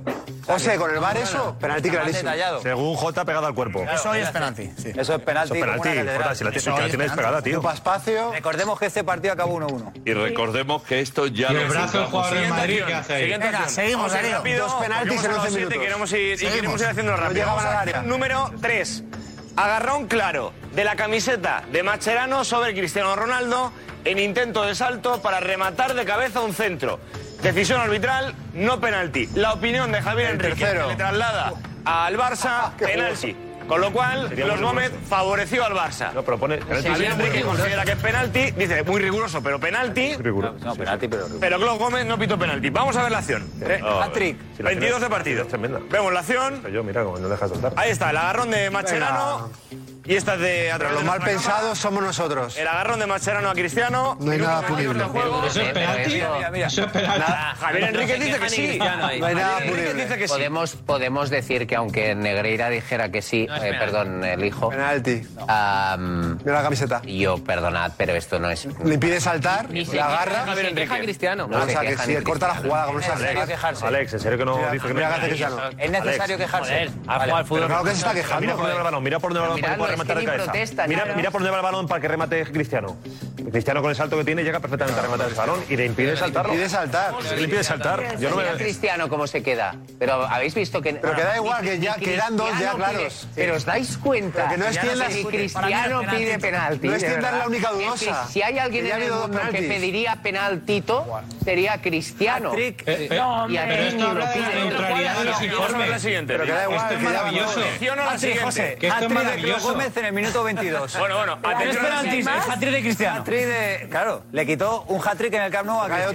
S17: O sea, con el bar eso, penalti
S2: Está más
S17: clarísimo.
S2: detallado.
S8: Según J pegada al cuerpo.
S5: Eso hoy es penalti, sí.
S2: Eso es penalti.
S8: Eso es
S2: como
S8: penalti.
S2: una catedral.
S8: Jota, si la tienes-
S5: Eso
S8: que la
S5: es
S8: tienes
S5: penalti.
S8: pegada, tío.
S17: Ocupa espacio.
S2: Recordemos que este partido acabó 1-1.
S6: Y recordemos que esto ya
S7: Y
S6: lo
S7: el brazo del
S6: jugamos.
S7: jugador del Madrid que hace ahí.
S1: Siguiente
S5: Venga,
S1: acción.
S5: seguimos,
S1: Vamos a ir
S5: Darío.
S1: rápido,
S17: Dos penaltis
S1: porque
S17: en
S1: hemos
S17: 11
S1: sido siete
S17: minutos.
S1: y queremos ir, y
S17: Seguimos.
S1: queremos ir haciendo
S17: No
S1: rápido.
S17: llegaban
S1: Vamos a la
S17: al área.
S1: acción número 3. Agarrón claro de la camiseta de Macherano sobre Cristiano Ronaldo en intento de salto para rematar de cabeza un centro. Decisión arbitral, no penalti. La opinión de Javier
S17: El
S1: Enrique
S17: tercero.
S1: que le traslada al Barça, penalti. Con lo cual,
S8: Sería
S1: los
S8: muy
S1: Gómez favoreció al Barça.
S8: No, pero pone.
S1: Javier Enrique considera que es penalti, dice muy riguroso, pero penalti.
S8: Riguro.
S2: No, penalti, pero.
S1: Pero Claude Gómez no pitó penalti. Vamos a ver la acción. Re-
S8: No,
S2: Patrick,
S8: Ah, si la
S1: 22 de
S8: tienes-
S1: partido.
S8: Es tremenda.
S1: Vemos la acción.
S8: Yo, mira, como no dejas saltar.
S1: Ahí está, el agarrón de Macherano. Y esta es de a través
S17: Los
S1: de
S17: mal
S1: nuestra cámara.
S17: pensados somos nosotros.
S1: El agarrón de Mascherano a Cristiano.
S17: No hay nada punible.
S1: Eso es penalti. Eso es penalti. Javier Enrique dice que sí.
S18: No hay nada punible. Podemos, podemos decir que aunque Negreira dijera que sí, eh, perdón, el hijo.
S17: Penalti.
S18: de
S17: la camiseta.
S18: Yo, perdonad, pero esto no es.
S17: Le impide saltar,
S18: Ni se
S17: la
S18: queja,
S17: agarra.
S18: ni se queja
S17: Enrique.
S18: Cristiano.
S17: No,
S18: No
S17: o
S18: se
S17: sea, que
S18: queja
S17: si
S18: ni
S17: corta la jugada, como no se
S18: Cristiano.
S17: hace.
S2: quejarse.
S8: Alex, en serio que no
S17: Mira,
S8: dice que
S17: mira,
S8: no.
S17: hace Cristiano.
S2: Es necesario quejarse.
S8: Joder,
S2: Ha jugado al fútbol.
S8: Pero claro que se está
S2: Pero
S8: quejando. Mira por dónde va el balón, mira por dónde va el balón para que
S2: miradlo,
S8: pueda
S2: es que
S8: rematar
S2: ni
S8: de cabeza.
S2: protesta,
S8: mira,
S2: claro.
S8: mira por dónde va el balón para que remate Cristiano. Cristiano con el salto que tiene llega perfectamente a rematar el balón y le impide saltarlo. Le impide saltar. Yo no me...
S18: Mira Cristiano cómo se queda. Pero habéis visto que...
S17: Pero que da igual,
S18: Ni-
S17: que
S18: ni
S17: ya- que eran dos ya
S18: Cristiano
S17: claros.
S18: pide-
S17: Sí.
S18: Pero os dais cuenta.
S17: Pero que no es
S18: Ya
S17: tienda-
S18: sé si
S17: Para mí no es
S18: Cristiano
S17: penalti.
S18: pide penalti.
S17: No es
S18: de
S17: tienda
S18: verdad.
S17: la única
S18: Que- que
S17: dudosa.
S18: Si hay alguien
S17: Que ya
S18: en
S17: ha
S18: el
S17: habido dos
S18: mundo que
S17: penaltis.
S18: pediría penaltito, sería Cristiano.
S1: eh, no,
S18: Y a
S1: hombre,
S18: Trick
S1: esto
S18: ni
S1: habla
S18: lo
S1: de la
S18: pide.
S1: neutralidad de los informes. Vamos a la siguiente.
S18: Pero que da
S1: Esto
S18: igual,
S1: es
S18: que ya
S1: maravilloso.
S18: vamos.
S1: Menciono la
S2: Ah, sí,
S1: siguiente.
S2: José.
S1: Que esto es
S2: Hat-trick de Clau
S1: maravilloso.
S2: Gómez en el minuto 22.
S1: Bueno, bueno,
S2: Tres
S1: atención a la
S2: penaltis,
S1: siguiente.
S2: el hat-trick de Cristiano. Hat-trick de... Claro, le quitó un hat-trick en el Camp Nou a Cristiano.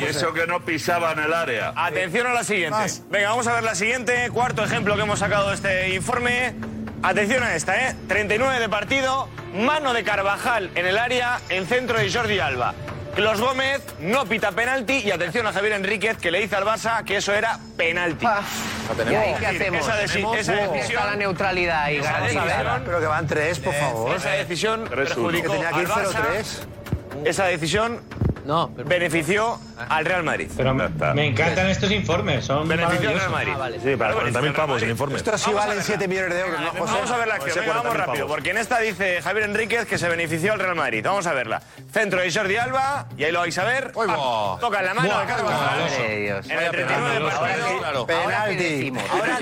S6: Y eso que no pisaba en el área.
S1: Atención a la siguiente.
S6: Más.
S1: Venga, vamos a ver la siguiente. Cuarto ejemplo que hemos sacado de este informe. Atención a esta, ¿eh? 39 de partido, mano de Carvajal en el área, en centro de Jordi Alba. Los Gómez no pita penalti y atención a Javier Enríquez que le dice al Barça que eso era penalti.
S18: Ah. ¿Y ahí qué hacemos?
S1: Esa, deci-
S18: Tenemos-
S1: esa
S18: Aquí
S1: decisión,
S18: está la neutralidad ahí
S1: Esa
S18: garantizada.
S1: decisión-
S17: Pero que van tres, por favor.
S1: esa decisión perjudicó
S17: Que tenía que ir
S1: al Barça.
S17: 0-3.
S1: Esa decisión benefició al Real Madrid.
S7: Me encantan estos informes, son
S1: Beneficio al Real
S7: maravillosos.
S1: Madrid.
S8: Sí, para
S1: Beneficio
S8: 40.000
S1: al Real
S8: pavos el
S1: Madrid.
S8: informe.
S17: Esto sí
S1: Vamos a
S17: valen
S1: ver.
S17: 7 millones de euros, ¿no, José?
S1: Vamos a ver la acción.
S17: José,
S1: Venga, vamos
S17: 40.000
S1: rápido,
S17: pavos.
S1: porque en esta dice Javier Enríquez que se benefició al Real Madrid. Vamos a verla. Centro de Jordi Alba, y ahí lo vais a ver. Ah, Toca en la mano
S18: Buah,
S1: de Carvajal.
S18: madre de Dios.
S1: En el 39 de partido.
S18: Penalti. Ahora,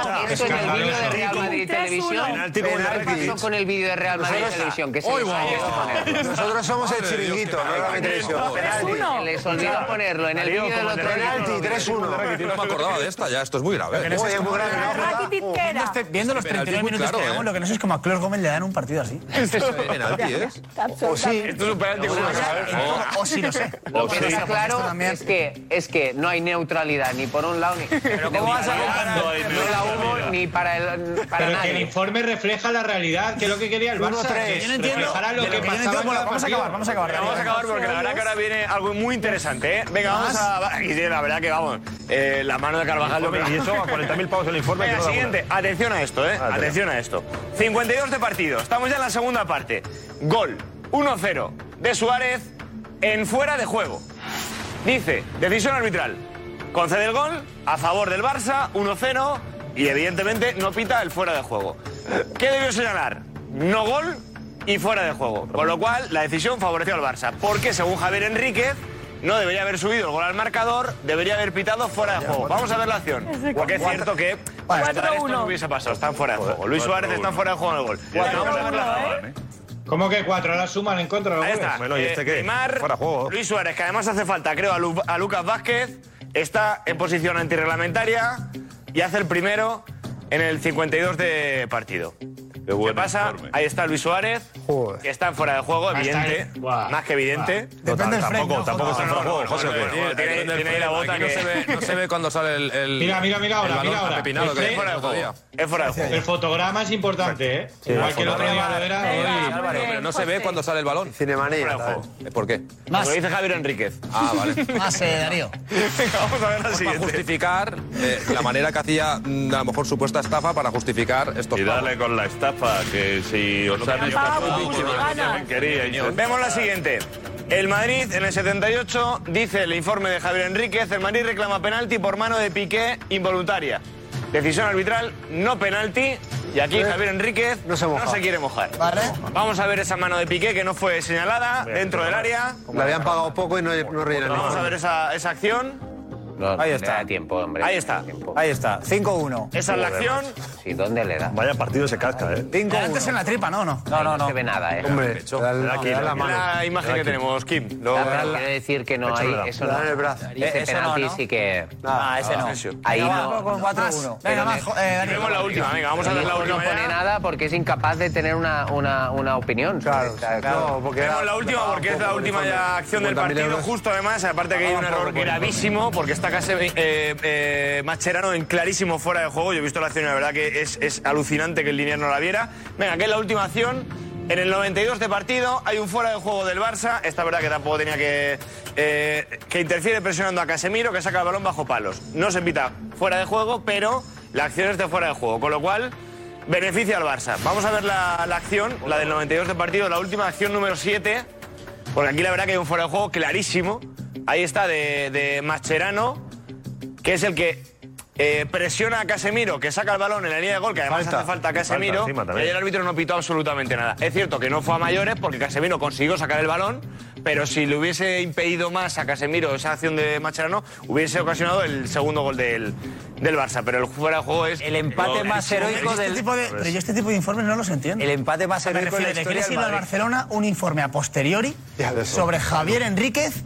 S18: ahora esto en el vídeo de Real Madrid Televisión.
S17: Penalti como en
S18: ¿Qué
S17: Madrid.
S18: pasó con el vídeo de Real Madrid
S17: Nosotros-
S18: Televisión? Que se
S17: Hoy
S18: les
S17: vamos.
S18: olvidó ponerlo.
S17: Nosotros somos el chiringuito, no la televisión.
S18: Se les olvidó ponerlo en el vídeo del otro día.
S17: Penalti, 3-1.
S9: No me acordaba de esta ya, esto es muy grave.
S17: Pero que no se- Oye, es muy grave, ¿no?
S5: este,
S10: este-
S5: Viendo los
S9: Penalti
S5: 39
S9: muy
S5: minutos
S9: claro,
S5: que
S9: ¿eh?
S5: hagamos, lo que no sé es como a Klaus Gómez le dan un partido así.
S18: Este
S9: Penalti, ¿eh?
S5: O sí.
S1: Esto es un penalti.
S5: O-
S17: Oh.
S5: O sí, no sé.
S18: Lo que está claro es que, es que no hay neutralidad ni por un lado ni, ni para el- ni la humo, ni para, el, para
S7: Pero que
S18: nadie.
S7: el informe refleja la realidad, que es lo que quería el Barça. que
S5: Yo no entiendo.
S7: reflejara lo que
S5: Yo no entiendo
S7: pasaba en
S5: cómo
S7: cada
S5: la- Vamos a
S7: partido.
S5: acabar, vamos a acabar.
S1: Pero vamos a acabar porque la verdad que ahora viene algo muy interesante. ¿eh? Venga, vamos a. Aquí sí, la verdad que vamos. Eh, la mano de Carvajal.
S8: Informe, y eso a 40.000 pavos el informe,
S1: Venga,
S8: que no da
S1: siguiente. Atención a esto, ¿eh?
S8: Ah, espera.
S1: Atención a esto. 52 de partido. Estamos ya en la segunda parte. Gol 1-0 de Suárez en fuera de juego. Dice, decisión arbitral. Concede el gol a favor del Barça, 1-0, y evidentemente no pita el fuera de juego. ¿Qué debió señalar? No gol y fuera de juego. Con lo cual, la decisión favoreció al Barça. Porque, según Javier Enríquez, no debería haber subido el gol al marcador, debería haber pitado fuera de juego. Vamos a ver la acción. Porque es cierto que esto, esto no hubiese pasado, están fuera de juego. Luis Suárez está fuera de juego en el gol. Vamos a ver la jugada.
S7: ¿Cómo que cuatro? Ahora suman en contra. los
S1: Ahí
S7: goles.
S1: está. Eh,
S9: este
S1: Neymar, Luis Suárez, que además hace falta, creo, a, Lu- a Lucas Vázquez. Está en posición antirreglamentaria y hace el primero en el 52 de partido. ¿Qué pasa? Ahí está Luis Suárez, que está en fuera de juego,
S7: Ahí está,
S1: evidente.
S7: eh. Buah,
S1: Más que evidente.
S9: No, tampoco, tampoco está en fuera de juego, José. pues.
S1: bueno, bueno, tiene-
S9: Depende del
S1: tiene ahí la
S9: frame.
S1: bota
S9: Aquí no
S1: que-
S9: se ve- No se ve cuando sale el. el-
S7: Mira, mira, mira
S9: el
S7: ahora,
S9: balón
S7: mira ahora.
S9: apepinado que
S7: El
S9: le
S7: fuera de
S9: otro
S7: juego.
S9: día.
S1: Es fuera de juego.
S7: El fotograma es importante, ¿eh? Igual que el otro día de verano.
S9: Álvaro, pero no se ve cuando sale el balón.
S17: Cinemanía.
S9: ¿Eh? ¿Por qué?
S1: Más. Lo dice Javier Enríquez.
S9: Ah, vale.
S5: Más, eh, Darío.
S1: Venga, vamos a ver la
S9: Para
S1: siguiente.
S9: justificar eh, la manera que hacía, mm, a lo mejor, supuesta estafa para justificar estos
S6: Y dale con la estafa, que si os han estafado, pues no me queríais.
S9: ¿eh?
S1: Vemos la siguiente. El Madrid, en el 78, dice el informe de Javier Enríquez, el Madrid reclama penalti por mano de Piqué involuntaria. Decisión arbitral, no penalti. Y aquí
S17: Eh,
S1: Javier Enríquez Pues, no se, quiere mojar. Vamos a ver esa mano de Piqué que no fue señalada dentro del área.
S17: Le habían pagado poco y no, no rellenan
S1: Vamos a ver esa, esa acción.
S18: Ahí está. tiempo, hombre.
S1: Ahí está.
S2: Ahí está, 5-1.
S1: Esa es la acción.
S18: Sí, ¿dónde le da?
S8: Vaya partido se casca, ¿eh.
S5: Antes en la tripa, ¿no? No,
S18: No, no, no. se ve nada, ¿eh?
S17: Hombre, le da,
S1: Aquí,
S17: le da la mano.
S1: la imagen que tenemos, Kim. Lo-
S18: Ah, pero quiero decir que no
S17: Pecho le
S18: hay.
S17: da.
S18: Eso
S17: Le
S18: no.
S17: da en el brazo.
S18: Ese
S17: Eh, eso
S18: penalti
S17: no, ¿no?
S18: sí que.
S2: Ah, ese no.
S18: Ahí
S2: Venga,
S18: no.
S2: va, con 4-1.
S18: Pero
S2: Venga,
S18: no-
S2: más, jo- eh, Darío.
S1: Vemos la última, venga, vamos a ver la
S18: No
S1: última.
S18: pone nada porque es incapaz de tener una, una, una opinión. Claro,
S17: claro, porque
S1: Vemos
S17: era-
S1: la última porque es la última ya acción del
S17: 50.000
S1: partido,
S17: euros. Ah,
S1: justo además, aparte que hay un error gravísimo porque está destacase eh, eh, Mascherano en clarísimo fuera de juego. Yo he visto la acción y la verdad que es, es alucinante que el linier no la viera. Venga, que es la última acción. En el 92 de partido hay un fuera de juego del Barça. Esta verdad que tampoco tenía que... eh, que interfiere presionando a Casemiro, que saca el balón bajo palos. No se pita fuera de juego, pero la acción es de fuera de juego. Con lo cual, beneficia al Barça. Vamos a ver la, la acción, la del 92 de partido, la última acción número 7. Porque aquí la verdad que hay un fuera de juego clarísimo. Ahí está de, de Mascherano, que es el que eh, presiona a Casemiro, que saca el balón en la línea de gol, que además
S23: Falta.
S1: hace falta a
S23: Falta
S1: Casemiro.
S23: encima
S1: y
S23: también.
S1: ahí el árbitro no pitó absolutamente nada. Es cierto que no fue a mayores porque Casemiro consiguió sacar el balón, pero si le hubiese impedido más a Casemiro esa acción de Mascherano, hubiese ocasionado el segundo gol del, del Barça. Pero el fuera de juego es. El
S2: empate más heroico
S5: Este
S2: del-
S5: tipo de- pero yo este tipo de informes no los entiendo. El
S2: empate más heroico de la
S5: ¿Le
S2: historia
S5: quieres
S2: del
S5: ir al
S2: Madrid.
S5: Barcelona un informe a posteriori sobre Javier Enríquez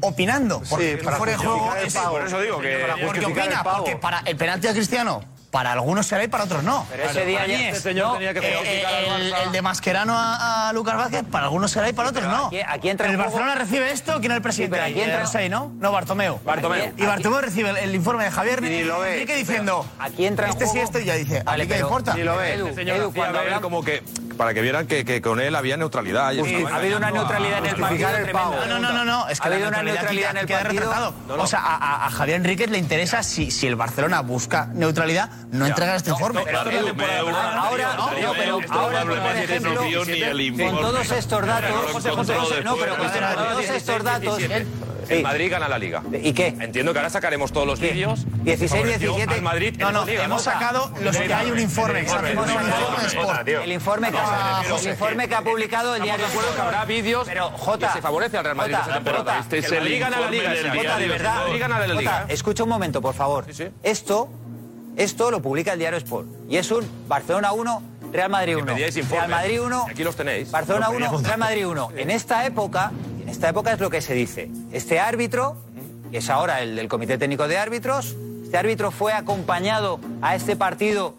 S5: opinando? Porque
S1: para
S5: fuera de juego
S1: justificar el
S5: es-
S1: pago. Por eso digo Eh, que-
S5: Porque
S1: justificar el
S5: opina,
S1: pago.
S5: porque para el penalti a Cristiano, para algunos será y para otros no.
S2: Pero ese día
S5: para
S2: ya
S5: mí
S2: este
S5: es,
S2: señor
S5: ¿no?
S2: tenía que
S5: Eh,
S2: justificar al
S5: el,
S2: Barça.
S5: el de Mascherano a, a Lucas Vázquez, para algunos será y para otros
S2: pero
S5: no.
S2: aquí- aquí entra
S5: el
S2: en juego-
S5: Barcelona recibe esto, ¿quién es el presidente?
S2: Sí, pero aquí
S5: Eh,
S2: entra-
S5: Rosell, ¿no? No, Bartomeu.
S2: Bartomeu.
S5: Y Bartomeu recibe el, el informe de Javier
S2: Y ni lo ve.
S5: Enrique diciendo, aquí entra este sí, esto, y ya dice, ¿a mí qué me importa?
S2: Edu,
S9: Este señor
S2: Edu,
S9: hacía
S2: cuando
S9: ver
S2: hablamos-
S9: como que para que vieran que, que con él había neutralidad. y
S2: Justi-
S9: estaba
S2: ha habido una
S9: engañando a-
S2: neutralidad en el partido
S9: justificar
S2: tremenda.
S5: No, no, no, no, es que
S2: Ha
S5: la
S2: habido una neutralidad en
S5: aquí
S2: el
S5: queda
S2: partido.
S5: retratado.
S2: No, no.
S5: O sea, a, a- a Javier Enríquez le interesa si, si el Barcelona busca neutralidad, no entrega este informe.
S2: Ahora, no, no, pero ahora, por ejemplo, con todos estos datos, José, José, José, no, pero con todos estos datos,
S9: El Madrid gana la liga.
S2: ¿Y qué?
S9: Entiendo que ahora sacaremos todos los vídeos.
S2: 16,
S9: Favoreció
S2: 17.
S9: al Madrid. en
S2: No, no,
S9: la liga,
S2: hemos sacado los que hay un informe, exacto,
S9: El
S2: hemos sacado un
S9: Jota, tío.
S2: el informe que,
S9: Ah,
S2: el
S9: José.
S2: informe que ha publicado el diario. Sport.
S9: Habrá vídeos
S2: pero
S9: que se favorece al Real Madrid.
S2: Jota,
S9: esa temporada.
S2: Jota,
S9: Este es el informe del
S2: Jota, de
S9: diario
S2: verdad.
S9: Sport. El Madrid gana la
S2: Jota,
S9: liga.
S2: escucha un momento, por favor. Esto, esto lo publica el diario Sport. Y es un Barcelona 1, Real Madrid 1.
S9: Pedíais
S2: Real
S9: informes.
S2: Madrid 1,
S9: Aquí los tenéis.
S2: Barcelona
S9: Lo pedíamos.
S2: 1, Real Madrid 1. En esta época, en esta época es lo que se dice. Este árbitro, que es ahora el del Comité Técnico de Árbitros, este árbitro fue acompañado a este partido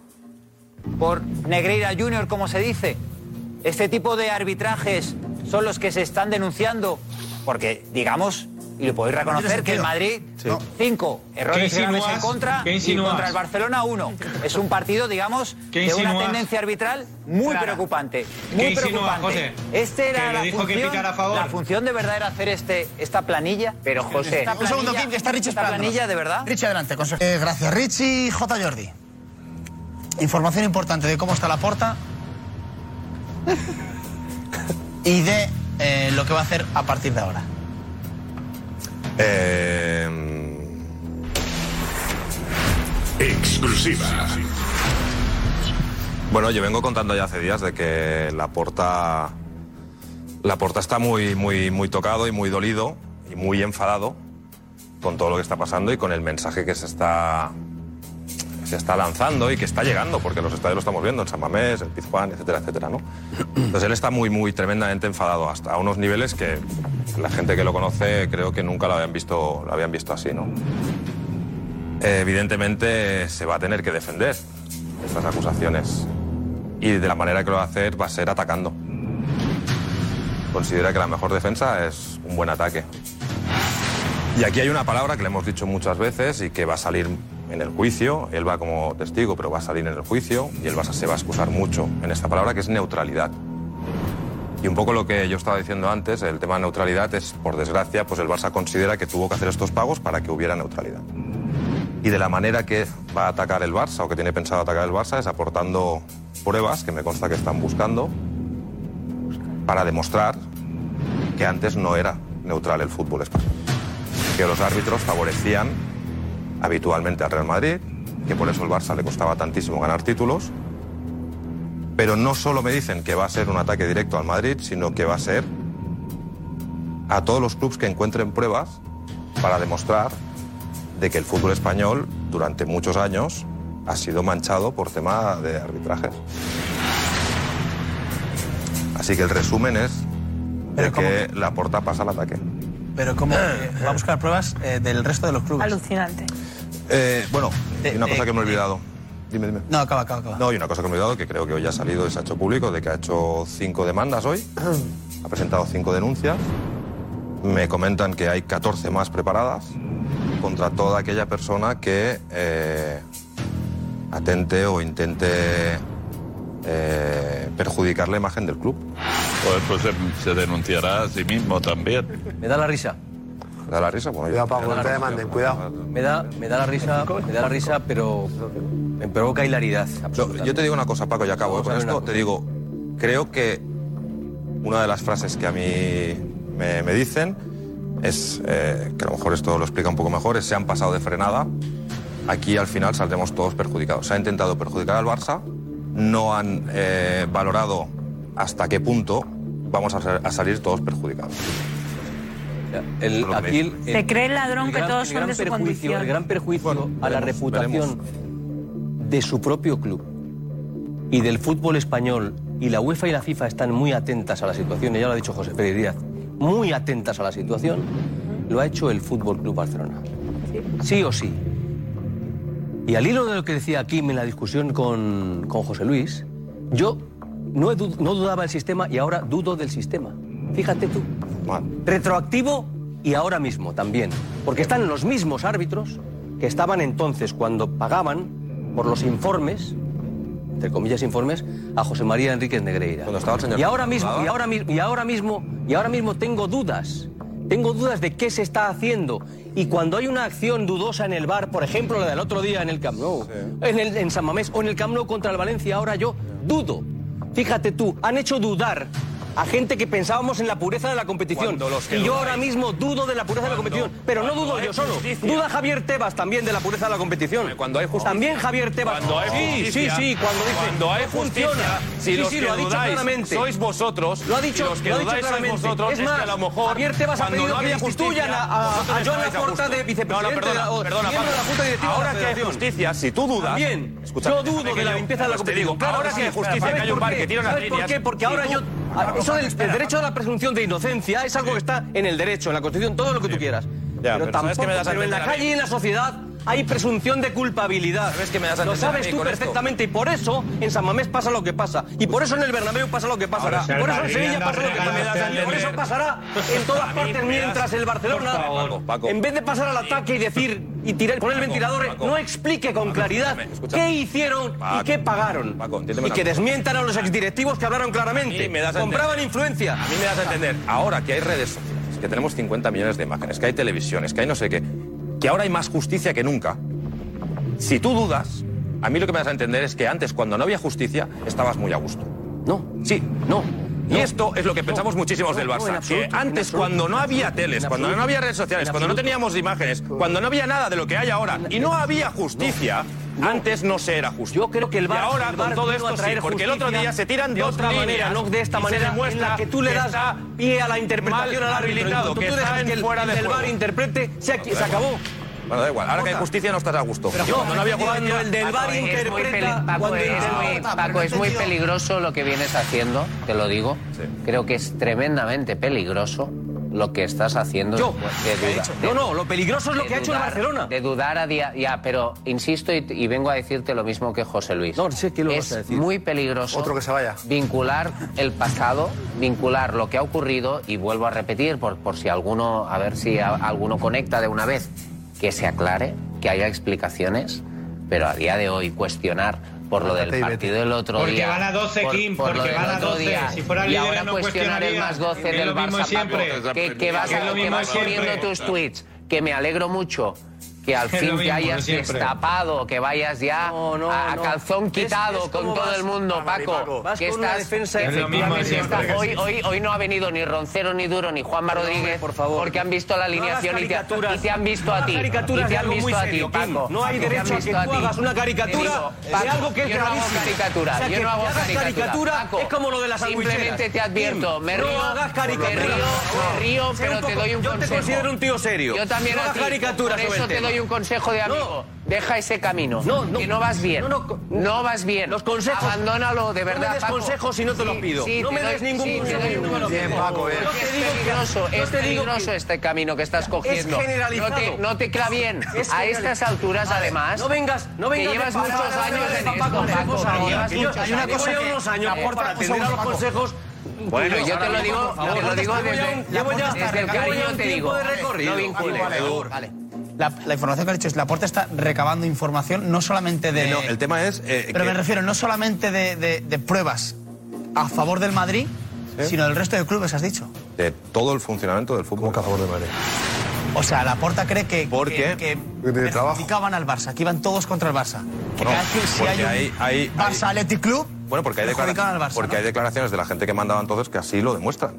S2: por Negreira Junior, como se dice. Este tipo de arbitrajes son los que se están denunciando, porque digamos, y lo podéis reconocer, que el Madrid, cinco errores
S3: ¿Qué
S2: graves en
S3: insinúas?
S2: contra,
S3: ¿Qué
S2: y
S3: insinúas?
S2: contra el Barcelona uno. Es un partido, digamos,
S3: ¿Qué
S2: de una
S3: insinúas?
S2: tendencia arbitral muy
S3: Clara.
S2: preocupante.
S3: ¿Qué
S2: Muy
S3: insinúas,
S2: preocupante.
S3: José?
S2: Este
S3: ¿Que
S2: era
S3: le
S2: la
S3: dijo que
S2: función,
S3: picara a favor?
S2: la función de verdad era hacer este, esta planilla. Pero
S5: José, un segundo, Kim, que está Richie
S2: esta
S5: esperando.
S2: planilla de verdad.
S5: Richie, adelante. consejo. Eh, gracias, Richie. J. Jordi. Información importante de cómo está la porta y de eh, lo que va a hacer a partir de ahora.
S9: Eh,
S24: Exclusiva.
S9: Bueno, yo vengo contando ya hace días de que la porta, la porta está muy, muy, muy tocado y muy dolido y muy enfadado con todo lo que está pasando y con el mensaje que se está, se está lanzando y que está llegando, porque los estadios lo estamos viendo en San Mamés, en Pizjuán, etcétera, etcétera, ¿no? Entonces él está muy, muy tremendamente enfadado hasta a unos niveles que la gente que lo conoce creo que nunca lo habían visto, lo habían visto así, ¿no? Eh, evidentemente se va a tener que defender estas acusaciones. Y de la manera que lo va a hacer va a ser atacando. Considera que la mejor defensa es un buen ataque. Y aquí hay una palabra que le hemos dicho muchas veces y que va a salir en el juicio. Él va como testigo, pero va a salir en el juicio y el Barça se va a excusar mucho en esta palabra que es neutralidad. Y un poco lo que yo estaba diciendo antes, el tema de neutralidad es, por desgracia, pues el Barça considera que tuvo que hacer estos pagos para que hubiera neutralidad. Y de la manera que va a atacar el Barça o que tiene pensado atacar el Barça es aportando pruebas que me consta que están buscando para demostrar que antes no era neutral el fútbol español. Que los árbitros favorecían habitualmente al Real Madrid, que por eso el Barça le costaba tantísimo ganar títulos. Pero no solo me dicen que va a ser un ataque directo al Madrid, sino que va a ser a todos los clubes que encuentren pruebas para demostrar de que el fútbol español durante muchos años ha sido manchado por tema de arbitrajes. Así que el resumen es de que la porta pasa al ataque.
S5: Pero cómo eh, va a buscar pruebas eh, del resto de los clubes.
S12: Alucinante.
S9: Eh, bueno, hay una cosa que me he olvidado. Dime, dime.
S5: No, acaba, acaba, acaba.
S9: No, hay una cosa que me he olvidado que creo que hoy ha salido y se ha hecho público, de que ha hecho cinco demandas hoy, ha presentado cinco denuncias. Me comentan que hay 14 más preparadas contra toda aquella persona que eh, atente o intente eh, perjudicar la imagen del club.
S6: Pues, pues se, se denunciará a sí mismo también.
S20: Me da la risa.
S9: ¿Me da la risa? Bueno,
S17: Cuidado,
S9: yo-
S17: Paco, no te demanden, cuidado.
S20: Me da, me da la risa, me da la risa, pero me provoca hilaridad.
S9: Yo, yo te digo una cosa, Paco, y acabo. eh, Con
S20: Vamos a ver
S9: esto te digo, creo que una de las frases que a mí me, me dicen es, eh, que a lo mejor esto lo explica un poco mejor, es se han pasado de frenada. Aquí al final saldremos todos perjudicados. Se ha intentado perjudicar al Barça, no han eh, valorado hasta qué punto vamos a, ser- a salir todos perjudicados.
S20: El, aquí el-
S12: Se cree el ladrón que
S20: gran-
S12: todos son
S20: gran
S12: de su
S20: perjuicio,
S12: condición.
S20: El gran perjuicio a la
S9: veremos,
S20: reputación de su propio club y del fútbol español y la UEFA y la FIFA están muy atentas a la situación, y ya lo ha dicho José Félix Díaz, muy atentas a la situación, lo ha hecho el Fútbol Club Barcelona. Sí o sí. Y al hilo de lo que decía Kim en la discusión con, con José Luis, yo no, he dud- no dudaba del sistema y ahora dudo del sistema. Fíjate tú. Retroactivo y ahora mismo también. Porque están los mismos árbitros que estaban entonces cuando pagaban por los informes, entre comillas informes, a José María Enríquez Negreira.
S9: señor
S20: y ahora
S9: Fernando
S20: mismo, y ahora mismo, y ahora mismo, y ahora mismo tengo dudas. Tengo dudas de qué se está haciendo. Y cuando hay una acción dudosa en el bar, por ejemplo la del otro día en el Camp Nou, en, el, en San Mamés o en el Camp Nou contra el Valencia, ahora yo dudo. Fíjate tú, han hecho dudar a gente que pensábamos en la pureza de la competición.
S4: Cuando los que
S20: Y yo
S4: dudáis-
S20: ahora mismo dudo de la pureza de la competición. Pero no
S4: cuando
S20: dudo
S4: hay
S20: yo solo.
S4: justicia-
S20: Duda Javier Tebas también de la pureza de la competición.
S4: Eh,
S20: Cuando hay También Javier Tebas.
S4: Cuando hay
S20: sí, sí,
S4: justicia,
S20: sí, cuando dice
S4: cuando hay
S20: "No
S4: justicia,
S20: funciona.
S4: si
S20: sí,
S4: los
S20: sí,
S4: que
S20: lo ha dicho
S4: dudáis
S20: claramente.
S4: sois vosotros,
S20: Lo ha
S4: si
S20: dicho,
S4: los que
S20: lo ha dicho
S4: dudáis sois
S20: claramente.
S4: vosotros, es
S20: es
S4: que
S20: más,
S4: a lo mejor
S20: Javier Tebas ha
S4: cuando
S20: pedido
S4: no
S20: que
S4: había
S20: destituyan
S4: justicia,
S20: a, a,
S4: vosotros
S20: a Joan
S4: estabais a
S20: Laporta
S4: gusto.
S20: de vicepresidente
S4: No, no, perdona,
S20: de la- o
S4: perdona,
S20: miembro de la
S4: Pablo.
S20: Junta Directiva de
S4: Ahora
S20: la
S4: que hay
S20: Federación.
S4: justicia, si tú dudas-
S20: También,
S4: Escúchame,
S20: yo dudo
S4: déjame
S20: de
S4: que
S20: la
S4: yo-
S20: limpieza de la
S4: te
S20: competición.
S4: digo, ahora que hay justicia,
S20: ¿Sabes
S4: que hay un
S20: por
S4: bar
S20: qué?
S4: que tiene unas
S20: ¿Sabes por
S4: líneas,
S20: qué? Porque
S4: y
S20: ahora
S4: tú-
S20: yo...
S4: Ah,
S20: Eso
S4: no,
S20: del
S4: espera,
S20: derecho a la presunción de inocencia es algo que está en el derecho, en la Constitución, todo lo que tú quieras. pero
S4: pero ¿sabes
S20: tampoco,
S4: qué me das a
S20: pero en la
S4: entender a mí?
S20: calle y en la sociedad hay presunción de culpabilidad.
S4: me das a entender
S20: lo
S4: a
S20: sabes
S4: mí
S20: tú
S4: con esto?
S20: perfectamente y por eso en San Mamés pasa lo que pasa. Y por eso en el Bernabéu pasa lo que pasa.
S4: Ahora,
S20: por eso en
S4: Madrid
S20: Sevilla
S4: anda
S20: pasa lo que
S4: regalando
S20: pasa.
S4: al
S20: Y por eso
S4: Denver.
S20: pasará en
S4: A
S20: todas
S4: mí
S20: partes
S4: me das-
S20: mientras el Barcelona,
S4: Por favor. Paco, Paco.
S20: en vez de pasar al ataque y decir y tirar, poner
S4: Paco,
S20: ventiladores,
S4: Paco.
S20: no explique con
S4: Paco,
S20: claridad
S4: escúchame, escúchame.
S20: qué hicieron y
S4: Paco,
S20: qué pagaron.
S4: Paco, entiéndeme
S20: y
S4: una
S20: que
S4: cosa.
S20: desmientan a los exdirectivos que hablaron
S9: A mí
S20: claramente.
S9: me das a
S20: Compraban
S9: entender.
S20: influencia.
S9: A mí me das a entender, ahora que hay redes sociales, que tenemos 50 millones de imágenes, que hay televisiones, que hay no sé qué, que ahora hay más justicia que nunca. Si tú dudas, a mí lo que me das a entender es que antes, cuando no había justicia, estabas muy a gusto.
S20: No.
S9: Sí. No. Y esto es lo que pensamos muchísimos del
S20: no,
S9: Barça.
S20: en absoluto,
S9: que antes,
S20: en absoluto,
S9: cuando no había
S20: en
S9: teles, cuando
S20: absoluto,
S9: no había redes sociales,
S20: en
S9: cuando no
S20: absoluto.
S9: teníamos imágenes, cuando no había nada de lo que hay ahora y no había justicia, antes no se era justo. Yo creo que
S20: el
S9: Y
S20: Bar-
S9: ahora,
S20: el
S9: con
S20: Bar
S9: todo
S20: vino a
S9: esto, sí,
S20: traer
S9: porque el otro
S20: justicia
S9: día se tiran
S20: de
S9: dos
S20: otra
S9: líneas
S20: manera, no de
S9: y
S20: esta
S9: se
S20: manera en
S9: demuestra
S20: la que tú le
S9: que
S20: das
S9: está
S20: pie a la interpretación
S9: mal
S20: al árbitro.
S9: habilitado,
S20: Cuando
S9: que
S20: tú
S9: está
S20: dejas
S9: en
S20: que el,
S9: fuera de
S20: el
S9: juego.
S20: VAR interprete, se, aquí- se
S9: da igual.
S20: acabó.
S9: Bueno, da igual, ahora que hay justicia no estás a gusto.
S20: Pero
S9: Yo
S20: no,
S9: cuando no había
S20: cuando
S9: justicia,
S20: el del
S9: Paco,
S20: VAR
S9: es muy
S20: interpreta,
S9: feliz, Paco,
S20: cuando
S9: es-
S20: el del
S9: no,
S20: VAR-
S18: Paco, es muy peligroso lo que vienes haciendo, te lo digo. Creo que es tremendamente peligroso lo que estás haciendo.
S20: Yo.
S18: después de
S20: ¿Qué he
S18: dudar-
S20: dicho?
S18: de-
S20: No, no, lo peligroso es lo
S18: de
S20: que ha hecho el
S18: dudar-
S20: Barcelona.
S18: De dudar a día. Ya, pero insisto y, y vengo a decirte lo mismo que José Luis. No, sé
S20: lo
S18: es
S20: vas a decir.
S18: muy peligroso. Otro que se vaya. Vincular el pasado, vincular lo que ha ocurrido, y vuelvo a repetir, por, por si alguno, a ver si a- alguno conecta de una vez, que se aclare, que haya explicaciones, pero a día de hoy cuestionar por lo del
S17: Aparte y vete.
S18: partido del otro
S7: Porque
S18: día.
S7: van a 12,
S18: por-
S7: Kim,
S18: por lo
S7: porque
S18: del
S7: van a
S18: otro
S7: 12.
S18: día,
S7: Si fuera
S18: y
S7: líder,
S18: ahora
S7: no
S18: cuestionar el
S7: cuestionaría.
S18: más 12
S7: Es
S18: del
S7: lo mismo
S18: Barça,
S7: siempre.
S18: Paco, que, que vas,
S7: Es lo
S18: que
S7: mismo
S18: vas
S7: siempre.
S18: poniendo tus tweets, que me alegro mucho que al
S20: Es lo
S18: fin te
S20: mismo de
S18: hayas
S20: siempre.
S18: destapado, que vayas ya a, a
S20: no.
S18: calzón
S20: ¿Ves-
S18: quitado
S20: ves
S18: con
S20: cómo
S18: todo
S20: vas?
S18: el mundo,
S20: Ah, vale,
S18: Paco.
S20: Paco. Vas
S18: que
S20: con una defensa Es lo mismo de
S18: efectivamente
S20: siempre.
S18: estás- hoy, hoy, hoy no ha venido ni Roncero, ni Duro, ni Juanma Rodríguez, porque han visto la
S20: No hagas
S18: alineación y, te,
S20: caricaturas.
S18: y te han visto
S20: No
S18: a
S20: hagas
S18: ti. Y
S20: caricaturas
S18: te
S20: de
S18: han
S20: algo muy
S18: visto a ti,
S20: serio, Kim.
S18: Paco.
S20: No hay
S18: Y te han
S20: derecho a que
S18: visto
S20: tú
S18: ti.
S20: hagas una caricatura
S18: Te digo,
S20: de
S18: Paco,
S20: algo que es
S18: yo no hago
S20: gravísimo.
S18: caricatura,
S20: O sea,
S18: yo
S20: que
S18: no hago
S20: que hagas
S18: caricatura.
S20: caricatura
S18: Paco,
S20: es como lo de las
S18: Simplemente
S20: sanguicheras.
S18: te advierto,
S20: Kim,
S18: me
S20: no
S18: río,
S20: hagas caricatura.
S18: me río, me río,
S20: Sé
S18: pero
S20: un
S18: te
S20: poco-
S18: doy un
S20: yo te
S18: consejo.
S20: considero un tío serio.
S18: Yo también
S20: No
S18: a
S20: hagas
S18: ti.
S20: caricaturas
S18: Por
S20: sobre
S18: eso
S20: el
S18: te
S20: tema.
S18: doy un consejo de amigo. Deja ese camino.
S20: No, no.
S18: que no vas bien.
S20: No, no, co-
S18: No vas bien.
S20: Los consejos.
S18: Abandónalo, de verdad.
S20: No me des
S18: Paco.
S20: consejos si no te los
S18: Sí,
S20: pido.
S18: sí,
S20: no
S18: te
S20: me
S18: doy-
S20: des ningún
S18: sí, te
S20: consejo
S18: doy
S20: si no
S18: un
S20: me lo
S18: consejo.
S20: pido.
S18: Yo te digo que-
S20: peligroso,
S18: es peligroso este camino que estás cogiendo.
S20: generalizado.
S18: No te, no te clavien.
S20: Es
S18: A
S20: general-
S18: estas alturas,
S20: Vale,
S18: además.
S20: no vengas- no
S18: Que
S20: vengas de
S18: llevas
S20: papá,
S18: muchos
S20: no
S18: años
S20: vengas de
S18: en
S20: papá
S18: esto, Paco.
S20: con consejos ahora,
S18: Llevas
S20: que yo-
S18: muchos
S20: hay una
S18: años.
S20: cosa que- unos años
S18: Aporta
S20: para atender a los
S18: consejos, Paco.
S20: consejos.
S18: Bueno, yo te
S20: ahora
S18: lo
S20: mismo,
S18: digo,
S20: por
S18: te
S20: favor,
S18: lo digo
S20: llevo ya
S18: desde,
S20: un- llevo ya
S18: desde el
S20: llevo ya
S18: cariño
S20: un
S18: te
S20: tiempo
S18: digo,
S20: de recorrido.
S18: no vincules.
S20: Vale,
S18: Edu.
S20: vale.
S5: La, la información que le he dicho es Laporta está recabando información no solamente de.
S4: Eh, no, el tema es. eh,
S5: pero
S4: que-
S5: me refiero no solamente de, de- de pruebas a favor del Madrid, sino del resto de clubes, has dicho.
S9: de todo el funcionamiento del fútbol.
S8: favor de Madrid?
S5: O sea, Laporta cree que.
S9: Porque-
S5: Que,
S9: De
S5: que
S9: trabajo.
S5: perjudicaban al Barça, que iban todos contra el Barça. Que
S9: Bueno,
S5: cada vez que si
S9: porque
S5: hay un
S9: hay- hay-
S5: Barça Athletic Club.
S9: Bueno, porque hay, declara-
S5: perjudicaban al Barça,
S9: porque
S5: ¿no?
S9: hay declaraciones de la gente que mandaba entonces que así lo demuestran.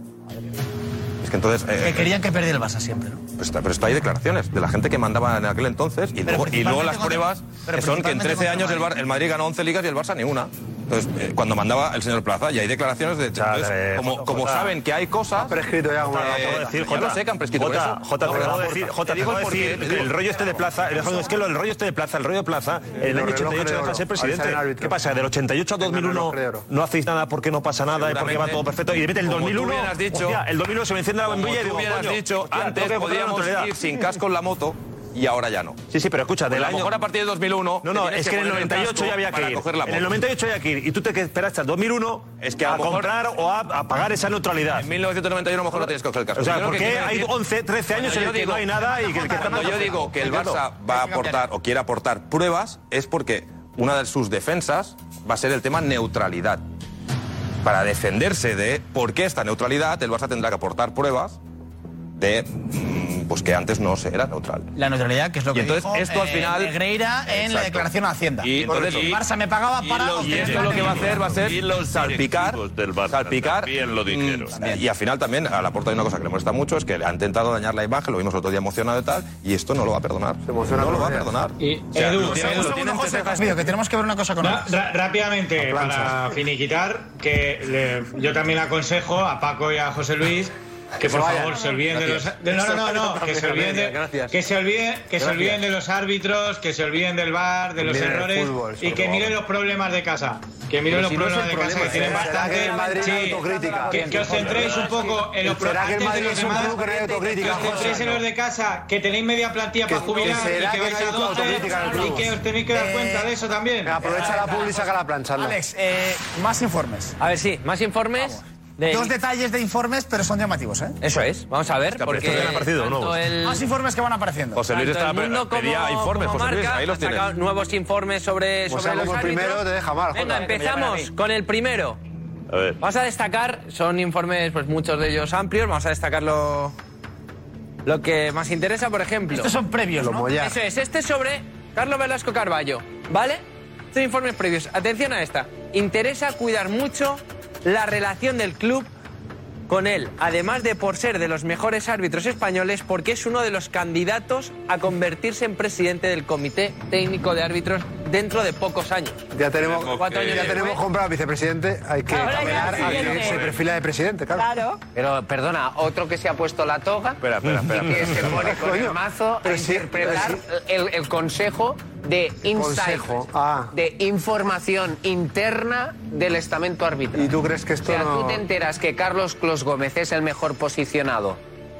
S9: Es que entonces. eh,
S5: Que querían que perdiera el Barça siempre, ¿no?
S9: pues está- pero esto hay declaraciones de la gente que mandaba en aquel entonces y, luego, y luego las pruebas
S5: pero
S9: que son que en 13 años el, Bar- el Madrid ganó 11 ligas y el Barça ni una. Entonces, eh, cuando mandaba el señor Plaza, y hay declaraciones de. entonces, como como saben que hay cosas.
S17: prescrito ya,
S9: como
S8: eh, Jota,
S9: lo sé que han prescrito
S8: Jota,
S9: eso.
S8: Jota,
S9: No,
S8: te acabo
S9: pero
S8: de
S9: Laporta,
S8: decir,
S9: te
S8: Jota, te
S9: digo
S8: acabo de
S9: por
S8: decir,
S9: qué.
S8: el rollo este de plaza, el- es que el rollo este de plaza, el rollo de plaza, el
S17: Los
S8: año
S17: relojes
S8: 88
S17: de
S8: deja de
S17: oro.
S8: ser
S17: Ahí
S8: presidente.
S17: sale el árbitro.
S8: ¿Qué pasa? Del 88 al
S17: El reloj
S8: 2001
S17: de oro.
S8: no hacéis nada porque no pasa nada y porque va
S9: Seguramente,
S8: todo perfecto. Y de repente el
S9: como tú
S8: 2001,
S9: bien has dicho,
S8: hostia, el 2001 se me enciende la
S9: Como
S8: bombilla y
S9: tú
S8: digo,
S9: bien has
S8: coño,
S9: dicho,
S8: hostia, tengo
S9: antes
S8: que volver a la
S9: podíamos
S8: neutralidad.
S9: ir sin casco en la moto y ahora ya no.
S8: Sí, sí, pero escucha, del
S9: a lo
S8: año-
S9: mejor a partir de 2001.
S8: No,
S9: te
S8: no,
S9: tienes
S8: es que en el
S9: poner
S8: 98
S9: casco
S8: ya había
S9: para
S8: que ir.
S9: coger la
S8: En el
S9: moto.
S8: 98 había que ir. Y tú te que- esperaste al 2001
S9: Es que a
S8: a,
S9: lo mejor-
S8: comprar o a, a pagar esa neutralidad.
S9: En 1991 a lo mejor no tienes que coger el casco.
S8: O sea,
S9: Yo creo
S8: ¿por
S9: que
S8: qué
S9: quiero
S8: hay
S9: decir-
S8: 11, 13 años
S9: Cuando
S8: en
S9: yo
S8: el que
S9: digo-
S8: no hay nada y que el que está
S9: Cuando yo digo que el Barça va a aportar o quiere aportar pruebas es porque una de sus defensas va a ser el tema neutralidad. Para defenderse de por qué esta neutralidad, el Barça tendrá que aportar pruebas de mm, pues que antes no se era neutral.
S5: La neutralidad, que es lo que
S9: Y entonces
S5: dijo,
S9: esto al
S5: eh,
S9: final-
S5: Negreira en la
S9: Exacto.
S5: declaración a Hacienda.
S9: Y entonces-
S5: el Barça me pagaba
S9: y
S5: para.
S9: los- y
S5: obtener
S9: esto
S5: la
S9: lo que va a hacer va a ser
S6: Y los
S9: salpicar, salpicar.
S6: también lo dijeron.
S9: mm, Y al final también a la puerta hay una cosa que le molesta mucho, es que le han intentado dañar la imagen, lo vimos el otro día emocionado y tal, y esto no lo va a perdonar. no lo va a perdonar. O sea,
S7: Edu,
S9: lo tienen-
S7: Edu,
S9: lo tienen
S7: José,
S9: entre cejas y
S5: Dios mío, que tenemos que ver una cosa con
S7: Ra-
S5: otras.
S7: ra- rápidamente,
S5: La plancha.
S7: para finiquitar, que le- yo también aconsejo a Paco y a José Luis que
S3: Que
S7: por
S3: se vayan.
S7: favor se olviden de los
S3: Gracias.
S7: de- no no no, no, que se olviden de-
S3: Gracias.
S7: que se olviden que se
S3: Gracias.
S7: olviden de los árbitros que se olviden del bar de los
S3: Olviden del
S7: errores
S3: fútbol,
S7: y
S3: sobre
S7: que
S3: todo.
S7: miren los problemas de casa que miren
S3: Pero
S7: los
S3: si no es
S7: problemas de
S3: el
S7: casa que
S3: problema, ¿eh?
S7: tienen
S3: ¿será que
S7: bastante
S3: el Madrid
S7: Sí,
S3: no hay autocrítica?
S7: que, que os centréis un poco en los
S3: ¿Será que el
S7: antes de
S3: Madrid
S7: los
S3: es un
S7: demás,
S3: club que no hay autocrítica,
S7: que os
S3: José?
S7: centréis en los de casa que tenéis media plantilla
S3: Que-
S7: para jubilar
S3: que será
S7: y que
S3: que
S7: vais
S3: hay
S7: a doce,
S3: autocrítica en el
S7: y
S3: club.
S7: que os tenéis que dar
S3: Eh,
S7: cuenta de eso también
S17: Aprovecha la publi y saca la plancha. anda.
S5: Alex, eh, más informes.
S3: A ver, sí, más informes. de-
S5: Dos detalles de informes, pero son llamativos, ¿eh?
S3: Eso es, vamos a ver, porque tanto el-
S5: Más informes que van apareciendo.
S3: José Luis Tanto el estaba- mundo como- pedía informes, como José Luis, marca, ahí los ha sacado tienes. nuevos informes sobre,
S17: Como
S3: sobre
S17: sea
S3: los
S17: como el
S3: árbitros.
S17: primero, te deja mal,
S3: Venga,
S17: Jota.
S3: empezamos con el primero.
S6: A ver.
S3: Vamos a destacar, son informes, pues muchos de ellos amplios, vamos a destacar lo, lo que más interesa, por ejemplo.
S5: Estos son previos, ¿no?
S3: Eso es, este es sobre Carlos Velasco Carballo, ¿vale? Estos informes previos. Atención a esta. Interesa cuidar mucho la relación del club con él, además de por ser de los mejores árbitros españoles, porque es uno de los candidatos a convertirse en presidente del Comité Técnico de Árbitros dentro de pocos años.
S17: Ya tenemos,
S3: Cuatro años
S17: ya
S3: después.
S17: tenemos comprado al vicepresidente. Hay que
S3: Ahora ya
S17: apelar
S3: el
S17: a que
S3: siguiente.
S17: se perfila de presidente, claro.
S18: Pero perdona, otro que se ha puesto la toga
S17: Espera, espera, espera,
S18: y que
S17: espera.
S18: se pone con el
S17: Coño,
S18: mazo a
S17: pero sí,
S18: interpretar
S17: pero
S18: el, el consejo de insight,
S17: Consejo, ah.
S18: de información interna del estamento arbitral. ¿Y
S17: tú crees que esto
S18: O sea,
S17: no-
S18: tú te enteras que Carlos Clos Gómez es el mejor posicionado.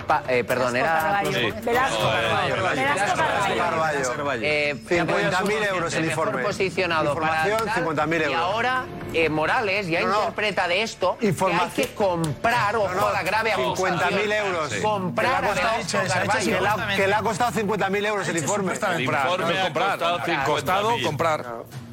S18: Pa- eh, perdón, era...
S17: Carballo.
S18: Clos-
S17: Sí. Velasco Carballo. Velasco Carballo. Velasco Carballo.
S18: Eh,
S17: 50.000 euros el
S18: Mejor
S17: informe.
S18: posicionado
S17: Información,
S18: para tal,
S17: 50.000
S18: Y
S17: euros.
S18: ahora eh, Morales ya
S17: No, no.
S18: interpreta de esto que hay
S17: Información.
S18: que comprar, ojo,
S17: No, no,
S18: la grave acusación.
S17: 50.000 euros.
S18: Comprar
S17: Que le ha
S18: a
S17: costado-
S18: Velasco
S17: que le ha-
S18: Carballo.
S17: que le ha- Que le ha costado 50.000 euros
S9: Este
S17: el informe.
S6: El informe ha costado 50.000.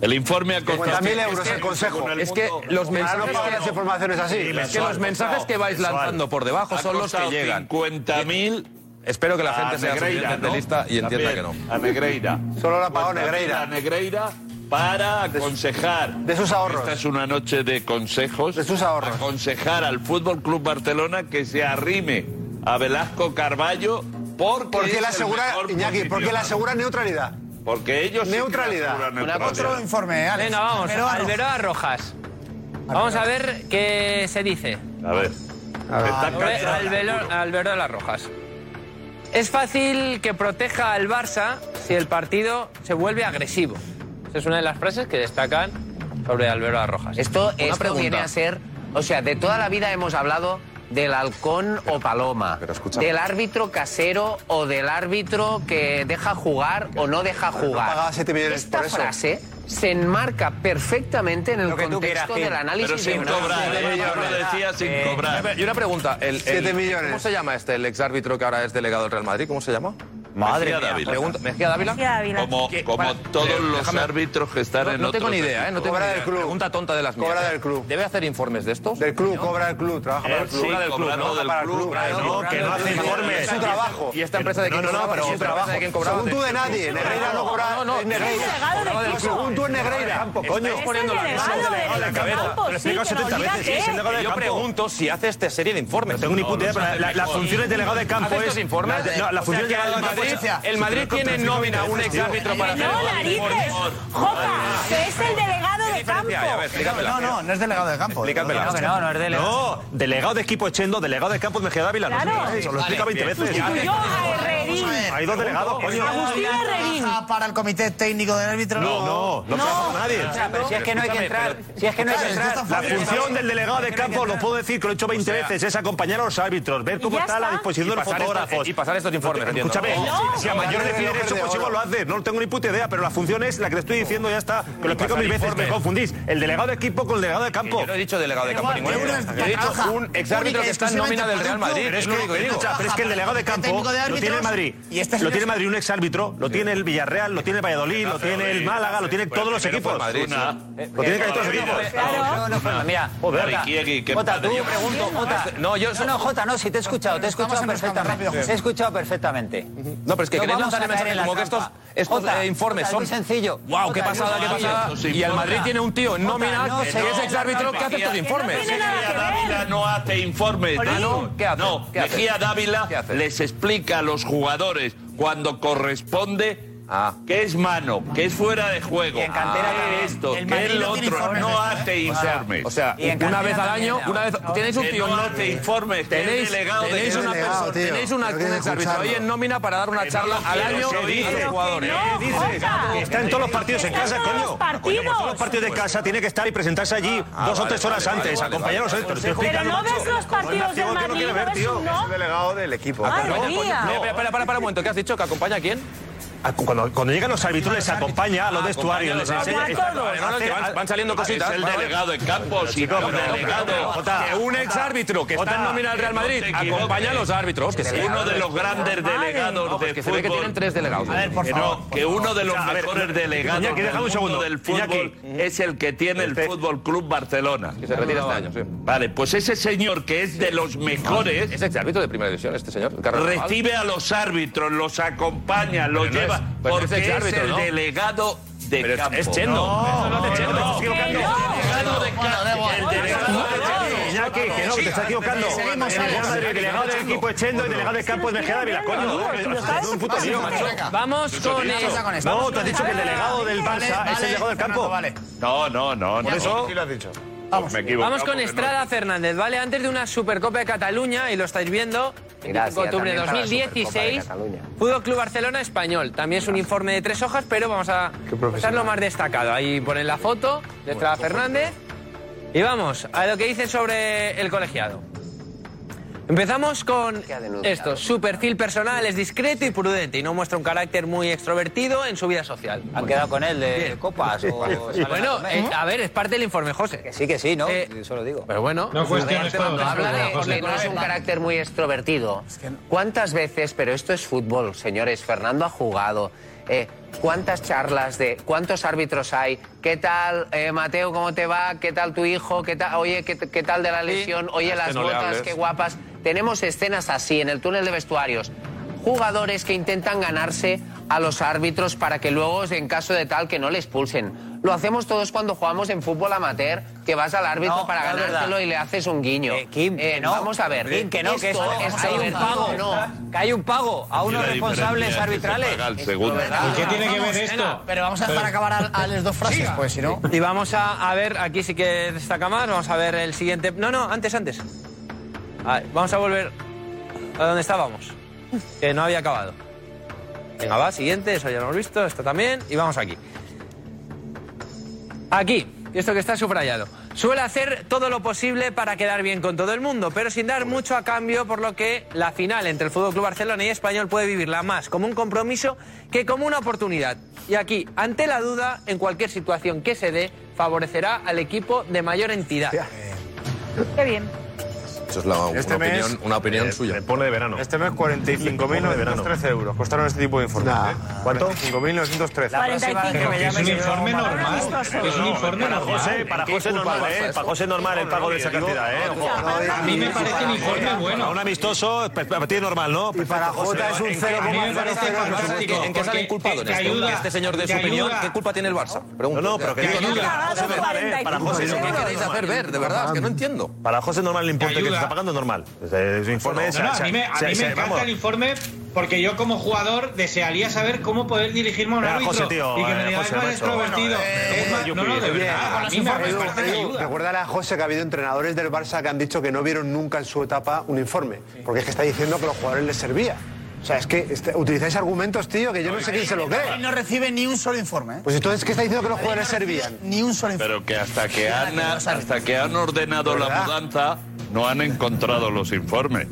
S6: El informe ha costado
S17: 50.000 euros el consejo.
S9: Es que los mensajes que
S17: las informaciones así.
S9: Es que los mensajes que vais lanzando por debajo son los que llegan.
S6: 50.000.
S9: Espero que la gente sea suficientemente lista y entienda que no.
S6: A Negreira.
S17: Solo la pagó
S6: 50.000
S17: Negreira.
S6: A Negreira para aconsejar.
S17: de sus ahorros.
S6: Esta es una noche de consejos. De sus ahorros. Aconsejar al Fútbol Club Barcelona que se arrime a Velasco Carballo porque.
S17: ¿Por qué
S6: es
S17: le
S6: el
S17: asegura,
S6: mejor
S17: Iñaki, por qué le
S6: posicionado.
S17: asegura neutralidad?
S6: Porque ellos. sí que
S17: Neutralidad.
S6: aseguran
S17: Una
S6: neutralidad.
S17: Otro informe, Alex.
S3: Venga, vamos,
S17: Alberoa Rojas.
S3: Alberoa Rojas. Vamos a ver qué se dice.
S6: A ver. Está
S3: Sobre
S6: cansada.
S3: Albelo- Alberola Rojas. Es fácil que proteja al Barça si el partido se vuelve agresivo. Esa es una de las frases que destacan sobre Alberola Rojas.
S18: Esto,
S3: Una
S18: esto
S3: pregunta.
S18: viene a ser, o sea, de toda la vida hemos hablado del halcón o paloma, del árbitro casero o del árbitro que deja jugar o no deja jugar.
S17: pagaba 7 millones
S18: Esta
S17: por eso.
S18: frase se enmarca perfectamente en el
S17: Lo que tú
S18: contexto
S17: quieras, Gil.
S18: del análisis
S17: Pero sin
S18: de una-
S17: cobrar,
S18: de una-
S17: ¿eh? Yo lo
S6: decía sin
S9: Eh,
S6: cobrar.
S9: Y una pregunta, el, el-
S17: Siete millones.
S9: ¿cómo se llama este, el exárbitro que ahora es delegado del Real Madrid? ¿Cómo se llama?
S6: Madre
S9: Mejía
S6: mía.
S9: Dávila.
S6: Pregunta-
S9: ¿Mejía Dávila?
S12: Mejía Dávila.
S6: Como,
S9: ¿Qué?
S6: como
S9: Para-
S6: todos
S9: Eh, Déjame-
S6: los árbitros que están
S9: No,
S6: en
S9: no tengo
S6: otros
S9: ni idea, ¿eh? No tengo
S6: equipos.
S9: ni idea. Pregunta tonta de las mías. Cobra del club. ¿Debe hacer informes de estos?
S17: Del club, cobra del club, trabaja para
S9: Eh,
S17: el club.
S9: sí, cobrando del club, claro,
S17: No, que no hace informes. Es su trabajo.
S9: ¿Y esta empresa de quién
S17: No, no, no,
S9: cobraba?
S17: pero
S9: ¿Y
S17: su
S9: esta empresa
S17: trabajo.
S9: de quién cobraba?
S17: Según tú de nadie. Negreira no cobraba.
S9: No, no,
S17: es Negreira. Cobraba del club. Según tú es Negreira.
S9: Coño,
S17: poniendo la
S9: mano
S17: en la cabeza.
S9: Lo he explicado 70 veces. Es el delegado de
S8: Yo
S9: campo.
S8: pregunto si hace este serie de informes. No tengo ni puta idea, pero la- la- las funciones del delegado de campo
S9: ¿Hace estos
S8: es...
S9: informes?
S8: la- No,
S9: O sea,
S8: las funciones
S9: que
S8: del delegado de
S9: el
S8: campo es-
S9: Madrid- el Madrid
S8: Sí, pero
S9: tiene
S8: contra-
S9: nómina a un
S8: tío.
S9: exárbitro para hacer-
S12: No, narices. Jota, que es el delegado de campo.
S5: No, no, no es delegado de campo.
S8: Explícamela.
S5: Delegado de campo.
S8: No, delegado de equipo Echendo, delegado de Campos Mejía Dávila. no sé
S5: Claro.
S8: lo que es eso, Lo explica
S5: Vale,
S8: 20
S5: bien.
S8: veces.
S5: Sustituyó a Herrerín.
S8: Hay dos delegados, coño.
S5: Agustín Herrerín. Para el comité técnico del árbitro.
S8: No, no, no trabaja con nadie.
S5: O sea, pero si es que no hay que entrar. Si es que no hay que entrar.
S8: La función del delegado de campo, lo puedo decir que lo he hecho 20
S9: O sea-
S8: veces, es acompañar a los árbitros, ver cómo
S9: ya
S8: está la
S9: está.
S8: disposición de
S9: Y
S8: los
S9: pasar estos-
S8: fotógrafos.
S9: y pasar estos informes,
S8: No te-
S9: entiendo.
S8: Escúchame,
S9: No.
S8: si a mayor le piden eso, pues igual lo hace. No tengo ni puta idea, pero la función es la que le estoy diciendo, ya está. Que lo explico
S9: pasar
S8: mil veces, que
S9: informes.
S8: me confundís. El delegado de equipo con el delegado de campo.
S9: Yo no he dicho delegado de campo
S8: Igual,
S9: ningún.
S8: que uno
S9: Yo he dicho
S8: trabaja
S9: un exárbitro que está en nómina del Real Madrid.
S8: Pero es,
S9: es lo
S8: que,
S9: único que digo.
S8: escucha, pero es que el delegado de campo
S9: Técnico de
S8: lo tiene
S9: árbitros.
S8: el Madrid.
S9: Y este
S8: lo
S9: señor-
S8: tiene el Madrid un exárbitro, lo tiene el Villarreal, lo tiene el Valladolid, lo tiene el Málaga, lo tiene
S9: Pero
S8: todos los
S9: primero
S8: equipos.
S9: fue el Madrid, sí.
S8: Lo tiene casi todos los equipos.
S2: No, no, Fernando, mira.
S8: Joder.
S2: Jota,
S8: Riquiegui, qué
S2: Jota, tú
S8: padre, Oh, yo-
S2: pregunto, Jota.
S9: No, yo
S2: No, no, Jota, no, si te he escuchado, te he escuchado perfectamente.
S9: rápido, José.
S2: Te he escuchado perfectamente.
S9: No, pero es que queréis
S2: vamos
S9: lanzar
S2: a
S9: el
S2: caer en
S9: mensaje
S2: la
S9: como que estos,
S2: trampa.
S9: estos
S2: Jota,
S9: eh, informes
S2: Jota,
S9: son...
S2: es muy sencillo.
S9: ¡Wow! ¿Qué
S2: Jota, es
S9: pasada,
S2: muy
S9: qué
S2: sencillo.
S9: pasada! Y el Madrid tiene un tío en
S2: Jota,
S9: nómina
S2: no
S9: que
S2: se
S9: es
S2: nota.
S9: exárbitro que hace estos informes.
S6: Dávila no hace informes.
S9: Olí.
S6: Ah, ¿no?
S9: ¿Qué hace?
S6: No,
S9: ¿Qué hace?
S6: Mejía Dávila les explica a los jugadores cuando corresponde
S9: Ah.
S6: que es mano, que es fuera de juego, que es esto, que es lo otro. No hace informes.
S9: O sea, una vez al año, una vez... Tenéis un
S6: Que
S9: tío...
S6: no hace informes, que es
S9: Tenéis,
S6: delegado de-
S9: tenéis una persona, tenéis una, un exárbitro ahí en nómina para dar una charla al año
S8: ¿Qué
S9: a los
S8: dices?
S9: jugadores.
S8: ¿Qué dices? Que Está en todos los partidos en
S9: ¿eh? Está en
S8: casa,
S9: todos los
S8: coño. Coño, pues todos los partidos de casa tiene que estar y presentarse allí
S10: Ah,
S8: dos o
S19: Ah, vale,
S8: tres horas
S19: vale,
S8: antes,
S19: vale,
S8: acompañar a los
S19: vale.
S8: árbitros.
S19: Pero
S8: Estoy explicando,
S19: no ves
S8: macho.
S19: los partidos
S8: No es nativo
S19: del
S8: que no quiere
S19: Madrid,
S8: ver,
S19: no ves
S8: tío.
S19: un no. Es el delegado del equipo. Madre
S9: Acompaña, coño.
S19: mía.
S9: Espera, espera, espera, para un momento. ¿Qué has dicho? ¿Que acompaña a quién?
S8: Ah, Cuando, cuando llegan los árbitros les acompaña a los vestuarios, les
S9: Acompaña a
S8: enseña.
S9: los árbitros. No, no, que van- van saliendo cositas.
S6: Es el
S9: Vale.
S6: delegado de campo, si
S9: Chico,
S6: no,
S9: pero-
S6: delegado.
S9: pero- Jota, que un exárbitro que está en nómina del Real Madrid
S6: No te
S9: acompaña a los
S6: equivoques.
S9: árbitros. Que sí.
S6: uno de los grandes delegados
S9: No, pues
S6: de
S9: que se
S6: fútbol.
S9: ve que tienen tres delegados. A ver, por
S6: que
S9: favor,
S6: no,
S9: por
S6: que
S9: favor.
S6: uno de los
S9: O sea, a ver,
S6: mejores delegados
S9: Iñaki,
S6: del
S9: déjame un
S6: mundo
S9: segundo.
S6: del fútbol es el que tiene el Fútbol Club Barcelona. Que
S9: se retira este año, sí.
S6: Vale, pues ese señor que es de los mejores
S9: Es exárbitro de primera división este señor. Carlos Cabal.
S6: recibe a los árbitros, los acompaña, los
S9: Pero no
S6: lleva,
S9: es- pero
S6: porque
S9: no es
S6: es,
S9: exárbitro,
S6: el
S9: ¿no?
S6: delegado de
S9: Pero es-
S6: campo.
S9: es Chendo.
S6: No,
S9: Eso no es de Chendo,
S6: no,
S9: te estás equivocando.
S6: no, El delegado de campo.
S8: Iñaki, que no, que te estás equivocando.
S6: Seguimos,
S8: El
S6: seguimos.
S8: delegado del- delegado del equipo Echendo y delegado de campo es Mejía Dávila, coño. Es un puto lío, macho.
S3: Vamos
S8: Eso
S3: con
S8: he dicho.
S3: el-
S8: No, tú has dicho que el delegado del
S3: Vale,
S8: Barça es el
S3: vale,
S8: delegado del campo.
S6: No, no, no.
S8: Por
S6: no.
S8: eso-
S19: Sí lo has dicho.
S6: Vamos, me he equivocado
S3: Vamos con
S6: porque no-
S3: Estrada Fernández, ¿vale? Antes de una Supercopa de Cataluña, y lo estáis viendo, 25 de octubre de 2016, Fútbol Club Barcelona Español. También es un informe de tres hojas, pero vamos a pasar lo más destacado. Ahí ponen la foto de Estrada Fernández. Y vamos a lo que dice sobre el colegiado. Empezamos con esto. Su perfil personal es discreto y prudente y no muestra un carácter muy extrovertido en su vida social.
S2: ¿Han quedado con él de
S3: Bien.
S2: copas o salen a
S3: Bueno,
S2: comer?
S3: eh, a ver, es parte del informe, José. Que
S2: sí, que sí, ¿no?
S9: Eh,
S2: Eso lo digo.
S3: Pero bueno,
S2: No
S9: pues,
S2: cuestiones
S3: Adelante,
S2: todo,
S3: Manuel.
S2: habla de-
S18: que no es un carácter muy extrovertido. ¿Cuántas veces, pero esto es fútbol, señores, Fernando ha jugado? eh, ¿Cuántas charlas de cuántos árbitros hay? ¿Qué tal, eh, Mateo, cómo te va? ¿Qué tal tu hijo? ¿Qué tal, oye, qué, qué tal de la lesión? Oye,
S9: Este
S18: las
S9: no le
S18: botas,
S9: hables.
S18: qué guapas. Tenemos escenas así en el túnel de vestuarios. Jugadores que intentan ganarse a los árbitros para que luego, en caso de tal, que no le expulsen. Lo hacemos todos cuando jugamos en fútbol amateur, que vas al árbitro
S2: No,
S18: para
S2: no es verdad.
S18: ganártelo y le haces un guiño. Eh,
S2: no.
S18: Vamos a ver.
S2: Kim, que no, que
S18: Esto
S2: es-
S18: es
S2: hay un
S18: soberbio,
S2: pago,
S18: no.
S2: que hay un pago a unos
S6: la diferencia
S2: responsables
S6: es que se
S9: ¿eh?
S2: arbitrales.
S6: paga el segundo.
S2: ¿Y qué tiene que ver esto?
S5: Pero vamos a dejar acabar a, a las dos frases, pues si no.
S3: Y vamos a, a ver, aquí sí que destaca más, vamos a ver el siguiente... No, no, antes, antes. A ver, vamos a volver a donde estábamos, que no había acabado. Venga, va, siguiente, eso ya lo hemos visto, esto también, y vamos aquí. Aquí, y esto que está subrayado. Suele hacer todo lo posible para quedar bien con todo el mundo, pero sin dar mucho a cambio, por lo que la final entre el Fútbol Club Barcelona y Español puede vivirla más como un compromiso que como una oportunidad. Y aquí, ante la duda, en cualquier situación que se dé, favorecerá al equipo de mayor entidad.
S12: Qué bien.
S9: Eso es la-
S19: Este
S9: una,
S19: mes,
S9: opinión, una opinión
S19: eh,
S9: suya.
S8: pone de verano.
S19: Este mes 45.913 euros costaron este tipo de informes. ¿eh?
S8: ¿Cuánto?
S19: 45.913.
S8: La próxima vez que me llames, Es un informe yo- normal, es un informe
S19: para
S8: normal.
S19: José, para
S8: ¿Qué
S19: José
S8: culpa
S19: normal,
S8: vas a
S19: ¿eh?
S8: eso?
S19: Para José normal el pago de esa cantidad, ¿eh? Ojo.
S8: A mí me parece
S19: un informe
S8: bueno. un amistoso, pe- pe- a ti es normal, ¿no? Y para
S19: Jota es un cero
S8: ¿En
S19: coma
S8: qué-
S19: cero cero cero
S8: ¿en qué-
S19: cero
S8: ¿En qué sale inculpado en
S19: te
S8: esto?
S19: ayuda,
S8: Este señor de
S19: te
S8: su opinión,
S19: ayuda.
S8: ¿qué culpa tiene el Barça? Pregunto. No, no, pero que
S19: Te
S8: digo, no,
S19: ayuda.
S8: para José normal, ¿eh? Para José
S9: ¿Qué
S8: normal.
S9: queréis hacer ver? De verdad, es que no entiendo.
S8: Para José normal el importe que se
S9: ayuda.
S8: está pagando es normal. Es un informe...
S7: No,
S8: se-
S7: no, a
S8: se-
S7: mí me, a
S8: se-
S7: mí me
S8: se-
S7: encanta
S8: vamos.
S7: el informe porque yo como jugador desearía saber cómo poder dirigirme a un
S8: Venga,
S7: árbitro
S8: José, tío,
S7: y que me
S8: eh,
S7: diga,
S8: José, eh,
S7: no eres
S8: macho.
S7: provertido. Es más, no, no, de verdad, a mí me parece que ayuda.
S17: Recuerda a José que ha habido entrenadores del Barça que han dicho que no vieron nunca en su etapa un informe, porque es que está diciendo que a los jugadores les servía. O sea, es que este- utilizáis argumentos, tío, que yo no sé quién se lo cree.
S5: Él no recibe ni un solo informe. ¿eh?
S17: Pues entonces, ¿qué está diciendo que los jugadores servían?
S5: Ni un solo informe.
S6: Pero que hasta que han, hasta que han ordenado la
S5: ¿Verdad?
S6: mudanza, no han encontrado los informes.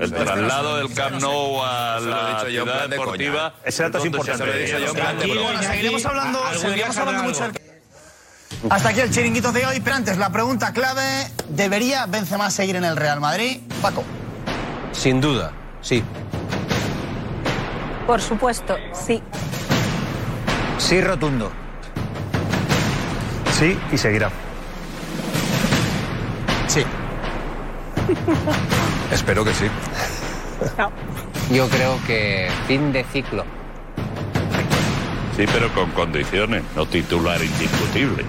S6: El traslado del Camp Nou a
S9: lo he
S6: la
S9: dicho yo en
S6: ciudad
S9: plan de coña.
S6: deportiva.
S9: Ese dato es
S6: ¿dónde se
S9: importante.
S6: había
S9: Se lo he dicho yo en plan de
S6: Tranquilo,
S9: broma.
S6: Iñaki.
S5: Seguiremos hablando,
S7: Ah,
S6: Algún día
S5: seguiremos
S6: saldrá
S5: hablando
S6: algo.
S5: mucho del- Hasta aquí el chiringuito de hoy, pero antes la pregunta clave, ¿debería Benzema seguir en el Real Madrid? Paco.
S20: Sin duda, sí.
S12: Por supuesto, sí.
S2: Sí, rotundo.
S8: Sí, y seguirá.
S5: Sí.
S9: Espero que sí.
S18: Yo creo que fin de ciclo.
S6: Sí, pero con condiciones, no titular indiscutible.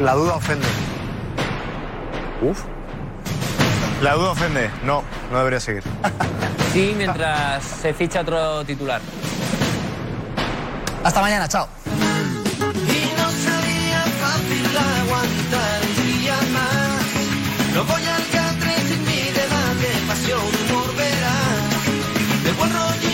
S17: La duda ofende.
S19: Uf. La duda ofende. No, no debería seguir.
S3: Sí, mientras se ficha otro titular.
S5: Hasta mañana, chao.
S10: Y no sería fácil aguantar un día más. No voy al catre sin mi debate, pasión, humor verás. Del buen rollo